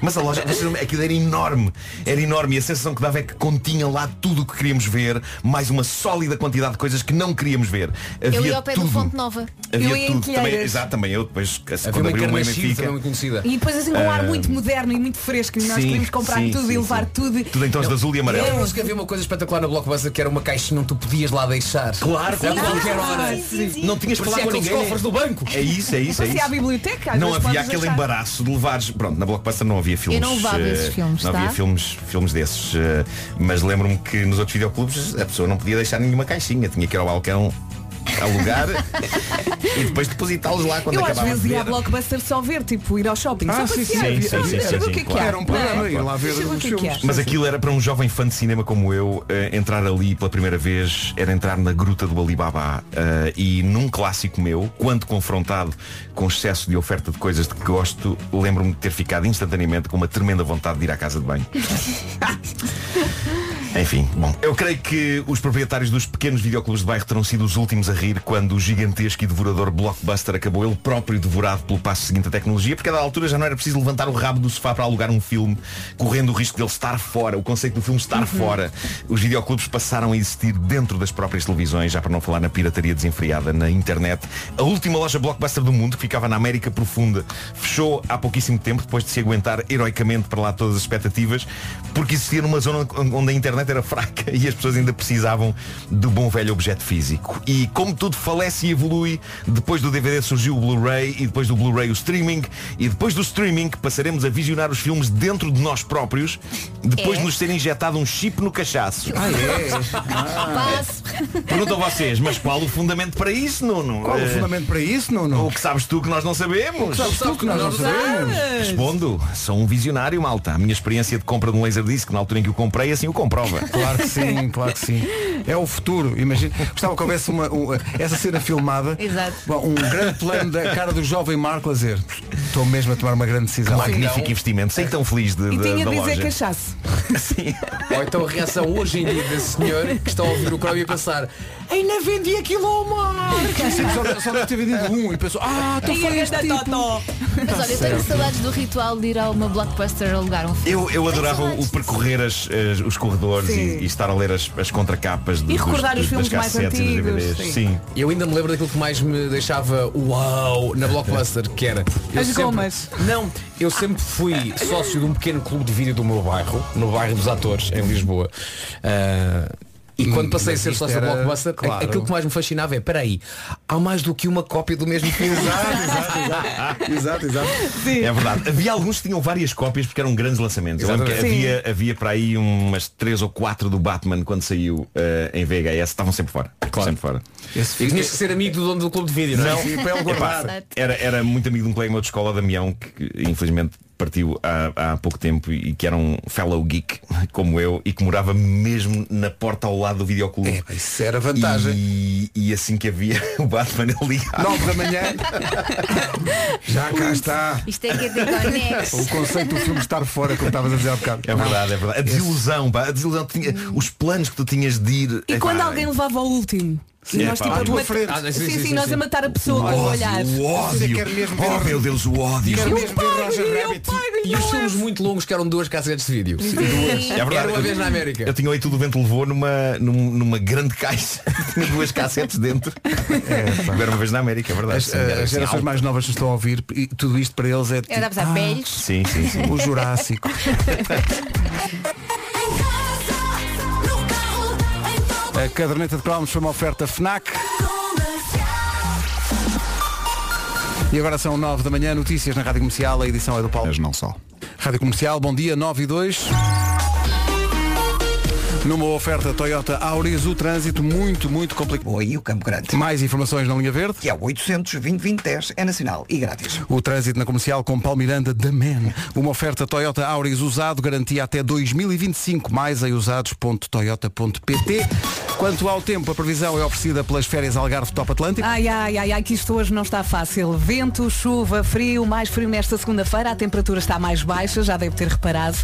L: Mas a loja, vocês não- aquilo era enorme. Era enorme e a sensação que dava é que continha lá tudo o que queríamos ver, mais uma sólida quantidade de coisas que não queríamos ver.
E: Eu
L: Havia
E: ia ao pé
L: tudo.
E: do Fonte Nova.
L: Havia
B: Eu ia em
L: tudo. Também,
B: Telheiras.
L: exato, também eu depois
F: Havia
L: quando
F: uma
L: abriu uma
F: Encarnascido,
L: Benfica.
F: também muito conhecida.
B: E depois assim com um ar
L: Ah,
B: muito moderno e muito fresco. E nós
L: sim,
B: queríamos comprar
L: sim,
B: tudo
L: sim,
B: e levar
L: sim.
B: tudo.
L: Tudo em tons de azul e amarelo.
F: Lembram-se que havia uma coisa espetacular na Blockbuster que era uma caixinha onde tu podias lá deixar.
L: Claro,
F: a
L: claro.
F: qualquer
L: Ah,
F: hora.
L: sim, sim, sim. Não tinhas
F: Parecia
L: que falar com
F: é aqueles
L: ninguém.
F: cofres do banco.
L: É isso, é isso, é
B: Parecia à
L: isso.
B: biblioteca. às
L: Não
B: vezes
L: havia
B: podes
L: aquele
B: deixar.
L: embaraço de levares. Pronto, na Blockbuster não havia filmes.
E: não levava
L: eh,
E: esses filmes,
L: Não havia
E: tá?
L: filmes, filmes desses. eh, Mas lembro-me que nos outros videoclubes a pessoa não podia deixar nenhuma caixinha. Tinha que ir ao balcão alugar e depois depositá-los lá quando
B: Eu às
L: acabava
B: vezes
L: de
B: ia à
L: ver.
B: blockbuster só ver, tipo, ir ao shopping.
L: Ah,
B: só
L: sim,
B: passear.
L: sim, sim,
B: Ah,
L: sim,
B: deixa eu ver
L: sim,
B: o que é que
L: claro.
B: é.
L: Era um programa, ir lá ver
B: Deixa eu ver o
A: os
B: que é que é.
A: filmes.
L: Mas aquilo era para um jovem fã de cinema como eu, eh, entrar ali pela primeira vez era entrar na gruta do Alibaba. eh, e num clássico meu, quando confrontado com excesso de oferta de coisas de que gosto, lembro-me de ter ficado instantaneamente com uma tremenda vontade de ir à casa de banho. Enfim, bom, eu creio que os proprietários dos pequenos videoclubes de bairro terão sido os últimos a rir quando o gigantesco e devorador Blockbuster acabou ele próprio devorado pelo passo seguinte à tecnologia, porque a dada altura já não era preciso levantar o rabo do sofá para alugar um filme, correndo o risco dele estar fora, o conceito do filme estar fora. Os videoclubes passaram a existir dentro das próprias televisões, já para não falar na pirataria desenfreada na internet. A última loja Blockbuster do mundo, que ficava na América Profunda, fechou há pouquíssimo tempo, depois de se aguentar heroicamente para lá todas as expectativas, porque existia numa zona onde a internet era fraca e as pessoas ainda precisavam do bom velho objeto físico. E como tudo falece e evolui, depois do DVD surgiu o Blu-ray e depois do Blu-ray o streaming e depois do streaming passaremos a visionar os filmes dentro de nós próprios, depois
A: Ah, é?
E: É.
L: de nos ter injetado um chip no cachaço.
E: Passo.
L: Pergunto a vocês, mas qual o fundamento para isso, Nuno?
A: Qual o
L: Eh,
A: fundamento para isso, Nuno?
L: O que sabes tu que nós não sabemos?
A: O que sabes tu que nós não sabemos?
L: Respondo, sou um visionário, malta. A minha experiência de compra de um laser disc, na altura em que o comprei, assim o comprova.
A: Claro que sim, claro que sim. É o futuro, imagina. Gostava que houvesse uma, um, essa cena filmada.
O: Exato.
A: Bom, Um grande plano da cara do jovem Marco a dizer Estou mesmo a tomar uma grande decisão.
L: Que magnífico investimento. Sei tão feliz de,
B: E
L: de-
B: tinha
L: da
B: de
L: loja.
B: dizer cachaço.
F: Ou então a reação hoje em dia desse senhor que está a ouvir o Crónio a passar
G: Ainda vendi aquilo ao
A: Sim, só, só deve ter vendido um e pensou, ah, estou
E: E
A: fora
E: ainda
A: deste tipo.
E: Mas olha, eu tenho
L: certo.
E: saudades do ritual de ir a uma blockbuster alugar um filme.
L: Eu, eu adorava o percorrer as- as- os corredores
E: Sim.
L: e, e estar a ler as, as contracapas do,
E: E recordar
L: dos,
E: os
L: dos, das
E: filmes mais
L: cassetes e dos
E: antigos,
L: DVDs. Sim.
E: sim.
F: Eu ainda me lembro daquilo que mais me deixava uau na Blockbuster, que era. eu
B: As
F: sempre-
B: gomas.
F: Não, eu sempre fui sócio de um pequeno clube de vídeo do meu bairro, no bairro dos atores, em Lisboa. Ah, e quando passei a
A: Hum, mas
F: ser
A: isto
F: sócio da
A: era-
F: Blockbuster, a-
A: claro.
F: aquilo que mais me fascinava é, peraí, há mais do que uma cópia do mesmo filme.
A: Exato, exato.
L: É verdade. Havia alguns que tinham várias cópias porque eram grandes lançamentos. Eu lembro que
F: Exatamente.
L: havia, havia para aí umas três ou quatro do Batman quando saiu eh, em VHS. Estavam sempre fora. Sempre fora.
F: E tinhas que ser amigo do dono do clube de vídeo, não é?
L: Não, Epá, era, era muito amigo de um colega meu de escola, Damião, que que, infelizmente partiu há, há pouco tempo e que era um fellow geek como eu e que morava mesmo na porta ao lado do videoclube.
A: É, isso era vantagem.
L: E, e assim que havia o Batman ele ligava.
A: 9 da manhã. Já cá está.
E: Isto é que é de Conex.
A: O conceito do filme estar fora, como estavas a dizer há bocado.
L: É verdade, é verdade. A desilusão, pá, a desilusão que tinha, os planos que tu tinhas de ir.
B: E
L: epá,
B: quando alguém levava ao último?
L: É Sim,
B: e nós
L: pá,
B: tipo
L: à
B: a
L: tua
B: mat-
L: frente. Ah, sim,
B: Sim, sim,
L: sim, sim,
B: nós
F: assim,
L: sim.
B: a matar a pessoa
L: o
B: com o
L: ódio,
B: olhar.
L: O ódio.
A: quer mesmo
L: oh
A: ver-
L: meu Deus, o ódio.
A: Quero mesmo ver Roger Rabbit.
F: E os filmes muito longos que eram duas cassetes de vídeo.
L: Sim, duas. É verdade.
F: Era uma vez na América.
L: Eu tinha oito do vento levou numa, num- numa grande caixa. tinha duas cassetes dentro. era uma vez na América, é verdade.
A: As, eh,
L: Sim, era
A: as
L: assim,
A: gerações
L: alto.
A: mais novas que estão a ouvir e tudo isto para eles é.
E: Eu dá para velhos.
L: Sim, sim, sim.
A: O Jurássico. A caderneta de cromos foi uma oferta FNAC. E agora são 9 da manhã, notícias na Rádio Comercial, a edição é do Paulo. Mas não só. Rádio Comercial, bom dia, 9 e 2. Numa oferta Toyota Auris, o trânsito muito, muito complicado.
D: Oi, o Campo Grande.
A: Mais informações na linha verde?
D: Que é o 820-2010, é nacional e grátis.
A: O trânsito na comercial com Paulo Miranda da Man. Uma oferta Toyota Auris usado, garantia até 2025, mais em usados.toyota.pt. Quanto ao tempo, a previsão é oferecida pelas férias Algarve Top Atlântico.
B: Ai, ai, ai, ai, que isto hoje não está fácil. Vento, chuva, frio, mais frio nesta segunda-feira. A temperatura está mais baixa, já deve ter reparado.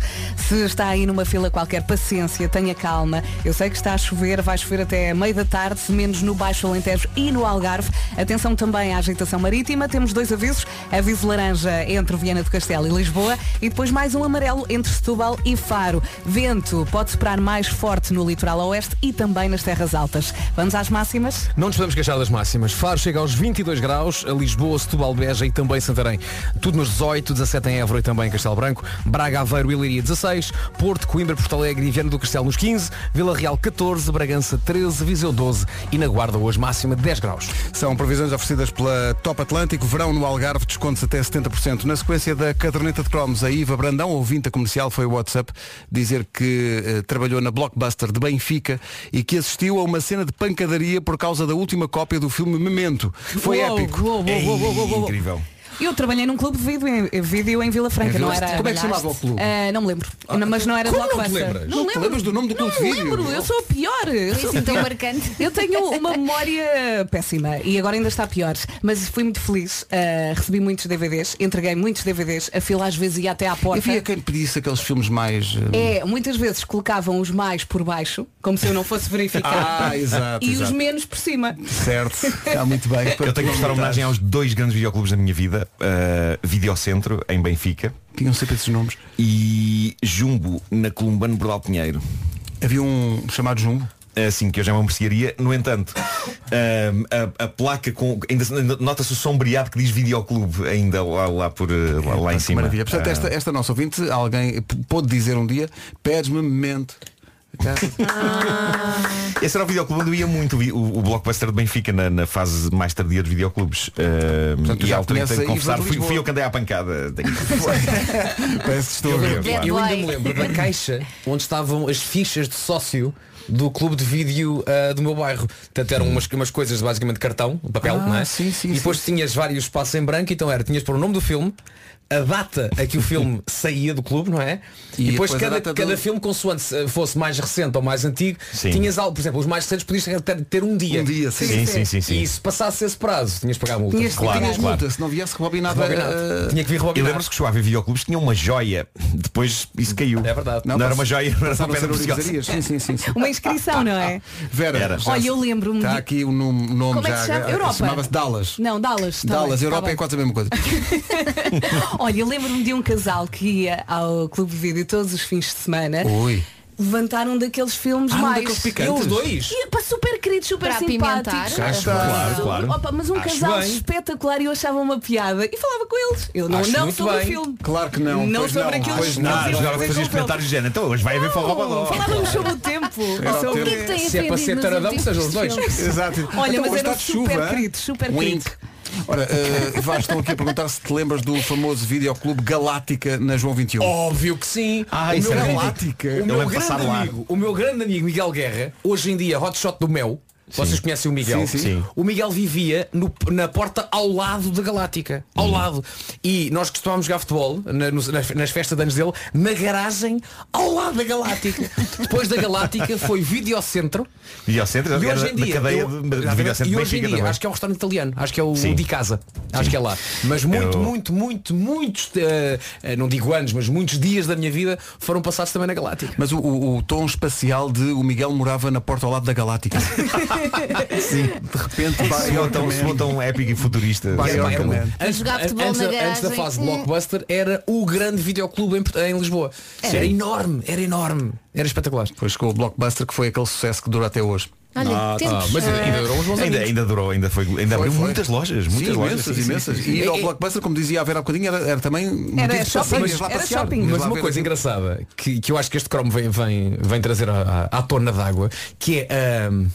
B: Se está aí numa fila qualquer, paciência, tenha calma. Eu sei que está a chover, vai chover até meio da tarde, menos no Baixo Alentejo e no Algarve. Atenção também à agitação marítima. Temos dois avisos. Aviso laranja entre Viana do Castelo e Lisboa e depois mais um amarelo entre Setúbal e Faro. Vento pode soprar mais forte no litoral oeste e também nas terras altas. Vamos às máximas?
F: Não nos podemos queixar das máximas. Faro chega aos 22 graus, a Lisboa, Setúbal, Beja e também Santarém. Tudo nos 18, 17 em Évora e também em Castelo Branco. Braga, Aveiro e Leiria 16, Porto, Coimbra, Porto Alegre e Viana do Castelo nos 15, Vila Real 14, Bragança 13, Viseu 12 e na Guarda hoje máxima de 10 graus.
A: São previsões oferecidas pela Top Atlântico, verão no Algarve, descontos até 70%. Na sequência da caderneta de cromos, a Iva Brandão, ouvinte da comercial, foi o WhatsApp dizer que eh, trabalhou na Blockbuster de Benfica e que assistiu a uma cena de pancadaria por causa da última cópia do filme Memento. Foi
B: Uou,
A: épico.
B: uou, uou, uou, uou, uou, uou.
L: Incrível.
B: Eu trabalhei num clube de vídeo em, eh, vídeo em Vila Franca,
A: Em Vila-
B: não era?
A: Como é que se chamava o clube?
B: Ah, não me lembro. Não, mas não era
A: Como não te
B: Blockbuster.
A: lembras? Não te lembras do nome do clube de
B: Não
A: vídeo?
B: lembro, eu sou a pior. Eu sou
E: assim tão
B: pior.
E: marcante.
B: Eu tenho uma memória péssima e agora ainda está pior. Mas fui muito feliz, ah, recebi muitos DVDs, entreguei muitos DVDs, a fila às vezes ia até à porta.
A: Havia quem pedisse aqueles filmes mais. eh,
B: É, muitas vezes colocavam os mais por baixo, como se eu não fosse verificar.
A: Ah, exato,
B: e os
L: exato.
B: menos por cima.
A: Certo, está muito bem.
L: Eu tenho que prestar homenagem aos dois grandes videoclubes da minha vida, uh, Videocentro, em Benfica.
A: Tinham sempre esses nomes.
L: E Jumbo, na Columbano Bordal Pinheiro.
A: Havia um chamado Jumbo?
L: Assim, que hoje é uma mercearia. No entanto, um, a, a placa com. Ainda, ainda nota-se o sombreado que diz videoclube ainda lá, lá por, uh, lá, lá em cima.
A: Maravilha. Portanto,
L: Ah,
A: esta, esta nossa ouvinte, alguém p- pôde dizer um dia, pedes-me memento.
L: Esse era o videoclube onde eu ia muito, o, o blockbuster de Benfica, na, na fase mais tardia dos videoclubes. Um,
A: Portanto,
L: e
A: já
L: à altura em
A: conhece
L: que tenho
A: a
L: que confessar,
A: Isla de
L: fui, fui
A: Lisboa.
L: eu que andei à pancada.
A: Parece que estou a ver.
F: Eu ainda me lembro da caixa onde estavam as fichas de sócio do clube de vídeo ah, do meu bairro. Portanto, eram umas, umas coisas basicamente de cartão, papel,
A: Ah,
F: não é?
A: sim, sim,
F: e depois tinhas vários espaços em branco, então era, tinhas por o nome do filme, a data a que o filme saía do clube, não é? E,
A: E
F: depois,
A: depois a
F: cada,
A: data do-
F: cada filme, consoante se fosse mais recente ou mais antigo,
L: Sim.
F: tinhas algo, por exemplo, os mais recentes podias ter, ter um dia.
A: Um dia, sim. Sim, sim, sim, sim.
F: E se passasse esse prazo, tinhas de pagar a multa.
A: Tinhas, tinhas multa, se não viesse rebobinado.
F: Rebobinado.
A: eh,
F: Tinha que vir
L: E
F: rebobinado.
L: lembra-se que Chuava e Videoclubes tinham uma joia. Depois isso caiu. É verdade. Não,
A: passa-
L: era uma joia, era um uma
A: passaram a
L: pedra
A: ser
L: preciosa.
A: orixarias. Sim, sim, sim, sim.
B: Uma inscrição, não é?
A: Vera,
L: Era.
A: já
B: Olha,
A: se-
B: eu lembro-me
A: Está
B: de-
A: aqui o nome, nome
B: Como é que
A: já.
B: se chama? Europa?
A: Chamava-se Dallas.
B: Não, Dallas. tá
A: Dallas,
B: bem, tá
A: Europa
B: bem.
A: é quase a mesma coisa.
B: Olha, eu lembro-me de um casal que ia ao clube de vídeo todos os fins de semana.
A: Oi.
B: Levantaram um daqueles filmes
A: Ah, um
B: mais.
A: daqueles picantes? E os dois?
B: E, pá, super queridos, super
E: Para apimentar.
B: simpáticos.
E: Já está.
L: Claro,
B: Super-
L: claro.
B: Opa, mas um
L: Acho
B: casal
L: bem.
B: espetacular e eu achava uma piada. E falava com eles. Eu não,
L: Acho
B: não
L: muito
B: sobre o
L: bem.
B: filme.
A: Claro que não.
B: Não
A: pois
B: sobre
A: não.
B: aqueles
A: Pois
B: que
A: não.
L: Não,
B: Não,
L: agora
B: foi
L: fazia os
B: com
L: comentários de género. Então hoje vai haver forró badó.
B: Falávamos sobre o tempo.
L: Era o
B: Sobre-
L: tempo.
E: tem
F: Se é para ser
E: aprendido nos
F: taradão,
E: últimos
F: sejam os dois.
E: filmes?
A: Exato.
B: Olha,
A: Então,
B: mas
A: hoje
B: era
A: está de
B: super
A: chuva,
B: querido, super
A: Wink.
B: querido.
A: Ora, eh, Vasco, estão aqui a perguntar se te lembras do famoso videoclube Galáctica na João 21.
F: Óbvio que sim.
A: Ah,
F: o
A: isso
F: meu
A: era
F: grande-
A: galáctica.
F: O
A: Eu
F: meu
A: lembro de
F: grande
A: passar lá.
F: amigo, o meu grande amigo Miguel Guerra, hoje em dia hotshot do Mel. Vocês conhecem o Miguel?
A: Sim, sim. Sim.
F: O Miguel vivia no- na porta ao lado da Galáctica. Ao lado. E nós costumávamos jogar futebol na- nos- nas, nas festas de anos dele, na garagem ao lado da Galáctica. Depois da Galáctica foi Videocentro.
L: Videocentro,
F: E
L: era
F: hoje em
L: da
F: dia,
L: cadeia
F: eu-
L: de- de
F: Exatamente.
L: videocentro
F: e hoje em
L: de Benfica
F: dia
L: também.
F: acho que é um restaurante italiano, acho que é o
L: Sim.
F: de casa, acho
L: Sim.
F: que é lá. Mas muito,
L: Eu-
F: muito, muito, muitos, eh, eh, não digo anos, mas muitos dias da minha vida foram passados também na Galáctica.
A: Mas o, o- o tom espacial de o Miguel morava na porta ao lado da Galáctica. Sim, de repente um vai
L: Se botam, se botam épico e futurista.
A: Vai,
L: Sim,
A: vai,
L: então.
A: vai.
F: Antes,
E: Jogar
F: antes,
E: futebol na
F: antes da
E: garagem,
F: fase
E: hum.
F: blockbuster era o grande videoclube em, Port- em Lisboa.
E: Era.
F: Era enorme, era enorme. Era espetacular.
A: Pois com o blockbuster que foi aquele sucesso que dura até hoje. é
E: Olha, temos.
F: Ah, tá. mas ainda-
L: eh,
F: ainda durou uns bons
L: É. ainda,
F: anos.
L: ainda durou, ainda foi. Ainda abriu muitas lojas, muitas
A: Sim,
L: lojas.
A: imensas,
L: sim, sim,
A: imensas.
L: sim, sim.
A: E ir ao blockbuster, como dizia a Vera há bocadinho, era, era também motivo de
B: shopping,
A: passeio,
B: mas-
A: ias lá
B: era
A: passear,
B: shopping.
A: ias
F: Mas
A: lá
F: uma
A: ver
F: coisa
A: aquilo.
F: engraçada que, que eu acho que este cromo vem, vem, vem trazer à, à- à tona d'água, que é ahm,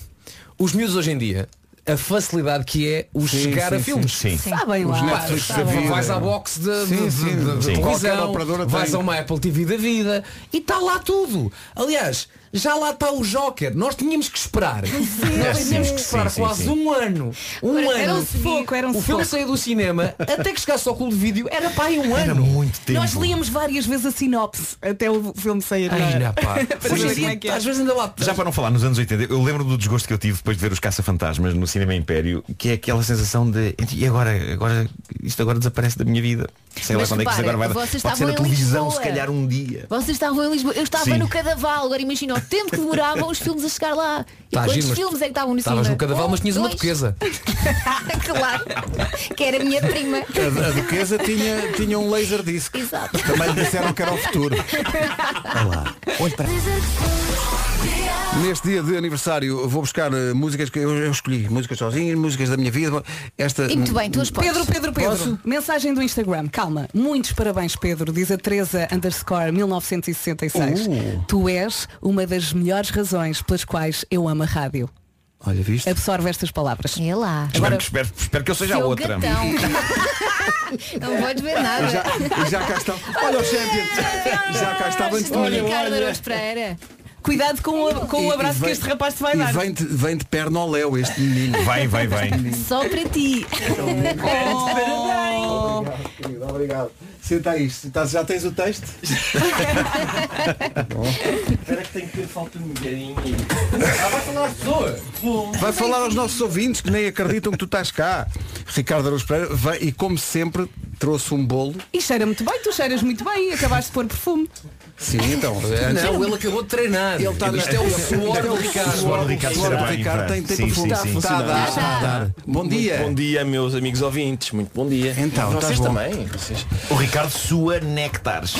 F: os miúdos hoje em dia, a facilidade que é o
A: Sim,
F: chegar
A: sim,
F: a
A: sim.
F: filmes.
L: Sim.
G: Tá
B: Sabem
A: Os
B: lá.
A: Netflix da
B: sabem.
A: vida.
F: Vais à box de,
A: Sim,
F: de- de-
A: sim.
F: de- de
A: Sim. Qualquer
F: televisão,
A: operadora
F: vais
A: tem.
F: a uma Apple TV da vida e está lá tudo. Aliás, já lá está o Joker. Nós tínhamos que esperar. Nós tínhamos que esperar
L: sim,
F: quase
L: sim.
F: um ano. Um
B: Era-
F: ano.
B: era um sufoco, era um
F: o filme
B: sufoco.
F: saía do cinema até que chegasse ao clube de vídeo era pai um ano.
L: Era muito tempo.
B: Nós líamos várias vezes a sinopse até o filme sair.
F: Ai,
B: não
F: na
B: é?
F: pá.
B: Para
F: Hoje em
B: saber como
F: dia,
B: é que é.
F: Às vezes ainda lá.
L: Já para não falar, nos anos 80, eu lembro do desgosto que eu tive depois de ver os Caça-Fantasmas no Cinema Império, que é aquela sensação de e agora, agora isto agora desaparece da minha vida. Sei lá
E: Mas
L: quando é que isto
E: repara,
L: agora vai dar. Pode
E: vocês
L: ser
E: estavam
L: na
E: em
L: televisão,
E: Lisboa.
L: se calhar um dia.
E: Vocês estavam em Lisboa, eu estava
L: Sim.
E: no Cadaval, agora imagina o tempo que demoravam os filmes a chegar lá. E
F: Tá,
E: quantos
F: giro, mas
E: filmes é que estavam no cinema?
F: Estavas no Cadaval, mas tinhas uma
E: dois.
F: duquesa.
E: claro, que era a minha prima.
A: A, a Duquesa tinha, tinha um laser disc.
E: Exato.
A: Também lhe disseram que era o futuro. Neste dia de aniversário vou buscar eh, músicas que eu, eu escolhi, músicas sozinhas, músicas da minha vida. Esta
E: E muito bem, tu as podes.
B: Pedro, Pedro, Pedro. Mensagem do Instagram. Calma. Muitos parabéns, Pedro. Diz a Teresa underscore 1966.
A: Uh.
B: Tu és uma das melhores razões pelas quais eu amo a rádio.
A: Olha, viste?
B: Absorve estas palavras.
E: É lá.
L: Espero, que, espero, espero que eu seja a
E: Seu
L: outra.
E: gatão. Não podes ver
A: E
E: nada.
A: já, e já cá está. Olha o Champions. Já cá estava antes de mim.
E: Ricardo Araújo Pereira.
B: Cuidado com o, com o
A: E- e
B: abraço que
A: vem-
B: este rapaz te vai
A: E
B: dar. é?
A: vem de, vem de perna ao léu este menino.
L: Vai, vai, vai.
E: Só para ti. Oh.
A: Querido, obrigado. Senta aí, senta- já tens o texto?
G: Espera que tenho que ter falta um bocadinho.
A: Vai falar aos nossos ouvintes que nem acreditam que tu estás cá. Ricardo Araújo Pereira vai, e como sempre trouxe um bolo.
B: E cheira muito bem, tu cheiras muito bem, acabaste de pôr perfume.
A: Sim, então.
P: É,
F: Não, ele acabou de treinar.
A: Ele
G: tá
A: está
F: Isto é o suor do Ricardo.
L: Suor do Ricardo
A: Suor do
L: cheira bem,
A: Ricardo
L: Fran.
A: tem, tem
L: Sim,
A: para
L: sim,
A: funcionar. Está
L: sim.
A: a dar, está a dar. Bom dia.
G: Bom dia, meus amigos ouvintes. Muito bom dia.
A: Então,
G: vocês
A: estás bom.
G: também. Vocês...
L: Tá O Ricardo sua néctares.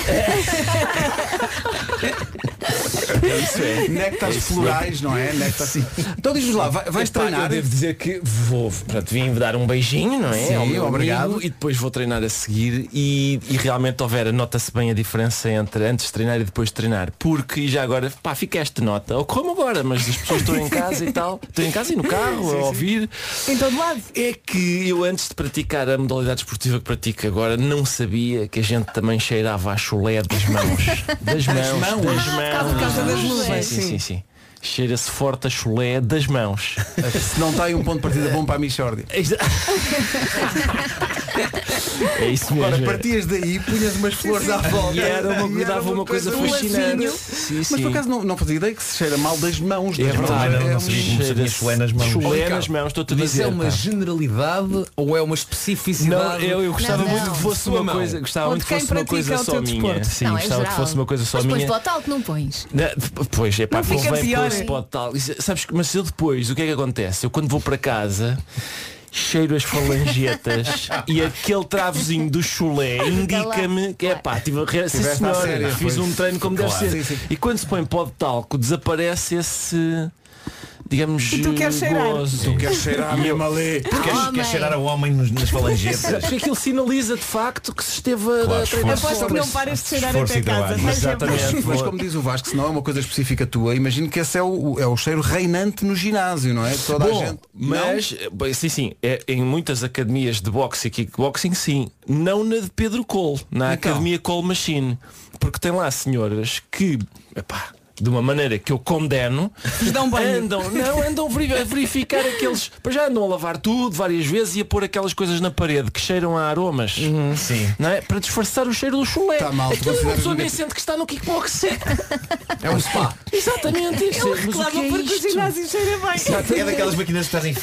A: É
L: É
A: Néctares florais, não é? Néctares. Então diz-nos lá, vai- vais
G: Epá,
A: treinar?
G: Eu devo dizer que vou, portanto, vim dar um beijinho, não é?
A: Sim,
G: Ao meu
A: obrigado.
G: amigo, e depois vou treinar a seguir e, e realmente houver, nota-se bem a diferença entre antes de treinar e depois de treinar. Porque e já agora, pá, fica esta nota. Ocorre-me agora, mas as pessoas estão em casa e tal. Estão em casa e no carro, a ouvir.
B: Em todo lado.
G: É que eu antes de praticar a modalidade esportiva que pratico agora não sabia que a gente também cheirava a chulé das mãos. Das mãos. Das mãos.
Q: Ah,
B: por causa das
G: Sim,
B: nuvens,
G: sim,
B: sim.
G: sim, sim.
P: cheira-se forte a chulé das mãos.
A: Se não tem um ponto de partida bom para a Michordi.
P: É isso mesmo.
A: Agora partias daí, punhas umas flores à volta.
P: E era uma,
A: E era
P: dava uma coisa,
A: um
P: fascinante.
A: lacinho. Mas por acaso não, não fazia ideia que se cheira mal das mãos.
P: É
A: das mãos.
P: verdade,
A: É
P: não
A: um-
P: sabia que tinha chulé nas mãos. Chulé nas mãos, estou-te a
F: Mas
P: dizer,
F: é uma
P: pá.
F: generalidade ou é uma
P: Não,
F: especificidade?
P: eu, eu gostava
E: Não,
P: muito
E: não.
P: que fosse
F: Uma
P: uma
F: mão.
P: coisa, gostava
E: Onde
P: muito que
E: quem
P: fosse uma
E: pratica
P: coisa
E: é o teu
P: só minha.
E: desporto.
P: Sim,
E: Não, é
P: gostava que
E: geral.
P: fosse uma coisa só
E: Mas
P: minha.
E: pões para o tal que não pões.
P: Não, p- Pois, é pá,
E: Não fica
P: convém
E: pior,
P: pôr-se
E: hein?
P: pode tal. Isso- Sabes que, mas eu depois, o que é que acontece? Eu quando vou para casa, cheiro as falangetas e aquele travozinho do
L: Tá
P: chulé indica-me que é pá, tive a re... Sim,
A: Tiveste à
P: senhora,
A: séria,
P: fiz
A: pois.
P: um treino como deve
A: Claro.
P: ser.
A: Sim, sim.
P: E quando se põe pó de talco, desaparece esse. Digamos,
L: E tu queres cheirar.
P: gozo.
L: Tu queres cheirar
P: E eu-
L: mesmo ali. Tu queres-
P: Homem.
L: queres cheirar ao homem nos- nas falangetas.
P: Sabes que aquilo sinaliza de facto que se esteve a
L: Claro,
P: a treinar
L: esforço.
P: fora.
L: Aposto que Então não paras de cheirar Esforço até e casa, trabalho.
A: Mas,
L: Mas é
A: mas-
L: verdade.
A: mas como diz o Vasco, se não é uma coisa específica tua, imagino que esse é o, é o cheiro reinante no ginásio, não é? Toda
P: Bom,
A: a gente.
P: Mas, eh, bem, sim, sim, é, em muitas academias de boxe e kickboxing, sim. Não na de Pedro Cole, na
A: Então.
P: Academia Cole Machine. Porque tem lá senhoras que, epá, de uma maneira que eu condeno, andam, não, andam veri- a verificar aqueles. Pois já andam a lavar tudo várias vezes e a pôr aquelas coisas na parede que cheiram a aromas.
L: Sim.
P: Não é? Para disfarçar o cheiro do chulé.
A: Uhum. Tá mal, tu
P: Aquilo uma
A: consideras
P: pessoa nem
A: negativo.
P: sente que está no kickboxing.
A: É um spa.
P: Exatamente isso.
G: Eu
P: Mas o que
G: reclamo
P: é
G: porque o
P: isto?
G: ginásio cheira bem.
P: Exatamente.
L: É daquelas máquinas que fazem.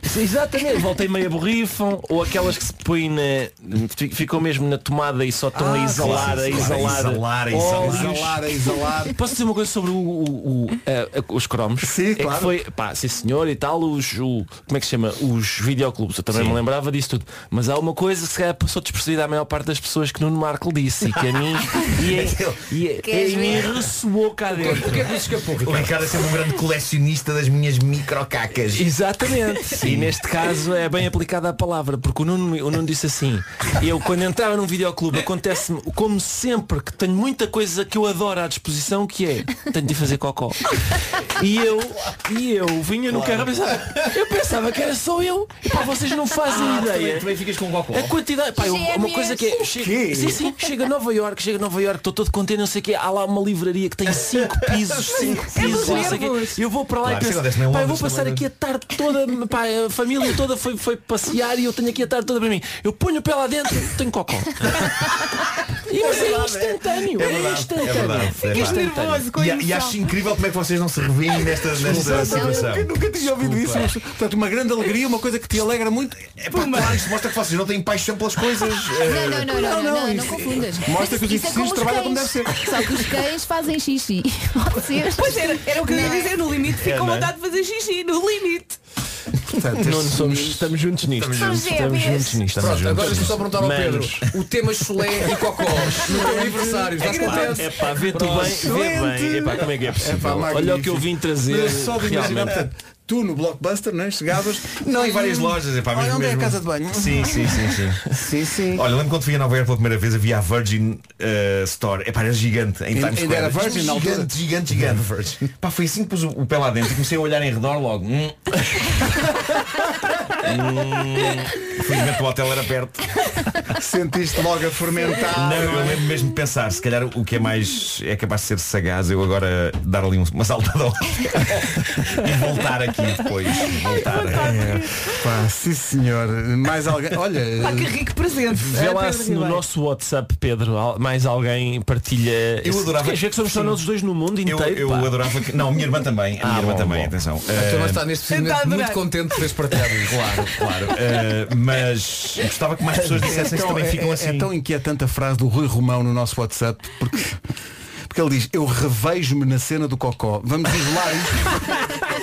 P: Sim, Exatamente, volta e meia borrifam ou aquelas que se põem na. fi- ficam mesmo na tomada e só estão
L: Ah,
P: a exalar,
L: claro,
P: a
L: claro,
G: Oh,
P: exalar,
M: Oh,
L: exalar,
P: óleos.
L: exalar, a
A: exalar.
P: Posso dizer uma coisa sobre o- o- o- a- a- Eh, os cromos? Sim,
L: claro.
P: foi, pá, sim senhor e tal, os, o, como é que se chama? Os videoclubes, eu também
L: Sim.
P: me lembrava disso tudo. Mas há uma coisa que se calhar passou despercebida à maior parte das pessoas que Nuno Marco disse e que a mim e, é- e, é-
L: Queres
P: e a mim
L: ver?
P: ressoou cá dentro.
L: O Ricardo é sempre um grande colecionista das minhas microcacas.
P: Exatamente. E neste caso é bem aplicada a palavra, porque o Nuno, o Nuno disse assim, eu quando entrava num videoclube acontece-me, como sempre, que tenho muita coisa que eu adoro à disposição, que é tenho de fazer cocó. E eu, e eu vinha no carro a pensar, eu pensava que era só eu. E pá, vocês não fazem
L: Ah,
P: ideia.
L: também- também ficas com cocó?
P: A quantidade, pá, eu- uma
L: Gêmeas.
P: coisa que é.
L: O quê?
P: Chega, sim, sim, chega a Nova York, chega a Nova York, estou todo contente, não sei o quê. Há lá uma livraria que tem cinco pisos, cinco
G: É dos
P: pisos, não sei o quê.
G: nervos.
P: Eu vou para lá
G: Claro,
P: e
G: isso
P: penso,
G: acontece na
P: pá, eu vou
G: Londres
P: passar
G: também,
P: aqui a tarde toda, pá, a família toda foi, foi passear e eu tenho aqui a tarde toda para mim. Eu ponho o pé lá dentro, tenho cocó. E mas é instantâneo, é instantâneo.
L: E, a- e acho incrível como é que vocês não se revêem nesta, nesta situação.
A: Eu nunca tinha ouvido isso. mas, Portanto, uma grande alegria, uma coisa que te alegra muito.
L: É pá, claro, isto mostra que vocês não têm paixão pelas coisas. eh,
E: Não, não, não, não, não, não, não confundas.
L: Mostra que os
E: Isso é
L: exercícios trabalham como
E: cães.
L: deve ser.
E: Só que os cães fazem xixi. Vocês-
G: Pois era, era o que eu ia
E: Não é?
G: dizer, no limite
P: É,
G: ficou
P: não é?
G: vontade de fazer xixi, no limite.
P: Portanto, não, somos, estamos juntos nisto.
G: Somos
P: Estamos
G: gêmeas.
P: juntos nisto.
F: Pronto,
P: estamos juntos
F: agora deixa só
P: nisto.
F: perguntar ao Pedro.
P: Manos.
F: O tema chulé e cocós no teu aniversário. Estás contente?
P: É pá, vê tu bem, vê bem. É pá, como é que é possível?
A: Epá,
P: Olha o
A: magnífico.
P: que eu vim trazer.
A: Mas é só de imaginar,
P: realmente.
A: portanto, tu no Blockbuster, não é? Chegavas.
L: Não, em várias
A: Hum,
L: lojas, é pá,
A: Olha
L: mesmo-
A: onde é
L: mesmo-
A: a casa de banho.
L: Sim, sim, sim, sim.
A: sim, sim.
L: Olha, lembro quando fui a Nova York pela primeira vez, havia a Virgin eh, Store. É pá, era gigante. Em
A: Ainda
L: Times Square.
A: era Virgin na altura?
L: Gigante, gigante, gigante. Pá, foi assim que pus o, o pé lá dentro e comecei a olhar em redor logo. Hum. Hum. Felizmente o hotel era perto.
A: Sentiste logo a fermentar.
L: Não, eu lembro mesmo de pensar, se calhar o que é mais é capaz de ser sagaz eu agora dar ali um, uma saltada ao e voltar aqui depois. Voltar.
A: É, pá, sim senhor. Mais alguém. Olha.
B: Pá, que rico presente.
P: Vê
B: Ah,
P: lá
B: Pedro
P: se no
B: Ribeiro.
P: nosso WhatsApp, Pedro, al- mais alguém partilha.
L: Eu
P: esse-
L: adorava.
P: Queres ver que somos só
L: Sim.
P: nós os dois no mundo
L: Eu,
P: inteiro?
L: eu
P: pá?
L: adorava que. Não, a minha irmã também. A minha
P: Ah,
L: irmã
P: bom,
L: também,
P: bom.
L: atenção.
F: A tua irmã
L: Eh,
F: está neste
P: Tá
F: momento muito contente de teres partilhado.
L: Claro, claro. Eh, mas gostava que mais pessoas dissessem
A: É
L: que
A: tão-
L: também
A: é-
L: ficam
A: é-
L: assim.
A: É tão inquietante a frase do Rui Romão no nosso WhatsApp, porque, porque ele diz, eu revejo-me na cena do Cocó. Vamos isolar isto.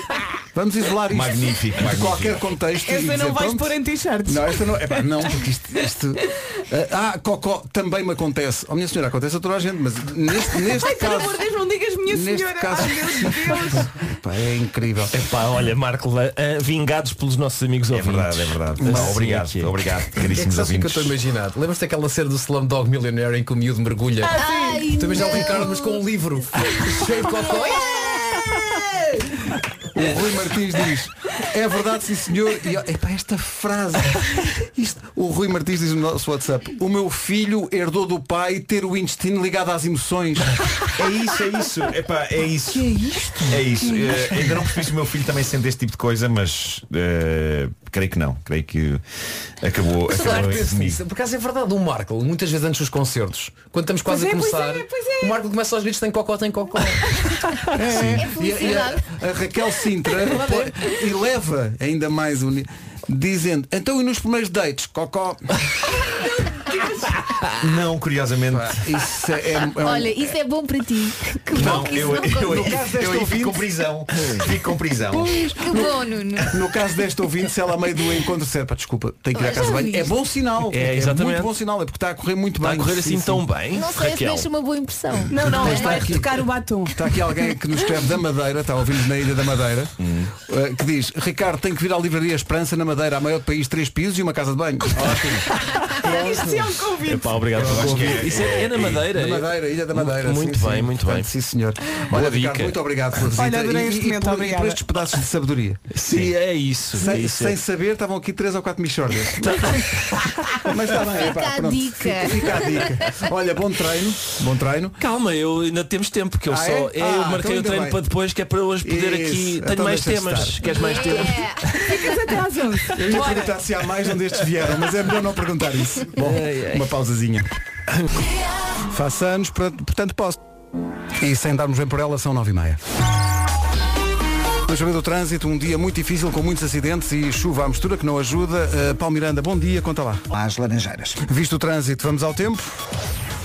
A: Vamos isolar isto.
L: Magnífico,
A: De
L: magnífico.
A: qualquer contexto. e
B: Essa não
A: dizer,
B: vais
A: pronto.
B: pôr em t-shirts.
A: Não, esta não. Epá, não, porque isto. isto- ah, Cocó também me acontece. Oh minha senhora, acontece a toda a gente, mas neste, neste
G: Ai, pelo
A: caso.
G: amor de Deus, não digas minha
A: neste
G: senhora.
A: caso-
G: Ai, meu Deus.
A: Epá, é incrível.
P: Epá, olha, Marco, le- ah, vingados pelos nossos amigos
L: É
P: ouvintes.
L: verdade, é verdade.
P: Assim
L: Pá, obrigado,
P: que é.
L: obrigado,
F: É que
L: caríssimos
F: sabes o que é que eu
L: ouvintes.
F: estou a imaginar? Lembras-te daquela cena do Slumdog Millionaire em que o miúdo mergulha?
G: Ah, sim.
A: um
F: Também já o
G: Ai,
F: Ricardo,
G: não.
F: mas com um livro cheio de cocó.
G: É.
F: E
A: O Rui Martins diz, é verdade, sim senhor. E ó, epá, esta frase. Isto, o Rui Martins diz no nosso WhatsApp, o meu filho herdou do pai ter o intestino ligado às emoções.
L: É isso, é isso. Epá, é isso.
A: Que é isto?
L: É isso. Eh, ainda não percebi se o meu filho também sente esse tipo de coisa, mas eh, creio que não. Creio que acabou,
F: Mas
L: acabou
F: agora
L: em
F: penso
L: comigo.
F: nisso. Por acaso é verdade, o Marco, muitas vezes antes dos concertos, quando estamos quase
L: Pois
F: a
L: é, pois
F: começar,
L: é,
F: o Marco começa aos gritos, tem cocó, tem cocó.
A: É, e a- e a, a Raquel Sintra pô- eleva ainda mais um ni- dizendo, então e nos primeiros dates, cocó.
L: Não, curiosamente.
A: Isso é, é um-
E: Olha, isso é bom para ti. Que bom
L: Não,
E: que isso
L: eu, eu,
E: não
L: eu,
E: acontece.
L: eu aí fico com prisão. Fico com prisão.
A: Pois,
E: Que bom, Nuno.
A: No caso deste ouvinte, se ela a meio do encontro disser, pá, desculpa, tenho que ir à
E: Já
A: casa de banho, é
E: viste?
A: bom sinal.
P: É, exatamente.
A: muito bom sinal, é porque está a correr muito
P: Está a
A: bem.
P: correr assim tão bem,
E: Não sei se deixa uma boa impressão.
B: Não, não,
A: Mas
B: vai
A: está aqui.
B: retocar o batom.
A: Está aqui alguém que nos escreve da Madeira, está a ouvir-nos na Ilha da Madeira,
P: Hum.
A: eh, que diz, Ricardo, tem que vir à Livraria Esperança na Madeira, a maior do país, três pisos e uma casa de banho.
B: Isto é um convite.
P: Epá, obrigado.
A: Eu acho
P: Vasco.
A: que é-
P: Isso é, é na Madeira.
A: Na Madeira, Ilha da Madeira.
P: Muito
A: sim,
P: bem,
A: sim.
P: muito bem.
A: Portanto, Sim, senhor.
P: Boa
A: Olha, Ricardo,
P: dica.
A: muito obrigado pela visita
B: Olha, adorei
A: e,
B: este
A: e,
B: momento,
A: por, e
B: obrigada.
A: por estes pedaços de sabedoria.
P: Sim, é isso. é
A: Sem,
P: isso.
A: sem saber, estavam aqui três ou quatro michórdias. Mas está bem,
E: Fica
A: pá,
E: a
A: pronto.
E: dica.
A: Fica, fica a dica. Olha, bom treino, bom treino.
P: Calma, eu ainda temos tempo, que eu
A: Ah, é?
P: só. é,
A: Ah,
P: eu
A: então
P: marquei o
A: ainda
P: treino
A: bem.
P: para depois, que é para eu hoje poder
A: Isso,
P: aqui.
A: então
P: Tenho mais
A: deixa-te
P: temas.
A: estar.
P: Queres mais temas?
L: É.
B: Ficas até às 11.
A: Eu ia
B: Bora.
A: perguntar se há mais onde estes vieram, mas é melhor não perguntar isso. Bom, uma pausazinha. Faça anos, portanto portanto posso. E sem darmos bem por ela, são nove e meia. Vamos saber do trânsito, um dia muito difícil, com muitos acidentes e chuva à mistura que não ajuda. Uh, Paulo Miranda, bom dia, conta lá.
D: Às Laranjeiras.
A: Visto o trânsito, vamos ao tempo.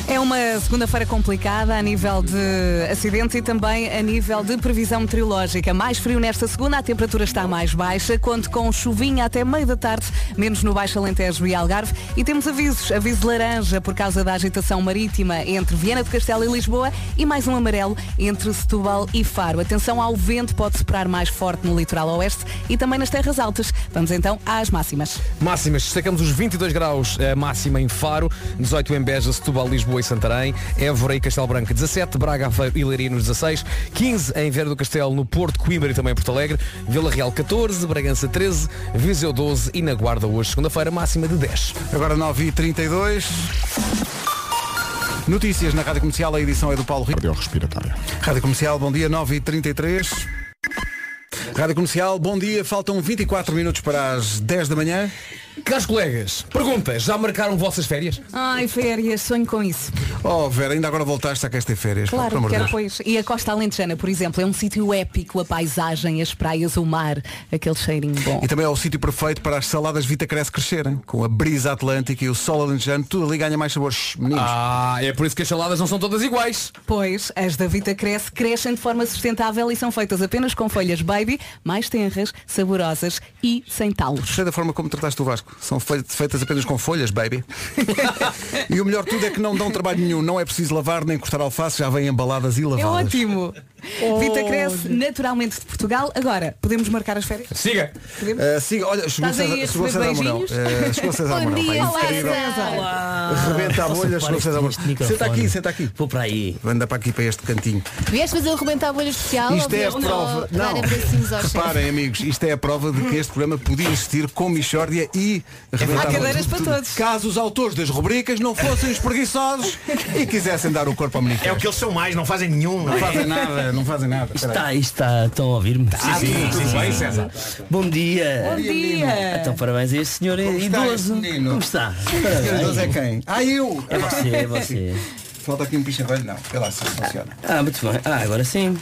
B: É uma segunda-feira complicada a nível de acidentes e também a nível de previsão meteorológica. Mais frio nesta segunda, a temperatura está mais baixa, conto com chuvinha até meio da tarde, menos no Baixo Alentejo e Algarve. E temos avisos, aviso laranja por causa da agitação marítima entre Viena do Castelo e Lisboa e mais um amarelo entre Setúbal e Faro. Atenção ao vento, pode soprar mais forte no litoral oeste e também nas terras altas. Vamos então às máximas.
F: Máximas, destacamos os 22 graus eh, máxima em Faro, 18 em Beja, Setúbal, Lisboa e Santarém, Évora e Castelo Branco 17, Braga, Aveiro e Leiria nos 16, 15 em Vieira do Castelo, no Porto, Coimbra e também em Porto Alegre, Vila Real 14, Bragança 13, Viseu 12 e na Guarda hoje, segunda-feira, máxima de 10.
A: Agora 9h32. Notícias na Rádio Comercial, a edição é do Paulo Rico.
C: respiratória.
A: Rádio Comercial, bom dia, 9h33. Rádio Comercial, bom dia, faltam 24 minutos para as 10 da manhã.
F: Caros colegas, pergunta, já marcaram vossas férias?
B: Ai, férias, sonho com isso.
A: Oh Vera, ainda agora voltaste a que ter férias. pá, pelo
B: Claro,
A: amor de
B: quero
A: Deus.
B: pois. E a Costa Alentejana, por exemplo, é um sítio épico, a paisagem, as praias, o mar, aquele cheirinho bom.
A: E também é o sítio perfeito para as saladas Vita Cresce crescerem, com a brisa atlântica e o sol alentejano, tudo ali ganha mais sabor. Shhh, meninos.
F: Ah, é por isso que as saladas não são todas iguais.
B: Pois, as da Vita Cresce crescem de forma sustentável e são feitas apenas com folhas baby, mais tenras, saborosas e sem talos.
A: Gostei da forma como trataste o Vasco. São fe- feitas apenas com folhas, baby. e o melhor de tudo é que não dão trabalho nenhum. Não é preciso lavar nem cortar alface, já vêm embaladas e
B: É
A: lavadas.
B: ótimo. Vita Cresce, naturalmente de Portugal. Agora, podemos marcar as férias?
F: Siga.
B: Podemos?
A: Ah, siga, olha, chegou
B: Estás
A: César
B: aí a
A: chegou
B: receber
A: César Mourão.
B: beijinhos?
A: Ah, Chegou César
E: Bom
A: Mourão.
E: dia,
A: pá, É incrível.
E: Ah.
A: Rebenta a bolha, chegou César Mourão. Senta aqui, senta aqui. Vou para aí. Anda para aqui, para este cantinho.
E: Vieste fazer o rebentar a bolha especial?
A: Isto
E: ou
A: é a
E: vieste
A: prova.
E: só dar
A: Não.
E: abracinhos ao chefe?
A: Reparem, amigos, isto é a prova de que este programa podia existir com Michórdia e arrebentar
B: Há É cadeiras
A: tudo,
B: para
A: tudo.
B: todos.
A: Caso os autores das rubricas não fossem espreguiçosos e quisessem dar o corpo ao menino.
L: É o que eles são mais, não é? fazem nenhum.
A: Não fazem nada, não fazem nada. Espera
R: Está, está, estão a ouvir-me?
A: Ah, sim, sim, tudo sim, bem, sim. César?
R: Bom dia.
B: Bom dia.
R: Então parabéns a este senhor
A: está
R: idoso.
A: este menino?
R: Como está?
A: aí. Senhor
R: Parabéns.
A: idoso é quem? Ah, eu!
R: É você, é você.
A: Falta aqui um picha velho, não. Vê lá se isso funciona.
R: Ah, muito bem. Ah, agora sim.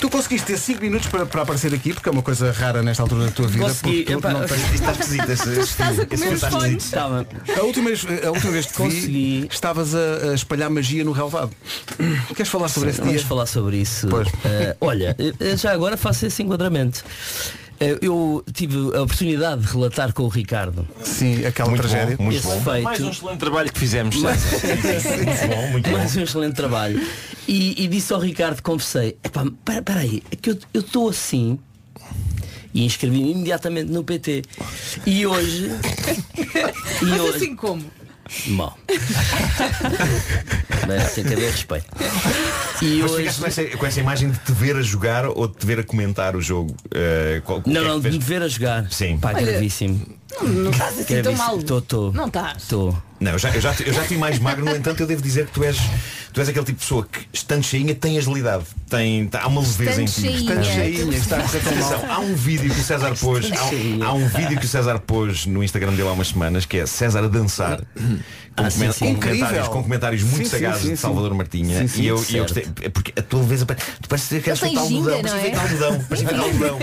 A: Tu conseguiste ter 5 minutos para, para aparecer aqui, porque é uma coisa rara nesta altura da tua vida.
R: Consegui.
A: porque tu
R: Epá,
A: não tens-
L: Está esquisito. esse-
B: Tu estás a
L: esse-
B: comer
L: esse-
B: os
L: está esquisito.
B: fones.
R: Estava.
A: A última, vez- a última vez que te vi, estavas a, a espalhar magia no relvado. Queres falar sobre esse
R: Vamos
A: dia?
R: falar sobre isso. Eh, olha, eh, já agora faço esse enquadramento. Eh, Eu tive a oportunidade de relatar com o Ricardo.
A: Sim, aquela
L: Muito
A: tragédia.
L: bom, muito
R: Esse
L: bom.
R: feito.
L: Mais um excelente trabalho que fizemos.
R: Mas-
L: César. Sim, sim, sim. Muito bom, muito bom.
R: Mais um excelente trabalho. E, e disse ao Ricardo, confessei, epá, para, para aí, é que eu eu estou assim. E inscrevi-me imediatamente no PT. E hoje. e
B: Mas
R: hoje assim,
B: assim como?
R: Mal. mas tem que haver respeito.
L: E
R: E
L: Mas
R: hoje-
L: ficaste com essa, com essa imagem de te ver a jogar ou de te ver a comentar o jogo? eh, qual- qual
R: Não,
L: é que
R: não,
L: fez?
R: de me ver a jogar. Sim. Pá,
L: Olha,
R: gravíssimo.
B: Não estás assim tão mal.
R: Estou, estou.
B: Não estás.
R: Estou.
L: Não, eu já, eu, já, te- eu já te vi mais magro, no entanto eu devo dizer que tu és, tu és aquele tipo de pessoa que, estando cheinha, tem agilidade. Tem, tá- há uma leveza em ti.
A: Estando cheinha.
L: está a correr tão mal. Atenção, Há um vídeo que o César pôs. Há, um- há um vídeo que o César pôs no Instagram dele há umas semanas, que é César a dançar. Com, comen-
R: Ah, sim, sim.
L: com comentários,
R: Incrível.
L: com comentários muito
R: Sim, sim,
L: sagazes
R: sim,
L: de Salvador
R: sim.
L: Martinha.
R: Sim, sim,
L: e eu, e eu
R: certo.
L: gostei, é porque a tua leveza. pare- Tu pareces ter que és
R: Ele tem
L: feito algodão,
R: ginga,
L: pareces
R: não é?
L: feito algodão, pareces feito algodão.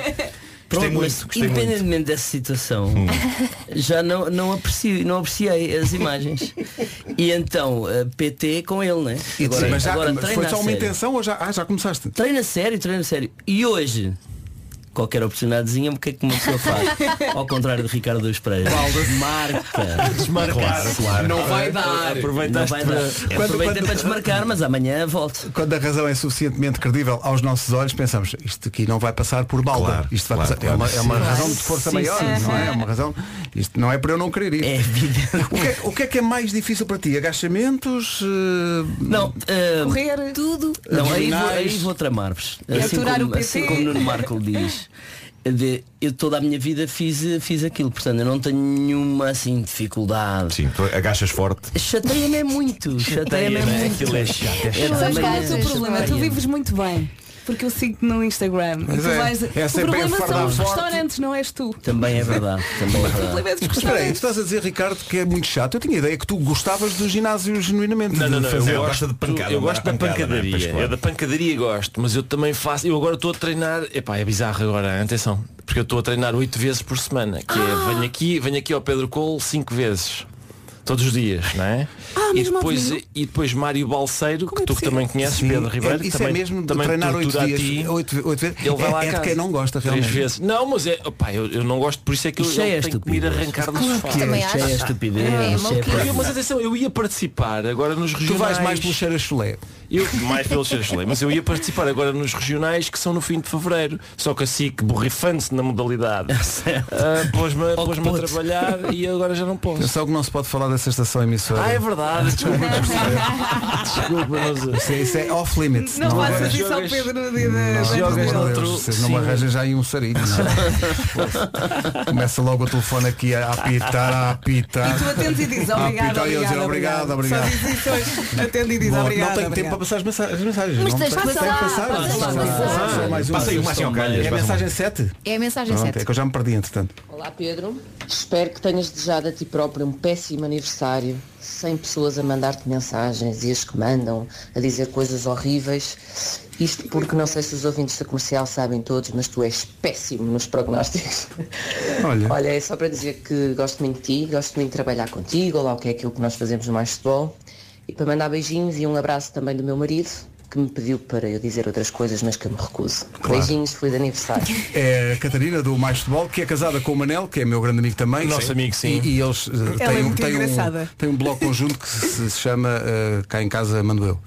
L: Gostei
R: Pronto,
L: muito,
R: mas
L: gostei muito.
R: independentemente dessa situação,
A: Hum.
R: já não, não, aprecio, não apreciei as imagens. e então, eh, PT com ele, né?
A: E
R: Agora,
A: sim, mas já-
R: agora
A: mas
R: treina
A: foi
R: a
A: só uma
R: sério.
A: intenção ou já, ah, já começaste?
R: Treina sério, treina sério. E hoje, qualquer oportunidadezinha, o que é que uma pessoa faz? Ao contrário do Ricardo dos Pereira. Marca.
L: Desmarca. Claro, claro. Não vai dar.
A: Aproveitaste
R: Não vai dar.
A: para-
R: Quando,
A: Quando-
R: Aproveitei
A: quando-
R: para desmarcar, mas amanhã volto.
A: Quando a razão é suficientemente credível aos nossos olhos, pensamos, isto aqui não vai passar por balda.
L: Claro,
A: isto vai
L: claro,
A: passar-
L: claro.
A: É, uma, é uma
L: Sim,
A: razão
L: sim,
A: de força
L: sim,
A: maior,
L: sim,
A: não é?
L: sim.
A: É uma razão. Isto não é para eu não querer ir. O que, é- o que é que é mais difícil para ti? Agachamentos? eh,
R: Não,
B: eh, Correr tudo.
R: Não, aí vou, aí vou tramar-vos.
A: É
B: E aturar
R: como,
B: o PT.
R: assim como Nuno Marco diz. de- eu toda a minha vida fiz, fiz aquilo, portanto eu não tenho nenhuma assim dificuldade.
L: Sim, tu agachas forte.
R: Chateia-me é muito. Chateia-me é
L: Chateia-me,
R: muito.
L: aquilo é chato, é chato.
B: Sabes
R: também
B: qual é o teu
R: é
B: problema? Tu
R: chateia-me.
B: vives muito bem. Porque eu sigo no Instagram.
R: Mas
B: e tu
R: é,
B: vais...
R: é
B: o
R: sempre
B: problema são
R: enfardado.
B: os restaurantes, não és tu.
R: Também é verdade. Também é verdade.
B: Mas
A: Mas espera aí, tu estás a dizer, Ricardo, que é muito chato. Eu tinha a ideia que tu gostavas do ginásio genuinamente.
P: Não,
A: de é?
P: não, não,
A: fazer.
P: eu gosto, eu gosto da pancadaria. Eu da pancadaria gosto, mas eu também faço. Eu agora estou a treinar. Epá, é bizarro agora, atenção. Porque eu estou a treinar oito vezes por semana. Que é venho aqui, venho aqui ao Pedro Colo cinco vezes. Todos os dias, não é? e,
A: mesmo ao
P: depois,
A: domingo?
P: e depois Mário Balseiro, que tu que também conheces,
A: Sim,
P: Pedro Ribeiro,
A: é, isso
P: também,
A: é mesmo de
P: também
A: treinar oito
P: tortura a
A: dias.
P: ti.
A: Oito, oito vezes.
P: Ele vai
A: é,
P: lá a
A: é de
P: casa.
A: quem não gosta
P: Três
A: realmente.
P: vezes. Não, mas é, opá, eu, eu não gosto, por isso é que eu,
R: Isso é
P: eu tenho que me ir
R: estupidez.
P: arrancar do
R: Claro
P: sofá.
R: que é, Também isso é acho. estupidez,
P: É,
R: isso é
P: maluquice.
R: parvo.
P: mas atenção, eu ia participar agora nos
A: Tu
P: regionais.
A: vais mais pelo cheiro a chulé.
P: Eu, mais pelo Chile, mas eu ia participar agora nos regionais que são no fim de fevereiro. Só que assim que borrifando-se na
A: É
P: modalidade, ah, pôs-me pôs a
A: Ocupou-te.
P: trabalhar e agora já não posso.
A: Só que não se pode falar dessa estação emissora.
P: Ah, é verdade, desculpa, desculpa.
A: Isso é, isso é off limits.
B: Não faças isso ao
A: jogas-
B: Pedro no dia
A: Não,
B: da-
A: pelo amor de
B: da-
A: Deus,
B: da-
A: Vocês não me
B: Sim.
A: arranjam já aí um sarilho. não é? Começa logo o telefone aqui a apitar, a apitar.
B: E tu atendes e dizes
A: A apitar
B: obrigado,
A: e eu dizer,
B: obrigado,
A: obrigado,
B: Só
A: obrigado.
B: diz isso hoje. Atende e diz
A: Bom, não
B: obrigado.
A: tenho tempo para passar as mensagens. as mensagens,
E: Mas
A: não
E: tens
A: tenho-
E: de
A: tenho que passar,
E: passar, tens de
A: passar,
E: passar.
A: passar, só mais uma.
L: Passa aí uma, assim, ao calhas,
A: É a
L: passa uma.
A: mensagem 7?
E: É a mensagem
A: Pronto,
E: 7.
A: é que eu já me perdi, entretanto.
S: Olá Pedro, espero que tenhas desejado a ti próprio um péssimo aniversário, sem pessoas a mandar-te mensagens e as que mandam a dizer coisas horríveis. Isto porque não sei se os ouvintes da comercial sabem todos, mas tu és péssimo nos prognósticos.
A: Olha.
S: é só para dizer que gosto muito de ti, gosto muito de trabalhar contigo, ou lá o que é aquilo que nós fazemos no Mais Futebol. E para mandar beijinhos e um abraço também do meu marido, que me pediu para eu dizer outras coisas, mas que eu me recuso.
A: Claro.
S: Beijinhos, feliz aniversário.
A: É a Catarina do Mais Futebol, que é casada com o Manel, que é meu grande amigo também.
P: Nosso amigo, sim.
A: E, e eles eh,
P: Ela
A: têm,
P: é
A: um-
P: muito
A: têm um,
P: engraçada.
A: têm um bloco conjunto que se se chama eh, Cá em Casa Mando Eu.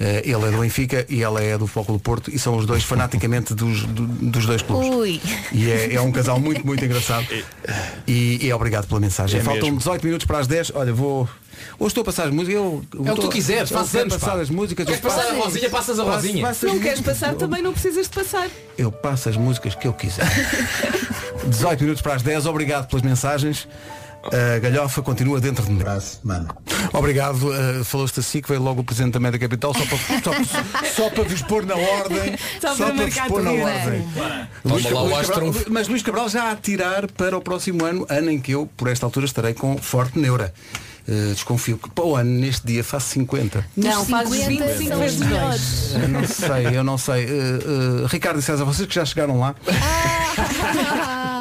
A: Eh, ele é do Benfica e ela é do Foco do Porto e são os dois fanaticamente dos, do- dos dois clubes.
E: Ui.
A: E é, é um casal muito, muito engraçado. E, e obrigado pela mensagem.
F: É
A: Faltam
F: mesmo.
A: 18 minutos para as 10. Olha, vou. Hoje estou a passar as músicas. Eu,
F: É o que tu quiseres, fazes
A: eu quero
F: anos, pá.
A: passar as músicas.
F: Queres
A: eu
F: passar a
A: passo-
F: Rosinha, passas a
A: passo-
F: Rosinha.
A: passo as
B: Não queres
A: músicas.
B: passar, também não precisas de passar.
A: Eu passo as músicas que eu quiser. 18 minutos para as 10, obrigado pelas mensagens. A galhofa continua dentro de mim. Obrigado, uh, falou-te assim que veio logo o Presidente da Média Capital só para, só, só para vos pôr na ordem.
G: Só para
A: para vos
G: marcar
A: pôr na
G: tudo.
A: ordem.
F: Toma
A: Luís
F: lá
A: Cabral-
F: o
A: Luís Cabral-
F: Astronf.
A: mas Luís Cabral já a tirar para o próximo ano, ano em que eu, por esta altura, estarei com forte neura. Uh, desconfio que para o ano, neste dia, faço 50.
B: Não,
E: Os
B: fazes
E: 50
B: 25
E: são
B: vezes
E: os
B: melhores.
A: Eu não sei, eu não sei. Uh, uh, Ricardo e César, vocês que já chegaram lá.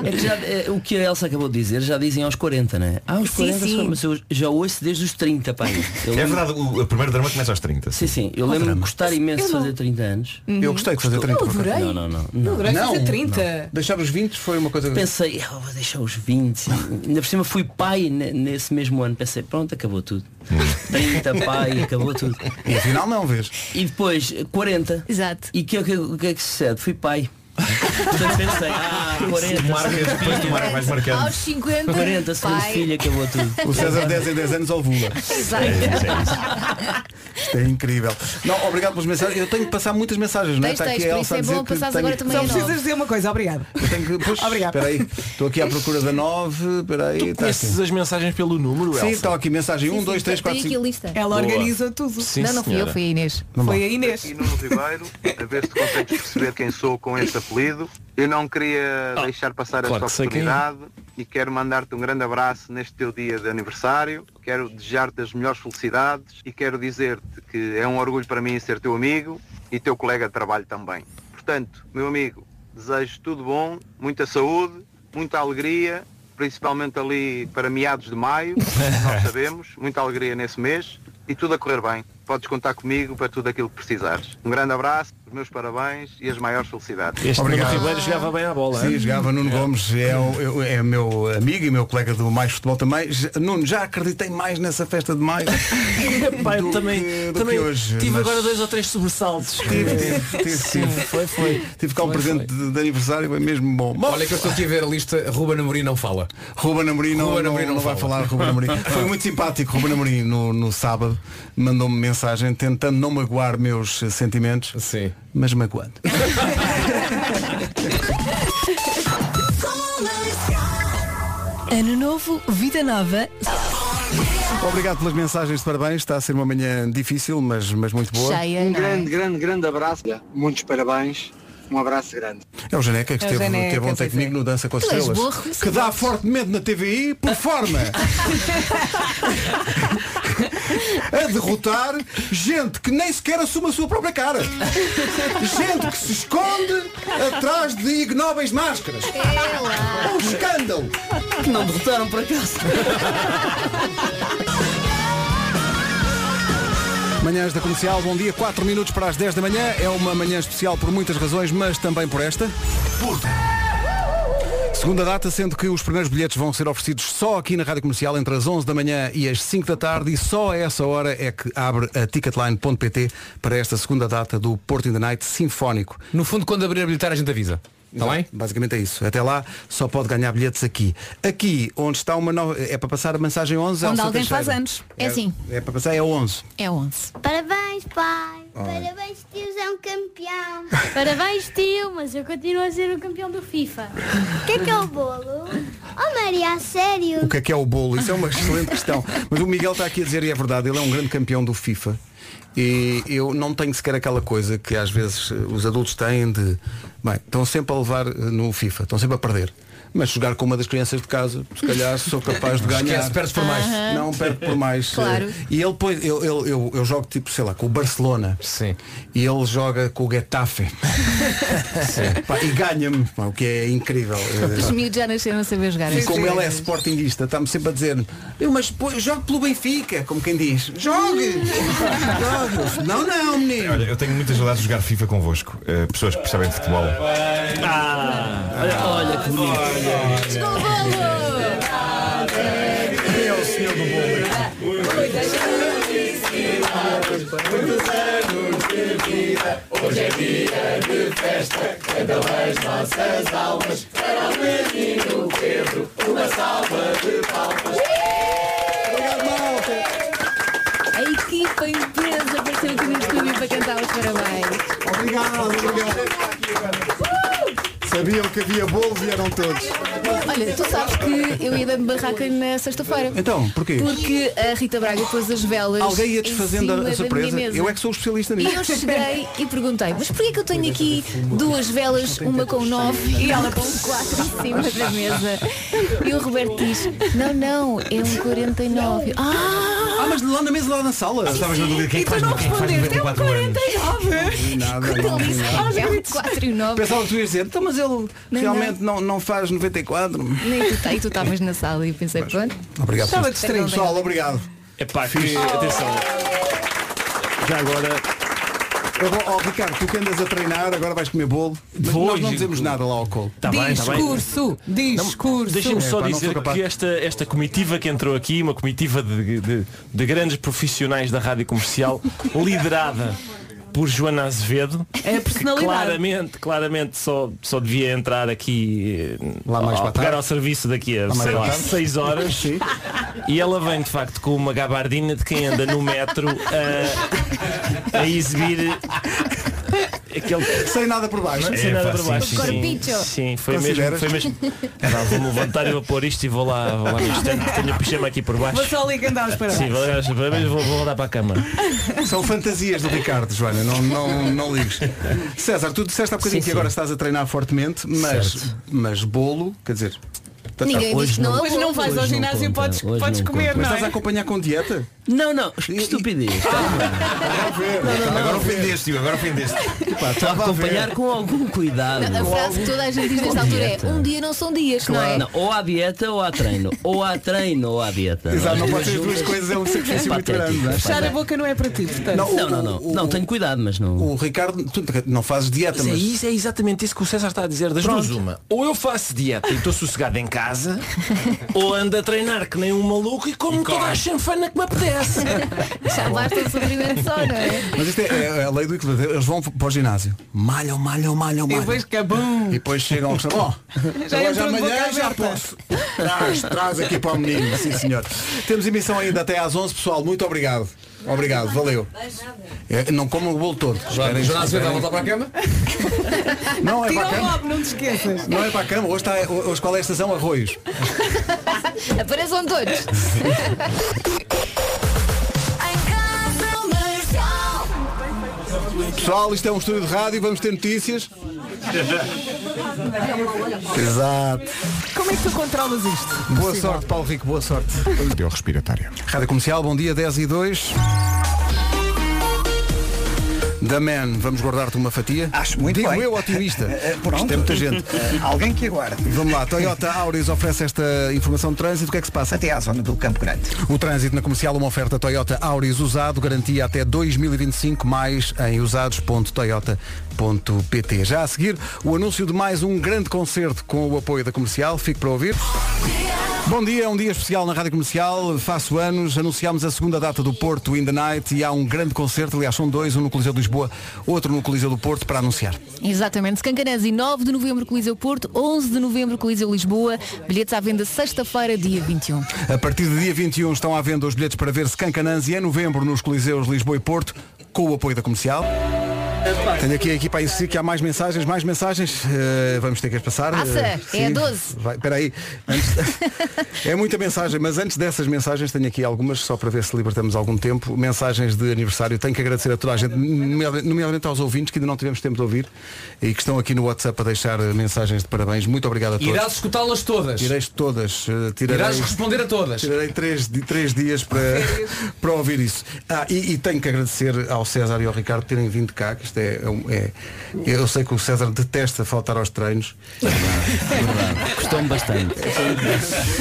R: É que já- é, o que a Elsa acabou de dizer, já dizem aos 40, né? Ah, aos
A: Sim,
R: 40,
A: sim.
R: só- mas eu já ouço desde os 30, pai.
L: É verdade, o, o primeiro drama começa aos 30.
R: Sim, sim. Eu lembro-me de gostar imenso de fazer 30 anos. Uhum.
A: Eu gostei de fazer 30 por acaso.
R: Não, não, não.
A: Eu adorei fazer
R: Não,
A: 30. Deixar os 20 foi uma coisa que-
R: Pensei, eu vou deixar os 20. Ainda por cima fui pai ne- nesse mesmo ano. Pensei, pronto, acabou tudo. 30, pai, acabou tudo.
A: Hum. E afinal não, vês?
R: E depois, eh, 40.
E: Exato.
R: E que- que- o que, é que sucede? Fui pai. Portanto pensei, ah, 40.
L: Marcas,
R: segundo
L: depois tu
R: filho.
L: marcas, vais marcando.
E: Aos 50.
R: 40, segundo
E: pai.
R: filho, acabou tudo.
A: O César 10 em 10 anos ovula.
E: Exato.
A: Isto é incrível. Não, obrigado pelas mensagens. Eu tenho que passar muitas mensagens, não é?
E: Tens, tens,
A: a
E: por
A: Elsa
E: isso
A: a
E: é
A: dizer
E: bom
A: que
E: passares
A: tenho-
E: agora também
B: Só
E: a
B: precisas
E: nove.
B: dizer uma coisa, obrigado.
A: Eu tenho que. Pois,
B: Obrigado.
A: espera aí. Estou aqui à procura da 9. Espera aí. tá
P: Tu conheces as mensagens pelo número,
A: Sim,
P: Elsa?
A: está aqui mensagem
E: Sim,
A: 1,
E: sim,
A: 2, 3,
E: tem
A: 4,
E: aqui a
A: 5.
E: lista.
B: Ela
A: Boa.
B: organiza tudo.
P: Sim,
E: não, não fui eu,
P: senhora.
E: foi a Inês.
A: Foi
B: a Inês.
T: E Nuno Ribeiro, a ver se consegues perceber quem sou com esse apelido. Eu não queria deixar passar
P: Ah, claro que
T: esta
P: sei quem é.
T: oportunidade e quero mandar-te um grande abraço neste teu dia de aniversário. Quero desejar-te as melhores felicidades e quero dizer-te que é um orgulho para mim ser teu amigo e teu colega de trabalho também. Portanto, meu amigo, desejo tudo bom, muita saúde, muita alegria, principalmente ali para meados de maio, nós sabemos, muita alegria nesse mês e tudo a correr bem. Podes contar comigo para tudo aquilo que precisares. Um grande abraço, os meus parabéns e as maiores felicidades.
P: Este Nuno Ribeiro jogava bem à bola.
A: Sim,
P: hein?
A: jogava Nuno Gomes, é, o- eu- é meu amigo e meu colega do Mais Futebol também. Já- Nuno, já acreditei mais nessa festa de maio
P: Epá, eu
A: do
P: também,
A: que, do
P: também
A: que hoje.
P: tive
A: mas
P: agora dois ou três sobressaltos.
A: Tive, tive, tive, tive.
P: foi, foi.
A: Tive cá um presente de, de aniversário, foi mesmo bom. Bom,
F: Olha que eu estou aqui a ver a lista, Ruben Amorim não fala.
A: Ruben Amorim não,
F: Ruben
A: não,
F: Amorim
A: não,
F: não
A: vai falar Ruben
F: fala.
A: Amorim. Foi muito simpático Ruben Amorim no, no sábado mandou-me mensagem tentando não magoar meus eh, sentimentos, mas magoando.
U: Ano novo, vida nova.
A: Obrigado pelas mensagens de parabéns. Está a ser uma manhã difícil, mas, mas muito boa.
T: Um grande, grande, grande abraço. Muitos parabéns. Um abraço grande.
A: É o Janeca que
T: É o
A: esteve,
T: Janeca,
A: esteve ontem
T: pois é.
A: comigo no Dança com as
T: Tu és
A: Estrelas.
T: burro, sim,
A: que dá fortemente na TVI por forma a derrotar gente que nem sequer assume a sua própria cara. Gente que se esconde atrás de ignóbeis máscaras. É um escândalo.
R: Que não derrotaram para casa.
A: Manhãs da Comercial, bom dia, 4 minutos para as 10 da manhã. É uma manhã especial por muitas razões, mas também por esta. Segunda data, sendo que os primeiros bilhetes vão ser oferecidos só aqui na Rádio Comercial entre as 11 da manhã e as 5 da tarde e só a essa hora é que abre a ticketline.pt para esta segunda data do Porto in the Night Sinfónico.
F: No fundo, quando abrir a bilheteira a gente avisa. Está bem?
A: Basicamente é isso. Até lá só pode ganhar bilhetes aqui. Aqui, onde está uma nova... É para passar a mensagem 11.
E: Onde
A: Elsa
E: alguém
A: Teixeira.
E: faz anos. É sim.
A: É para passar, é 11.
E: É 11.
V: Parabéns, pai.
A: Olha.
V: Parabéns, tios, é um campeão. Parabéns, tio, mas eu continuo a ser o campeão do FIFA. O que é que é o bolo? Oh, Maria, a sério?
A: O que é que é o bolo? Isso é uma excelente questão. Mas o Miguel está aqui a dizer, e é verdade, ele é um grande campeão do FIFA. E eu não tenho sequer aquela coisa que às vezes eh, os adultos têm de. Bem, estão sempre a levar eh, no FIFA, estão sempre a perder. Mas jogar com uma das crianças de casa, se calhar sou capaz de ganhar.
F: Esquece, perdes por mais. Aham.
A: Não perco por mais.
F: Claro.
A: Eh, E ele põe, eu, eu, eu, eu jogo tipo, sei lá, com o Barcelona. Sim. E ele joga com o Getafe. Pá, e ganha-me, pá, o que é incrível. Eh,
E: Os miúdos já nasceram a saber jogar.
A: e como ele é sportinguista, está-me sempre a dizer "Eu, mas pô, jogue pelo Benfica, como quem diz. Jogue! Jogue! Não, não, menino!
L: Olha, eu tenho muitas saudades de jogar FIFA convosco. Eh, pessoas que percebem de futebol. Ah.
R: Olha que bonito.
A: É o senhor do bolo.
G: Hoje é dia de festa, cada as nossas almas. Para o menino Pedro, uma salva de palmas.
E: A equipa em peso apareceu aqui no estúdio para cantar os parabéns.
A: Obrigado, Sabiam que havia bolo, vieram todos.
E: Olha, tu sabes que eu ia dando barraca na sexta-feira.
A: Então, porquê?
E: Porque a Rita Braga pôs as velas.
A: Alguém ia
E: em
A: desfazendo
E: cima
A: a-
E: da
A: a
E: minha
A: surpresa.
E: mesa.
A: Eu é que sou o especialista
E: E
A: nisso.
E: eu cheguei e perguntei, mas porquê que eu tenho aqui duas velas, uma com nove e ela com quatro em cima da mesa? E o Roberto diz, não, não, é um 49. Ah!
A: Ah, mas lá na mesa, lá na sala.
L: estavas na dúvida quem é que
E: E
L: faz
E: tu não
L: quem é que faz
E: respondeste, é um
L: 94 anos.
A: Nada,
E: Quando
A: não,
E: ele disse,
A: não.
E: é um 4 e 9.
A: Pensava que tu ias dizer, então, mas ele
E: não.
A: realmente não, não faz 94.
E: Nem tu, tá- e tu estavas na sala e eu pensei, pronto.
A: Obrigado.
E: Estava
A: distraído.
E: distraído.
A: Pessoal, obrigado.
P: É pá, que, atenção. Já agora.
A: Eu vou, oh, Ricardo, tu que andas a treinar, agora vais comer bolo. Mas
P: Vou,
A: nós não
P: Gil.
A: dizemos nada lá ao colo.
P: Tá bem, tá bem. Discurso,
B: discurso.
P: Deixa-me só
A: É, pá, não sou
P: dizer
A: capaz.
P: que esta, esta comitiva que entrou aqui, uma comitiva de, de- de grandes profissionais da rádio comercial, liderada por Joana Azevedo.
B: É a
P: que
B: personalidade.
P: Claramente, claramente só, só devia entrar aqui eh,
A: Lá mais
P: ao-
A: para
P: pegar
A: tarde.
P: ao serviço daqui
A: Lá
P: a
A: mais
P: sei
A: para
P: lá,
A: tarde.
P: seis horas.
A: Sim.
P: e ela vem de facto com uma gabardina de quem anda no metro a- a, exibir é aquele
A: Sem nada por baixo. É
P: sem nada para baixo. É, Sim, sim, foi mesmo.
A: Consideras?
P: Foi mesmo. Caralho, Vou-me levantar e vou pôr isto e vou lá, vou lá no instante. Tenho o pijama aqui por baixo.
B: Vou só ali cantar os parabéns.
P: Sim, vou, dar os parabéns, vou, vou rodar para a cama.
A: São fantasias do Ricardo, Joana, não, não, não ligues. César, tu disseste há bocadinho
P: Sim,
A: que
P: sim.
A: agora estás a treinar fortemente, mas, mas bolo, quer dizer. tá-
B: Ninguém
A: tá-
B: diz que não é Hoje bolo. não vais ao
A: Hoje não
B: ginásio,
A: conta,
B: podes-
A: hoje
B: podes
A: não
B: comer,
A: conta. Mas
B: não é?
A: estás a acompanhar com dieta?
R: Não, não, que estupidez.
L: Agora ofendeste, Hugo, agora ofendeste.
R: Estou a acompanhar com algum cuidado.
E: A frase que toda a gente diz nesta altura é um dia não são dias, não é?
R: Não, ou há dieta ou há treino. ou há treino ou há dieta.
A: Exato, ah, não
R: As
A: pode ser as duas
R: juntas.
A: coisas, é um sacrifício muito
R: patético,
A: grande, não é?
B: Fechar a
R: patético.
B: boca não é para ti, portanto.
R: Não, não, não. Não, tenho cuidado, mas não.
A: O Ricardo, tu não fazes dieta,
P: Mas é,
A: mas.
P: isso, é exatamente isso que o César está a dizer. Das
A: Pronto.
P: duas, uma. Ou eu faço dieta e estou sossegado em casa, ou ando a treinar que nem um maluco e como toda a chanfana que me apetece.
E: Já basta o sofrimento só, não é?
A: Mas isto é, é a lei do equilíbrio. Eles vão para o ginásio. Malham, malham, malham, malham.
B: depois cabum.
A: E depois chegam ao restaurante. Oh,
B: Já
A: já hoje
B: entrou de boca
A: amanhã já
B: aberta.
A: posso. Traz, traz aqui para o menino. Sim, senhor. Temos emissão ainda até às 11, pessoal. Muito obrigado. Obrigado, valeu. É, não comam o bolo todo. Esperem-
F: Joana Azevedo,
A: esperem-
F: vai voltar para a cama?
A: Não é
B: Tira
A: para a
B: o
A: cama.
E: Então,
B: lobo, não te esqueças.
A: Não é para a cama. Hoje, está, hoje qual é a estação? Arroios.
E: Apareçam todos.
A: Pessoal, isto é um estúdio de rádio. Vamos ter notícias. Exato.
B: Como é que tu controlas isto?
A: Boa sorte, Paulo Rico. Boa sorte.
C: Deu respiratório.
A: Rádio Comercial, bom dia, 10 e 2. Da Man, vamos guardar-te uma fatia? Acho
D: muito
A: Digo
D: bem.
A: eu otimista.
D: Eh, eh, pronto.
A: Isto é muita gente.
D: Eh, alguém que aguarde.
A: Vamos lá, Toyota Auris oferece esta informação de trânsito. O que é que se passa?
D: Até à zona do Campo Grande.
A: O trânsito na comercial, uma oferta Toyota Auris usado, garantia até 2025, mais em usados.toyota.pt. Já a seguir, o anúncio de mais um grande concerto com o apoio da comercial. Fique para ouvir. Bom dia, é um dia especial na Rádio Comercial, faço anos, anunciámos a segunda data do Porto in the Night e há um grande concerto, aliás são dois, um no Coliseu de Lisboa, outro no Coliseu do Porto para anunciar.
E: Exatamente. Scancanese, 9 de novembro Coliseu Porto, 11 de novembro Coliseu Lisboa. Bilhetes à venda sexta-feira, dia 21.
A: A partir do dia 21 estão à venda os bilhetes para ver Scancanãs e em novembro nos Coliseus de Lisboa e Porto, com o apoio da Comercial. Tenho aqui a equipa a insistir que há mais mensagens, mais mensagens, eh, vamos ter que as passar.
E: Passa,
A: eh,
E: é
A: sim.
E: a 12.
A: Vai, espera aí. Antes- é muita mensagem, mas antes dessas mensagens tenho aqui algumas, só para ver se libertamos algum tempo. Mensagens de aniversário. Tenho que agradecer a toda a gente, nomeada- nomeadamente aos ouvintes que ainda não tivemos tempo de ouvir e que estão aqui no WhatsApp a deixar eh, mensagens de parabéns. Muito obrigado a todos.
F: Irás escutá-las todas.
A: Tirei todas. eh, Tirarei,
F: Irás responder a todas.
A: Tirarei três, di- três dias para, para ouvir isso. Ah, e, e tenho que agradecer ao César e ao Ricardo por terem vindo cá, que isto é, é um- é- Eu sei que o César detesta faltar aos treinos.
R: Gostou-me bastante.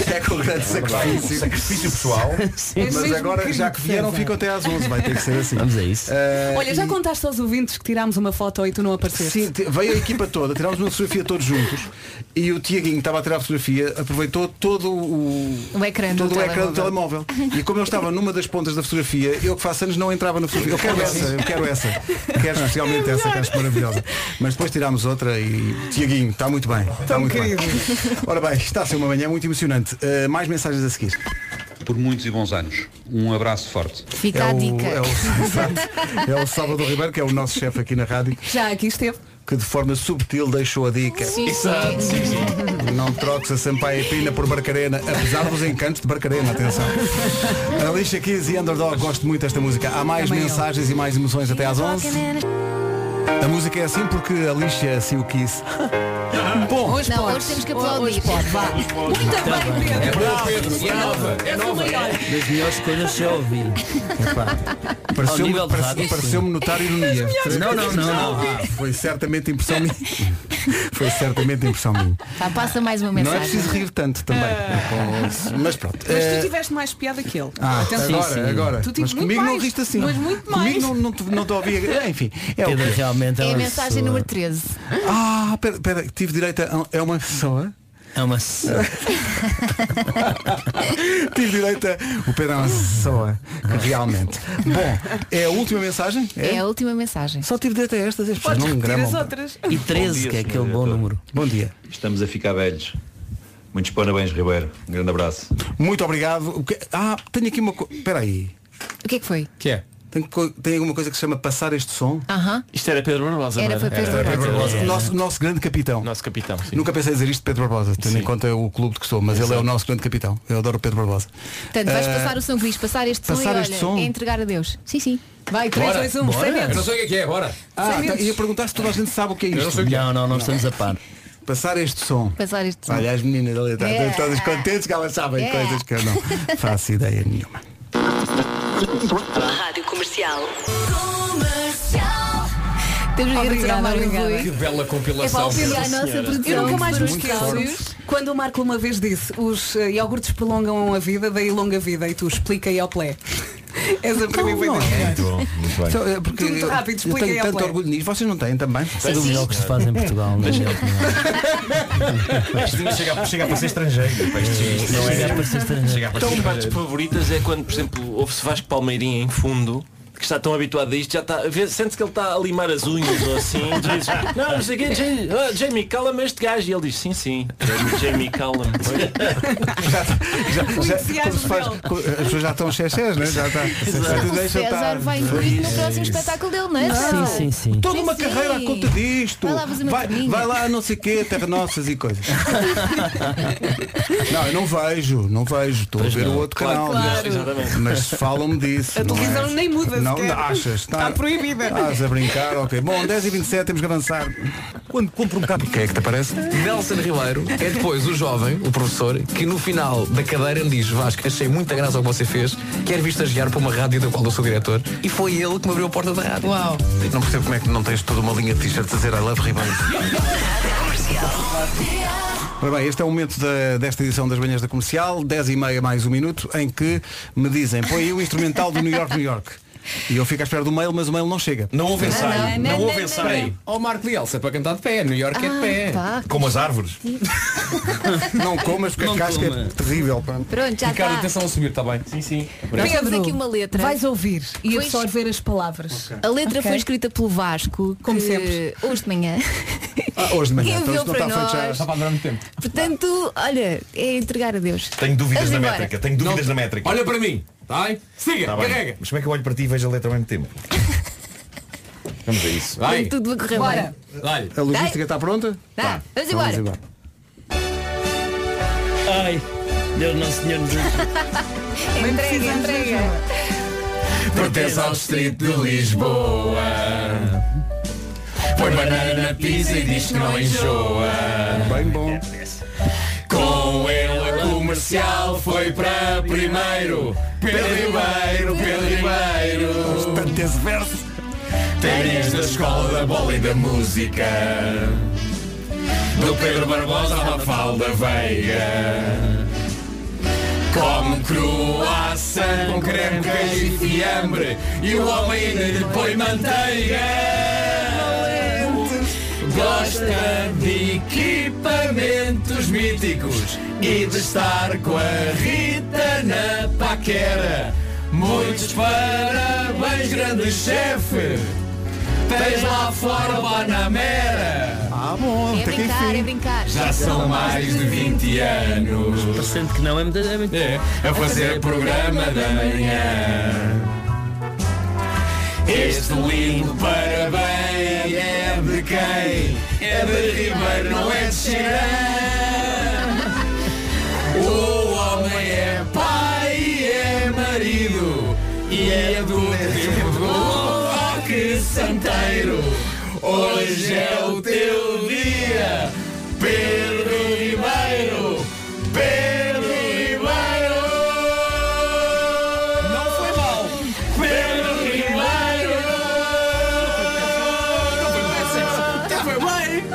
A: É com grande
D: um
A: sacrifício.
L: Sacrifício pessoal.
E: É
A: Mas agora, já que vieram, ficam até às 11. Vai ter que ser assim.
R: Vamos a isso.
A: Eh,
B: Olha, já
A: e-
B: contaste aos ouvintes que tirámos uma foto e tu não apareceste?
A: Sim, te- veio a equipa toda, tirámos uma fotografia todos juntos e o Tiaguinho que estava a tirar a fotografia, aproveitou todo o,
E: O ecrã
A: todo
E: do
A: o ecrã do telemóvel. E como eu estava numa das pontas da fotografia, eu que faço anos não entrava na fotografia. Eu quero essa, eu quero essa. Quero especialmente essa, que acho maravilhosa. Mas depois tirámos outra e Tiaguinho, está muito bem. Está muito bem. Ora bem, está a ser uma manhã muito emocionante. Eh, mais mensagens a seguir.
U: Por muitos e bons anos. Um abraço forte.
E: Fica
A: é
E: a
A: o-
E: dica.
A: É o, exato. é o Salvador Ribeiro, que é o nosso chefe aqui na rádio,
B: Já Ah, aqui esteve.
A: que de forma subtil deixou a dica.
G: Exato, sim, sim.
A: Não troques a Sampaio e Pina por Barcarena, apesar dos encantos de Barcarena, atenção. Alicia Keys e Underdog, gosto muito desta música. Há mais mensagens e mais emoções até às 11. A música é assim porque a Alicia assim o quis. Bom,
E: hoje não, hoje temos que aplaudir. Vá. Muito bem, Pedro.
A: É bravo, Pedro. E é nova,
E: É nova.
R: Das melhores coisas que eu ouvi. Ao
A: Pareceu-me
R: nível de rádio,
A: parece,
R: sim. É
A: pareceu-me notar ironia.
R: melhores
A: Não, não, não, não. Ah, foi certamente impressão minha. Foi certamente impressão minha.
E: Tá, passa mais uma
A: Não
E: mensagem.
A: é preciso rir tanto também. Com- Mas pronto.
B: Ah. Mas
A: Eh,
B: tu tiveste mais piada que ele.
A: Ah,
B: Atenção.
A: agora, agora.
B: Tu
A: mas
B: tiveste muito
A: comigo não
B: mais,
A: riste assim.
B: Mas muito mais.
A: Comigo não, não, te- não te ouvi. a- Enfim, é o
R: Pedro,
A: quê?
R: realmente
E: É a mensagem número 13.
A: Ah, pera, pera, tive direito a. É uma pessoa?
R: É uma sessão.
A: Tive direito a... O Pedro é uma pessoa, realmente. Bom, é a última mensagem?
E: É a última mensagem.
A: Só tive direito a esta, as pessoas não me gramam.
R: E 13, que é aquele bom número.
A: Bom dia.
I: Estamos a ficar velhos. Muitos parabéns, Ribeiro. Um grande abraço.
A: Muito obrigado. O que- Ah, tenho aqui uma coisa. Espera aí.
E: O que é que foi?
A: que é? Tem, co- tem alguma coisa que se chama passar este som? É.
E: Aham.
P: Isto era Pedro Barbosa.
E: Era,
P: não é?
E: foi Pedro Era Pedro Barbosa. Barbosa.
A: Nosso, nosso grande capitão.
P: Nosso capitão. sim.
A: Nunca pensei dizer isto de Pedro Barbosa, tendo em conta o clube de que sou, mas ele é o
P: Exato.
A: nosso grande capitão. Eu adoro o Pedro Barbosa.
E: Portanto, vais
A: Eh,
E: passar o som Luís, passar este som
A: passar
E: e
A: este
E: olha,
A: som?
E: é entregar a Deus. Sim, sim. Vai, um.
A: Bora,
E: 3, 2, 1,
A: bora.
E: sem medo.
A: Eu não sei o que é que é, bora. Ah, tá, ia perguntar se toda a gente sabe o que é
R: Eu não
A: isto.
R: sei o que é. Não, não, não
A: estamos a par. Passar este som.
E: Passar este som.
A: Olha, as meninas ali estão
E: É.
A: todas contentes que elas sabem
E: É.
A: coisas que eu não faço ideia nenhuma.
G: Rádio Comercial.
E: Temos que agradecer ao
B: Obrigada,
E: Mário
B: obrigada.
E: Rui.
F: Que bela
B: É para
F: compilação.
B: auxiliar a nossa produção. Eu nunca mais me
E: Muito
B: esqueço quando o Marco uma vez disse os eh, iogurtes prolongam a vida, daí longa vida, e tu explica e ao plé. És a primeira vez.
L: Muito bom, muito bem.
B: eh,
A: Então, é porque
B: é? Muito rápido,
A: eu
B: explica aí
A: tenho
B: ao
A: tanto
B: play.
A: orgulho nisso. Vocês não têm também?
R: Sem dúvida, é o que se faz em Portugal. Mas...
L: Isto ainda chega, a- chega a parecer estrangeiro. pá, isto- isto não é- Chega a
P: Então,
L: parecer
P: as partes
L: estrangeiro.
P: favoritas é quando, por exemplo, ouve-se Vasco Palmeirinha em fundo que está tão habituado a isto, já está, vê- sente-se que ele está a limar as unhas ou assim, e diz, não, não sei o quê, Jamie, ah, Jamie Callum é este gajo, e ele diz, sim, sim, Jamie- Jamie Callum.
A: Já- já-
P: entusiasmo
A: quando se faz-
P: dele.
A: co- as pessoas já estão xexés, né? Já está.
E: Não, o
A: Deixa
E: César
A: estar.
E: vai incluir no próximo espetáculo dele, não é?
A: Sim,
E: César?
A: sim, sim. Toda uma
E: Sim, sim.
A: carreira à conta disto.
E: Vai lá fazer uma
A: Vai,
E: carninha.
A: vai lá não sei o quê, terra nossas e coisas. não, eu não vejo, não vejo. Estou a ver o outro
P: Claro,
A: canal.
P: claro.
A: Mas,
P: Exatamente.
A: mas falam-me disso.
B: A
A: não
B: televisão
A: é?
B: nem muda
A: Não,
B: sequer. Tá.
A: achas? Tá.
B: Está proibida.
A: Estás a brincar, ok. Bom, 10 e 27 temos que avançar. Quando compro um cabo. Quem é que te aparece?
F: Nelson Ribeiro é depois o jovem, o professor, que no final da cadeira me diz Vasco, achei muita graça ao que você fez, quero vir estagiar para uma rádio da qual eu sou diretor e foi ele que me abriu a porta da rádio. Uau!
A: Não percebo como é que não tens toda uma linha de t-shirts a dizer I love Ribeiro. Ora bem, este é o momento da- desta edição das manhãs da comercial, 10 e meia mais um minuto, em que me dizem, põe aí o instrumental do New York, New York. E eu fico à espera do mail, mas o mail não chega.
L: Não houve
F: ensaio,
L: não houve ensaio.
F: Ó Marco de Elsa, para cantar de pé, New York é
E: Ah,
F: de pé.
L: Como as árvores.
A: Não comas porque a casca é terrível.
E: Pronto, já
F: Ricardo,
E: está.
F: atenção a subir, está bem? Sim, sim.
E: Nós temos aqui uma letra.
B: Vais ouvir e
E: Pois.
B: absorver as palavras.
E: A letra
B: Ok.
E: foi escrita pelo Vasco, como sempre, hoje de manhã.
A: Ah, hoje de manhã, então
E: Enviou
A: isto não
E: para
A: está feito já.
E: nós.
A: a durar muito tempo.
E: Portanto, olha, é entregar a Deus.
L: Tenho dúvidas
E: Vamos
L: na
E: embora.
L: métrica, tenho dúvidas na métrica.
F: Olha para mim, está bem? Siga,
L: Tá bem.
F: carrega.
L: Mas como é que eu olho para ti e vejo a letra ao mesmo tempo? Vamos a isso.
F: Vai.
E: Tudo a correr
B: Bora.
E: bem.
A: A logística está pronta?
E: Dá. Vamos embora.
R: Ai, Deus Nosso Senhor nos
E: Entrega, entrega.
G: Pertence ao distrito de Lisboa. Põe banana na pizza e diz que não é enjoa.
A: Bem bom.
G: Com ele a comercial foi para primeiro. Pedro Ribeiro, Pedro Ribeiro.
A: Tanto esse verso.
G: Ténis da escola da bola e da música. Do Pedro Barbosa à Mafalda Veiga. Come croissant com creme, queijo e fiambre E o homem ainda lhe põe manteiga Gosta de equipamentos míticos E de estar com a Rita na paquera Muitos parabéns, grande chefe Tens lá fora o Banamera
A: Ah, bom,
E: É brincar, é brincar.
G: já são mais de 20 anos.
R: Parecendo que não é muito. É, muito... É,
G: a fazer programa da manhã. Este lindo parabéns é de quem? É de Ribeiro, não é de Xerém. O homem é pai e é marido. E é do tempo do rock santeiro. Hoje é o teu dia, Pedro Ribeiro. Pedro Ribeiro. Não foi mal. Pedro Ribeiro. Até foi bem.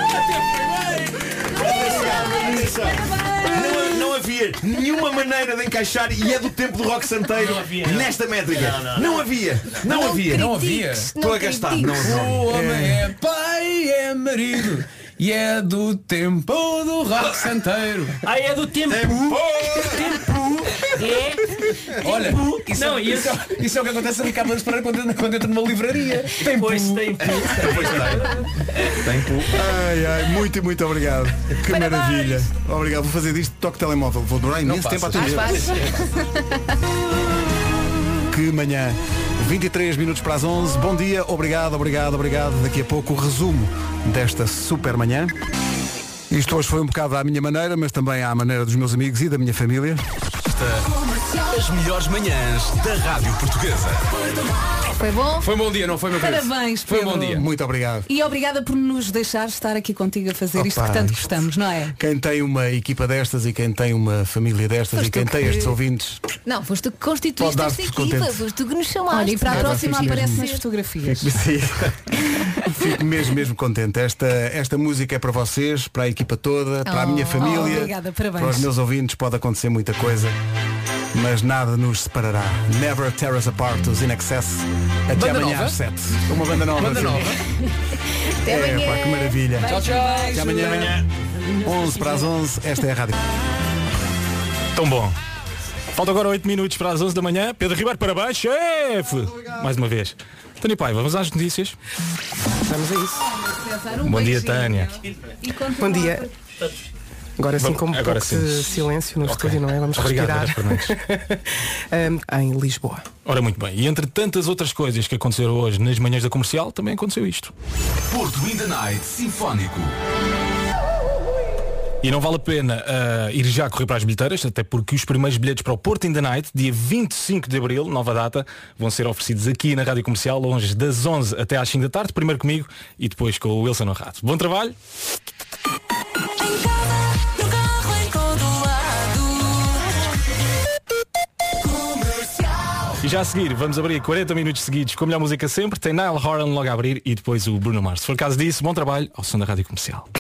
G: Até foi bem.
L: Não, não havia nenhuma maneira de encaixar e é do tempo do rock santeiro nesta métrica. Não, havia. Não, havia.
G: critiques, não
L: Estou é a gastar. É.
J: é
G: critiques.
L: Não havia.
G: O homem é pai, é marido
J: E é do tempo do rock santeiro.
G: Ah, é do tempo.
J: Tempo.
G: É.
J: Olha,
G: Tempo.
J: isso,
G: Não,
J: não,
G: e
J: isso,
G: eu-
J: isso é o que acontece a Ricardo Lopes Pereira quando, quando entra numa livraria. Tempo. Pois tem
A: Tempo. Ai, ai, muito e muito obrigado. Que maravilha. Obrigado. Vou fazer disto toque telemóvel. Vou durar
G: Não
A: imenso tempo a atender.
G: passas. Faz,
A: Que manhã. 23 minutos para as 11. Bom dia, obrigado, obrigado, obrigado. Daqui a pouco o resumo desta super manhã. Isto hoje foi um bocado à minha maneira, mas também à maneira dos meus amigos e da minha família.
M: As melhores manhãs da Rádio Portuguesa.
B: Foi bom?
J: Foi um bom dia, não foi, meu querido?
B: Parabéns,
J: Foi um bom
B: Pedro.
J: dia.
A: Muito obrigado.
B: E obrigada por nos deixar estar aqui contigo a fazer isto que
A: Opa,
B: tanto
A: isto-
B: gostamos, não é?
A: Quem tem uma equipa destas e quem tem uma família destas
E: Foste
A: e quem
E: tu
A: tem
E: que-
A: estes ouvintes.
E: Não, foste tu que
A: Pode
E: constituíste
A: dar
E: esta
A: por
E: equipa,
A: contente.
E: foste tu que nos chamaste.
B: Olha, e para a
A: Agora
B: próxima
A: fiz mesmo.
B: aparece nas fotografias.
A: Sim. Fico mesmo, mesmo contente. Esta, esta música é para vocês, para a equipa toda, para a minha
B: Oh,
A: família.
B: obrigada, parabéns.
A: Para os meus ouvintes pode acontecer muita coisa, mas nada nos separará. Never tear us apart, os In Excess. Até
G: Banda
A: amanhã
G: nova?
A: às 7. Uma banda nova.
G: Banda
A: sim.
G: nova.
A: É, pá, que maravilha.
G: Tchau, tchau.
A: Até amanhã.
G: Até amanhã.
A: 11 para as 11, esta é a rádio.
Q: Tão bom. Falta agora 8 minutos para as 11 da manhã. Pedro Ribeiro, parabéns, chefe! Mais uma vez. Tânia Paiva, vamos às notícias. Vamos a isso. Bom dia, Tânia.
W: Bom dia. Agora sim,
Q: Vamos-
W: como um
Q: agora
W: pouco de
Q: sim.
W: silêncio no
Q: Ok.
W: estúdio, não é? Vamos
Q: Obrigado,
W: respirar. Um, em Lisboa.
Q: Ora, muito bem. E entre tantas outras coisas que aconteceram hoje nas manhãs da comercial, também aconteceu isto.
M: Porto in the Night Sinfónico.
Q: E não vale a pena ah, ir já correr para as bilheteiras, até porque os primeiros bilhetes para o Porto in the Night, dia 25 de Abril, nova data, vão ser oferecidos aqui na Rádio Comercial, longe das 11 até às 5 da tarde, primeiro comigo e depois com o Wilson Honrado. Bom trabalho! E já a seguir, vamos abrir 40 minutos seguidos com a melhor música sempre, tem Nile Horan logo a abrir e depois o Bruno Mars. Se for caso disso, bom trabalho ao som da Rádio Comercial.